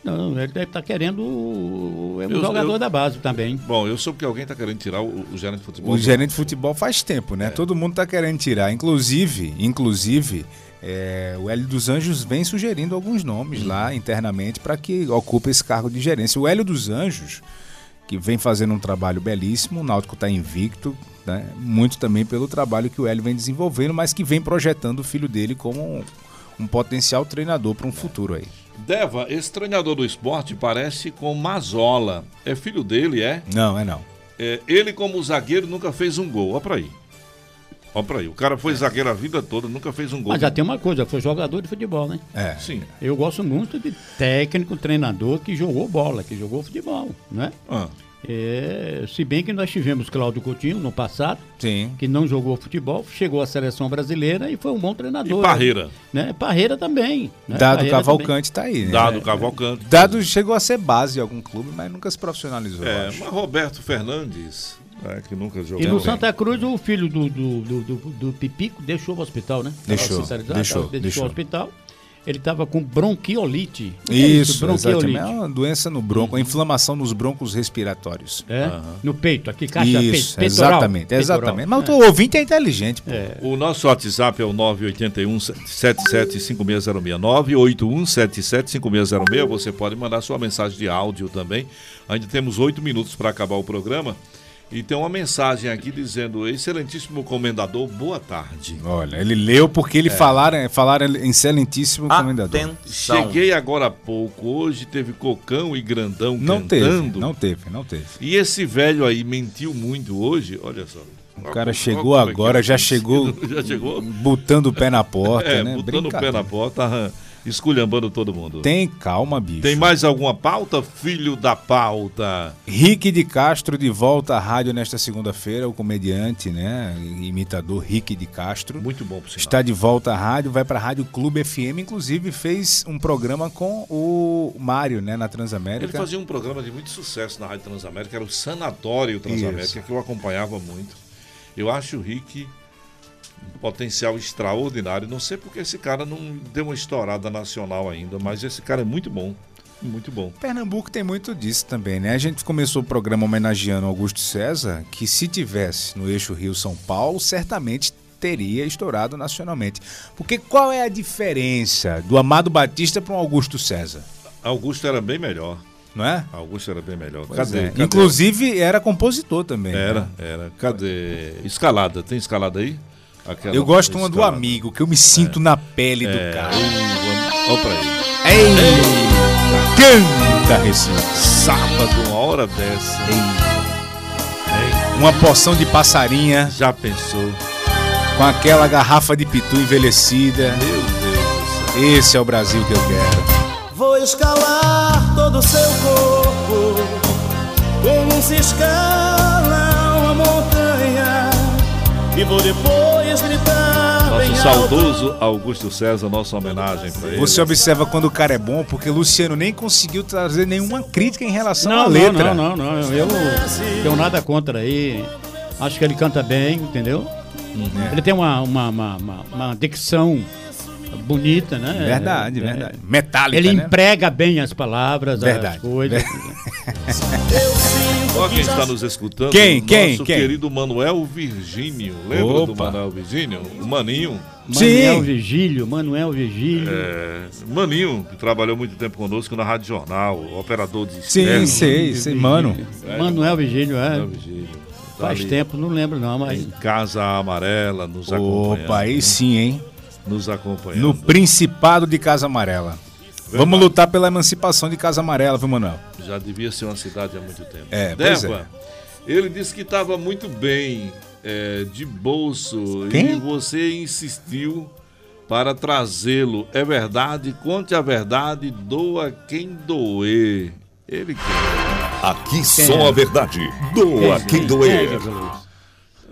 Não, ele deve estar querendo o, é um Eu- jogador eu- da base também. Bom, eu soube que alguém está querendo tirar o, o gerente de futebol. O gerente de futebol faz tempo, É. né? Todo mundo tá querendo tirar. Inclusive, inclusive, é, o Hélio dos Anjos vem sugerindo alguns nomes lá internamente para que ocupe esse cargo de gerência. O Hélio dos Anjos, que vem fazendo um trabalho belíssimo, o Náutico está invicto, né? muito também pelo trabalho que o Hélio vem desenvolvendo, mas que vem projetando o filho dele como um, um potencial treinador para um futuro aí. Deva, esse treinador do esporte parece com Mazola. É filho dele, é? Não, é não. É, ele, como zagueiro, nunca fez um gol. Olha pra aí. Olha pra aí. O cara foi zagueiro a vida toda, nunca fez um gol. É. Mas já tem uma coisa, foi jogador de futebol, né? É. Sim. Eu gosto muito de técnico, treinador que jogou bola, que jogou futebol, né? Ah. É, se bem que nós tivemos Cláudio Coutinho no passado, Sim. que não jogou futebol, chegou à seleção brasileira e foi um bom treinador. E Parreira. Né? Parreira também. né? Dado Parreira Cavalcante tá aí, né? Dado Cavalcante. Dado chegou a ser base em algum clube, mas nunca se profissionalizou. eu É, acho. mas Roberto Fernandes, né, que nunca jogou. E no bem. Santa Cruz, o filho do, do, do, do, do Pipico deixou o hospital, né? Deixou, Tava hospitalizado, deixou, tava- deixou. o hospital. Ele estava com bronquiolite. O que é Isso, exatamente. bronquiolite. É uma doença no bronco, uma inflamação nos broncos respiratórios. É? Aham. No peito, aqui, caixa Isso, pe- peitoral. exatamente, Peitoral. exatamente. Mas o ouvinte é inteligente, pô. O nosso WhatsApp é o 981 775606, 981 775606. Você pode mandar sua mensagem de áudio também. Ainda temos oito minutos para acabar o programa. E tem uma mensagem aqui dizendo: Excelentíssimo Comendador, boa tarde. Olha, ele leu porque ele É. falaram, falaram excelentíssimo comendador. Cheguei agora há pouco. Hoje teve Cocão e Grandão Não teve, cantando. não teve, não teve. E esse velho aí mentiu muito hoje. Olha só. O cara é chegou agora, já chegou, Já chegou? botando o pé na porta, é, né? botando o pé Brincadeira. na porta, aham, esculhambando todo mundo. Tem calma, bicho. Tem mais alguma pauta, filho da pauta? Rick de Castro de volta à rádio nesta segunda-feira, o comediante, né, imitador Rick de Castro. Muito bom pro sinal. Está de volta à rádio, vai para a Rádio Clube FM, inclusive fez um programa com o Mário, né, na Transamérica. Ele fazia um programa de muito sucesso na Rádio Transamérica, era o Sanatório Transamérica, que eu acompanhava muito. Eu acho o Rick um potencial extraordinário. Não sei porque esse cara não deu uma estourada nacional ainda, mas esse cara é muito bom. Muito bom. Pernambuco tem muito disso também, né? A gente começou o programa homenageando Augusto César, que se tivesse no eixo Rio-São Paulo, certamente teria estourado nacionalmente. Porque qual é a diferença do Amado Batista para um Augusto César, Augusto era bem melhor. não é? Augusto era bem melhor. Pois Cadê? é. Cadê? Inclusive era compositor também. né? Era, era. Cadê? Escalada. Tem escalada aí? Aquela Eu gosto uma do escalada. amigo, que eu me sinto na pele É, do cara. o- Olha pra aí. Ei, canta Recife. Sábado, uma hora dessa. Uma porção de passarinha Já pensou? com aquela garrafa de pitu envelhecida. Meu Deus Esse é o Brasil que eu quero. Vou escalar todo o seu corpo Como se escala uma montanha E vou depois gritar do céu. bem Nosso alto saudoso Augusto César, nossa homenagem pra ele. Você observa quando o cara é bom, porque Luciano nem conseguiu trazer nenhuma crítica em relação Não, à não, letra. não, não, não. Eu não tenho nada contra aí. Acho que ele canta bem, entendeu? É. Ele tem uma, uma, uma, uma- uma dicção bonita, né? Verdade, É, verdade. é. Metálica, Ele né? emprega bem as palavras, Verdade. as coisas. Ó, quem está nos escutando, Quem, quem, nosso quem? querido Manuel Virgínio. Lembra do Opa. Manuel Virgínio? O Maninho. Manuel Vigílio, Manuel Vigílio. É, Maninho, que trabalhou muito tempo conosco na Rádio Jornal, operador de Sim, externo. sei, sei, mano. É, É, Manuel Vigílio, é. Manuel Virgínio. Tá Faz ali tempo, não lembro não, mas. Em Casa Amarela, nos acompanhando. Opa, aí sim, hein? Nos acompanhando. No Principado de Casa Amarela. Vamos lutar pela emancipação de Casa Amarela, viu, Manuel? Já devia ser uma cidade há muito tempo. É, pois Deva, ele disse que estava muito bem é, de bolso e Quem? você insistiu para trazê-lo. É verdade, conte a verdade, doa quem doer. Ele é. quer. Aqui só a verdade. Doa Quem? quem doer.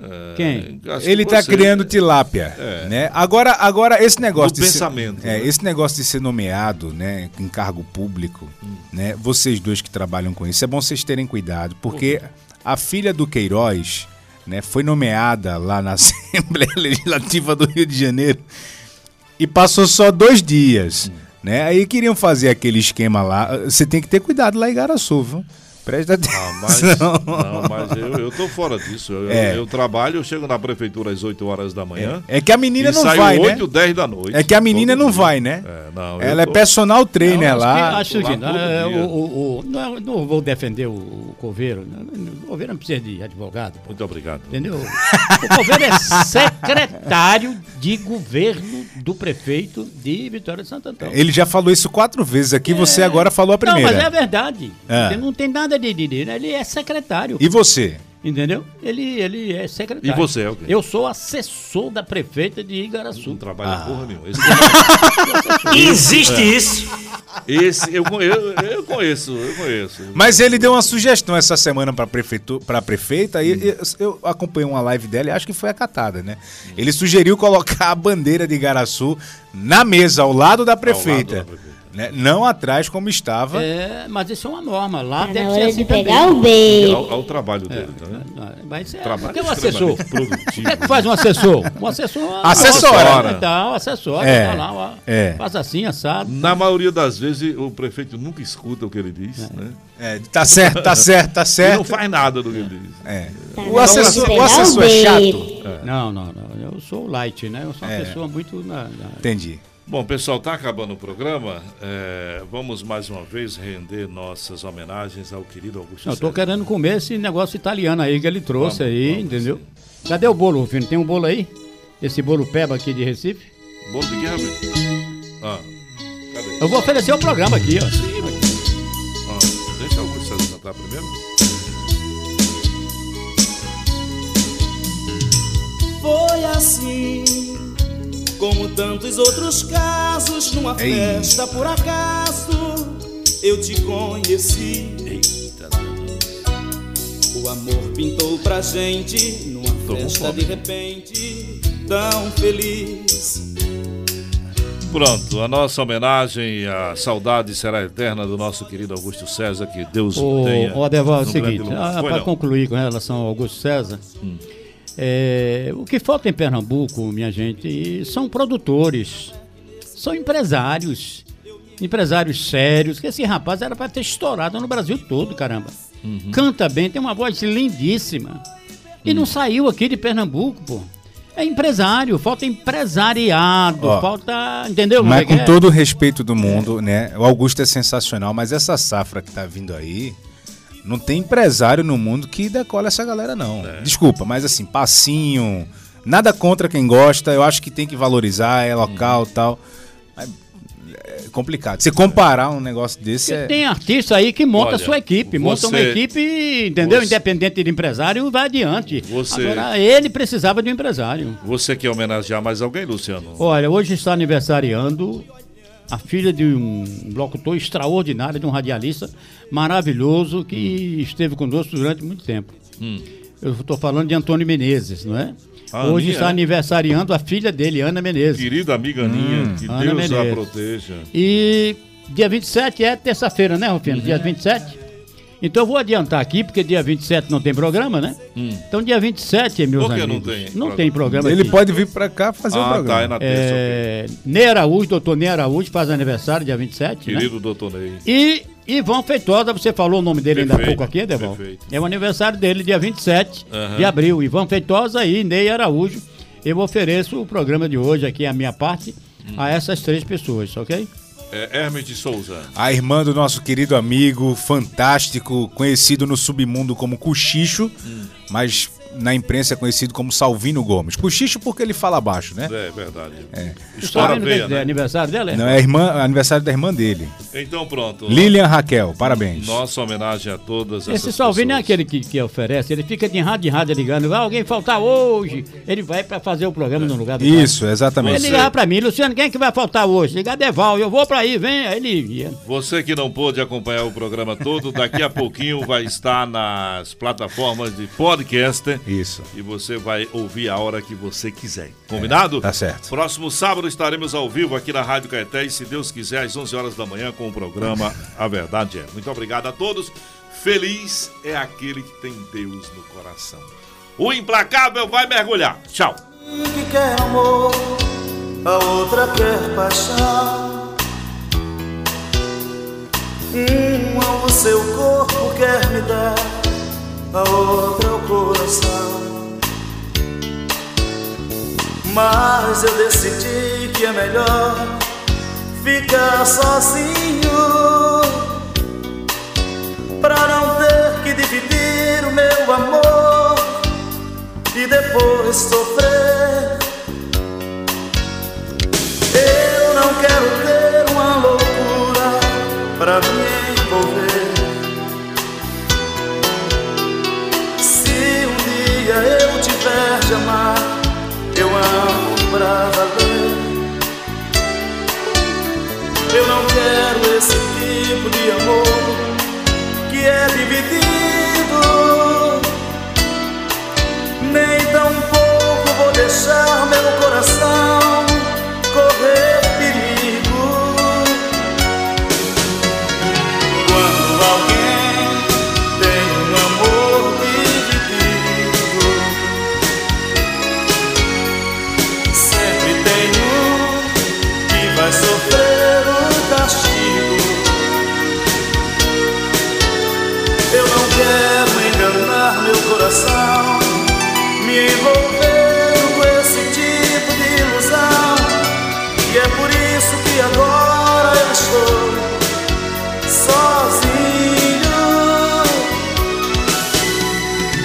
É, Quem? acho que Ele tá você. criando tilápia, É. né? Agora, agora esse negócio Do de ser- pensamento, é, né? esse negócio de ser nomeado, né, em cargo público, Hum. né? Vocês dois que trabalham com isso, é bom vocês terem cuidado, porque a filha do Queiroz, né, foi nomeada lá na Assembleia Legislativa do Rio de Janeiro e passou só dois dias, Hum. né? Aí queriam fazer aquele esquema lá. Você tem que ter cuidado lá em Garaçu, viu? Presta atenção. Ah, Mas, não, mas eu, eu tô fora disso. Eu, É. eu trabalho, eu chego na prefeitura às 8 horas da manhã. É que a menina e não saio vai, 8, né? 10 da noite. É que a menina não vai, né? não, eu Ela é tô- personal trainer né, lá. Acho o seguinte, lá todo é, dia. o- o- o- não, é, não vou defender o, o Coveiro. né? O Coveiro não precisa de advogado. Muito obrigado. Entendeu? O Coveiro é secretário de governo do prefeito de Vitória de Santo Antônio. Ele já falou isso quatro vezes aqui, você agora falou a primeira. Não, mas é verdade. É. Ele Não tem nada de dinheiro. Ele é secretário. E você? Entendeu? Ele, ele é secretário. E você é o quê? Eu sou assessor da prefeita de Igaraçu. Ah. Não trabalha porra nenhuma. Esse- Existe É. isso? Esse eu, conhe- eu, eu conheço, eu conheço. Mas ele deu uma sugestão essa semana para a prefeita e e- eu acompanhei uma live dela e acho que foi acatada, né? Ele sugeriu colocar a bandeira de Igaraçu na mesa, ao lado da prefeita. né? Não atrás como estava. É, mas isso é uma norma. Lá Tá deve na ser hora assim de pegar também. o bem. Ao, ao trabalho dele, tá vendo? Mas é, Trabalho porque o assessor. extremamente produtivo. né? Como é que faz um assessor? Um assessor. Assessora. Então, assessora. É, Tá lá, ó, é. Faz assim, assado. Na maioria das vezes o prefeito nunca escuta o que ele diz, né? É, tá certo, tá certo, tá certo. E não faz nada do que ele diz. Tá, É. Tá, O assessor- o assessor é chato? É. Não, não, não. Eu sou light, né? Eu sou uma pessoa muito. na- na- é Entendi. Bom, pessoal, tá acabando o programa. É, vamos mais uma vez render nossas homenagens ao querido Augusto Não, eu tô César. querendo comer esse negócio italiano aí que ele trouxe Vamos, aí, entendeu? Cadê o bolo, Rufino? Tem um bolo aí? Esse bolo peba aqui de Recife? Bolo de guerra, velho? Ah, cadê? Eu vou oferecer o programa aqui, ó. Ah, deixa o Augusto César cantar primeiro. Foi assim, como tantos outros casos, numa Ei. festa por acaso, eu te conheci. O amor pintou pra gente numa Tô com festa fome. de repente tão feliz. Pronto, a nossa homenagem, a saudade será eterna do nosso querido Augusto César, que Deus Ô, tenha. ô Adeval, é o um grande seguinte, lugar. Foi, para não. concluir com relação ao Augusto César, Hum. é, o que falta em Pernambuco, minha gente, são produtores, são empresários, empresários sérios, que esse rapaz era para ter estourado no Brasil todo, caramba. Uhum. Canta bem, tem uma voz lindíssima. E Hum. não saiu aqui de Pernambuco, pô. É empresário, falta empresariado, Ó, falta. Entendeu? como é Mas que com é? todo o respeito do mundo, né? O Augusto é sensacional, mas essa safra que tá vindo aí, não tem empresário no mundo que decola essa galera, não. É. Desculpa, mas assim, passinho, nada contra quem gosta, eu acho que tem que valorizar, é local Hum. e tal. Mas É complicado. Se comparar um negócio desse Porque é... tem artista aí que monta Olha, sua equipe, monta uma você- equipe, entendeu? você- Independente de empresário, vai adiante. Você- Agora, ele precisava de um empresário. Né? Você quer homenagear mais alguém, Luciano? Olha, hoje está aniversariando a filha de um locutor extraordinário, de um radialista maravilhoso que esteve conosco durante muito tempo. Hum. Eu estou falando de Antônio Menezes, não é? Ah, hoje Aninha, está é? aniversariando a filha dele, Ana Menezes. Hum, Querida amiga Aninha, que Ana Deus a Menezes. proteja. E dia 27 é terça-feira, né, Rufino? Uhum. Dia 27? Então eu vou adiantar aqui, porque dia 27 não tem programa, né? Então dia 27, meus Hum. Por que não amigos. tem programa? tem programa Ele aqui. pode vir pra cá fazer o Ah, programa. tá, é na terça. É, Ney Araújo, doutor Ney Araújo, faz aniversário dia 27, né? Querido doutor Ney. E Ivan Feitosa, você falou o nome dele ainda há Perfeito, pouco aqui, Devon? perfeito. Ah. É o aniversário dele, dia 27 Aham. de abril. Ivan Feitosa e Ney Araújo. Eu ofereço o programa de hoje aqui, a minha parte, Hum. a essas três pessoas, ok? É, Hermes de Souza. A irmã do nosso querido amigo, fantástico, conhecido no submundo como Cuchicho, Hum, mas na imprensa é conhecido como Salvino Gomes. Cuchicho porque ele fala baixo, né? É verdade. É. História Sabendo que veia, é né? aniversário dela? é? Não, é a irmã, é aniversário da irmã dele. Então pronto. Lilian Raquel, parabéns. Nossa homenagem a todas Esse essas Salvino é aquele que, que oferece, ele fica de rádio em rádio ligando, vai alguém faltar hoje, ele vai pra fazer o programa no lugar do cara. Isso, exatamente. Ele ligava pra mim, Luciano, quem é que vai faltar hoje? Ligar Deval, eu vou pra aí, vem, aí ele ia. Você que não pôde acompanhar o programa todo, daqui a pouquinho vai estar nas plataformas de podcast. Isso. E você vai ouvir a hora que você quiser. Combinado? tá certo. Próximo sábado estaremos ao vivo aqui na Rádio Caeté e, se Deus quiser, às 11 horas da manhã com o programa A Verdade É. Muito obrigado a todos. Feliz é aquele que tem Deus no coração. O implacável vai mergulhar. Tchau. Um que quer amor, a outra quer paixão. Um ao seu corpo quer me dar, a outra ao coração. Mas eu decidi que é melhor ficar sozinho. Pra não ter que dividir o meu amor e depois sofrer. Eu não quero ter uma loucura pra me envolver. Se um dia eu tiver de amar, eu amo pra valer. Eu não quero esse tipo de amor que é dividido. Nem tampouco vou deixar meu coração correr perigo. Quando alguém tem um amor dividido, sempre tem um que vai sofrer o castigo. Eu não quero enganar meu coração, me envolver com esse tipo de ilusão. E é por isso que agora eu estou sozinho.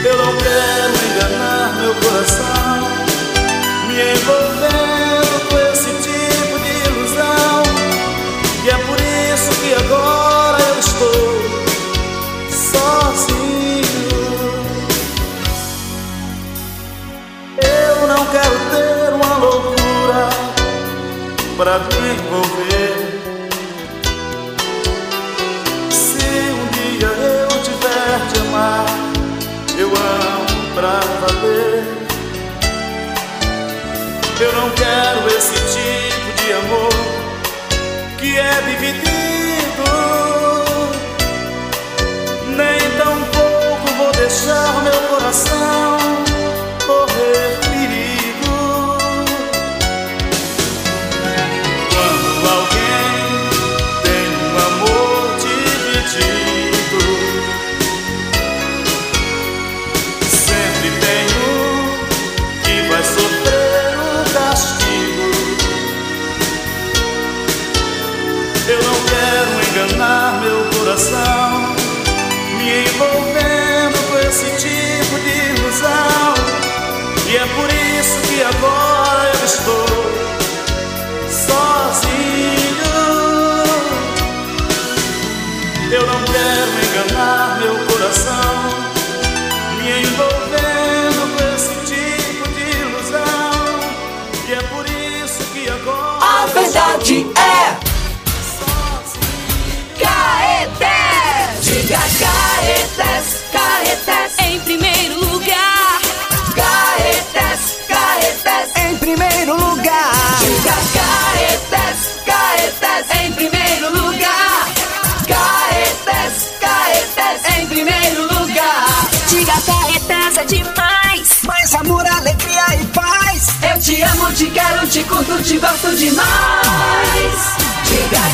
Eu não quero enganar meu coração, me envolvendo com esse tipo de ilusão. E é por isso que agora eu estou sozinho. Eu não quero ter uma loucura pra me envolver. Se um dia eu tiver de amar, eu amo pra valer. Eu não quero esse tipo de amor que é dividido. Nem tampouco vou deixar meu coração correr perigo. Quando alguém tem um amor dividido, sempre tem um que vai sofrer o castigo. Eu não quero enganar meu coração me envolvendo com esse tipo de ilusão. E é por isso que agora eu estou sozinho. Eu não quero enganar meu coração, me envolvendo com esse tipo de ilusão. E é por isso que agora. A verdade é. Caetés! Diga Caetés, Caetés! Em primeiro lugar! Caetés, Caetés! Em primeiro lugar! Diga Caetés, Caetés! Em primeiro lugar! Caetés, Caetés! Em primeiro lugar! Diga Caetés é demais! Mais amor, alegria e é paz! Eu te amo, te quero, te curto, te gosto demais! Diga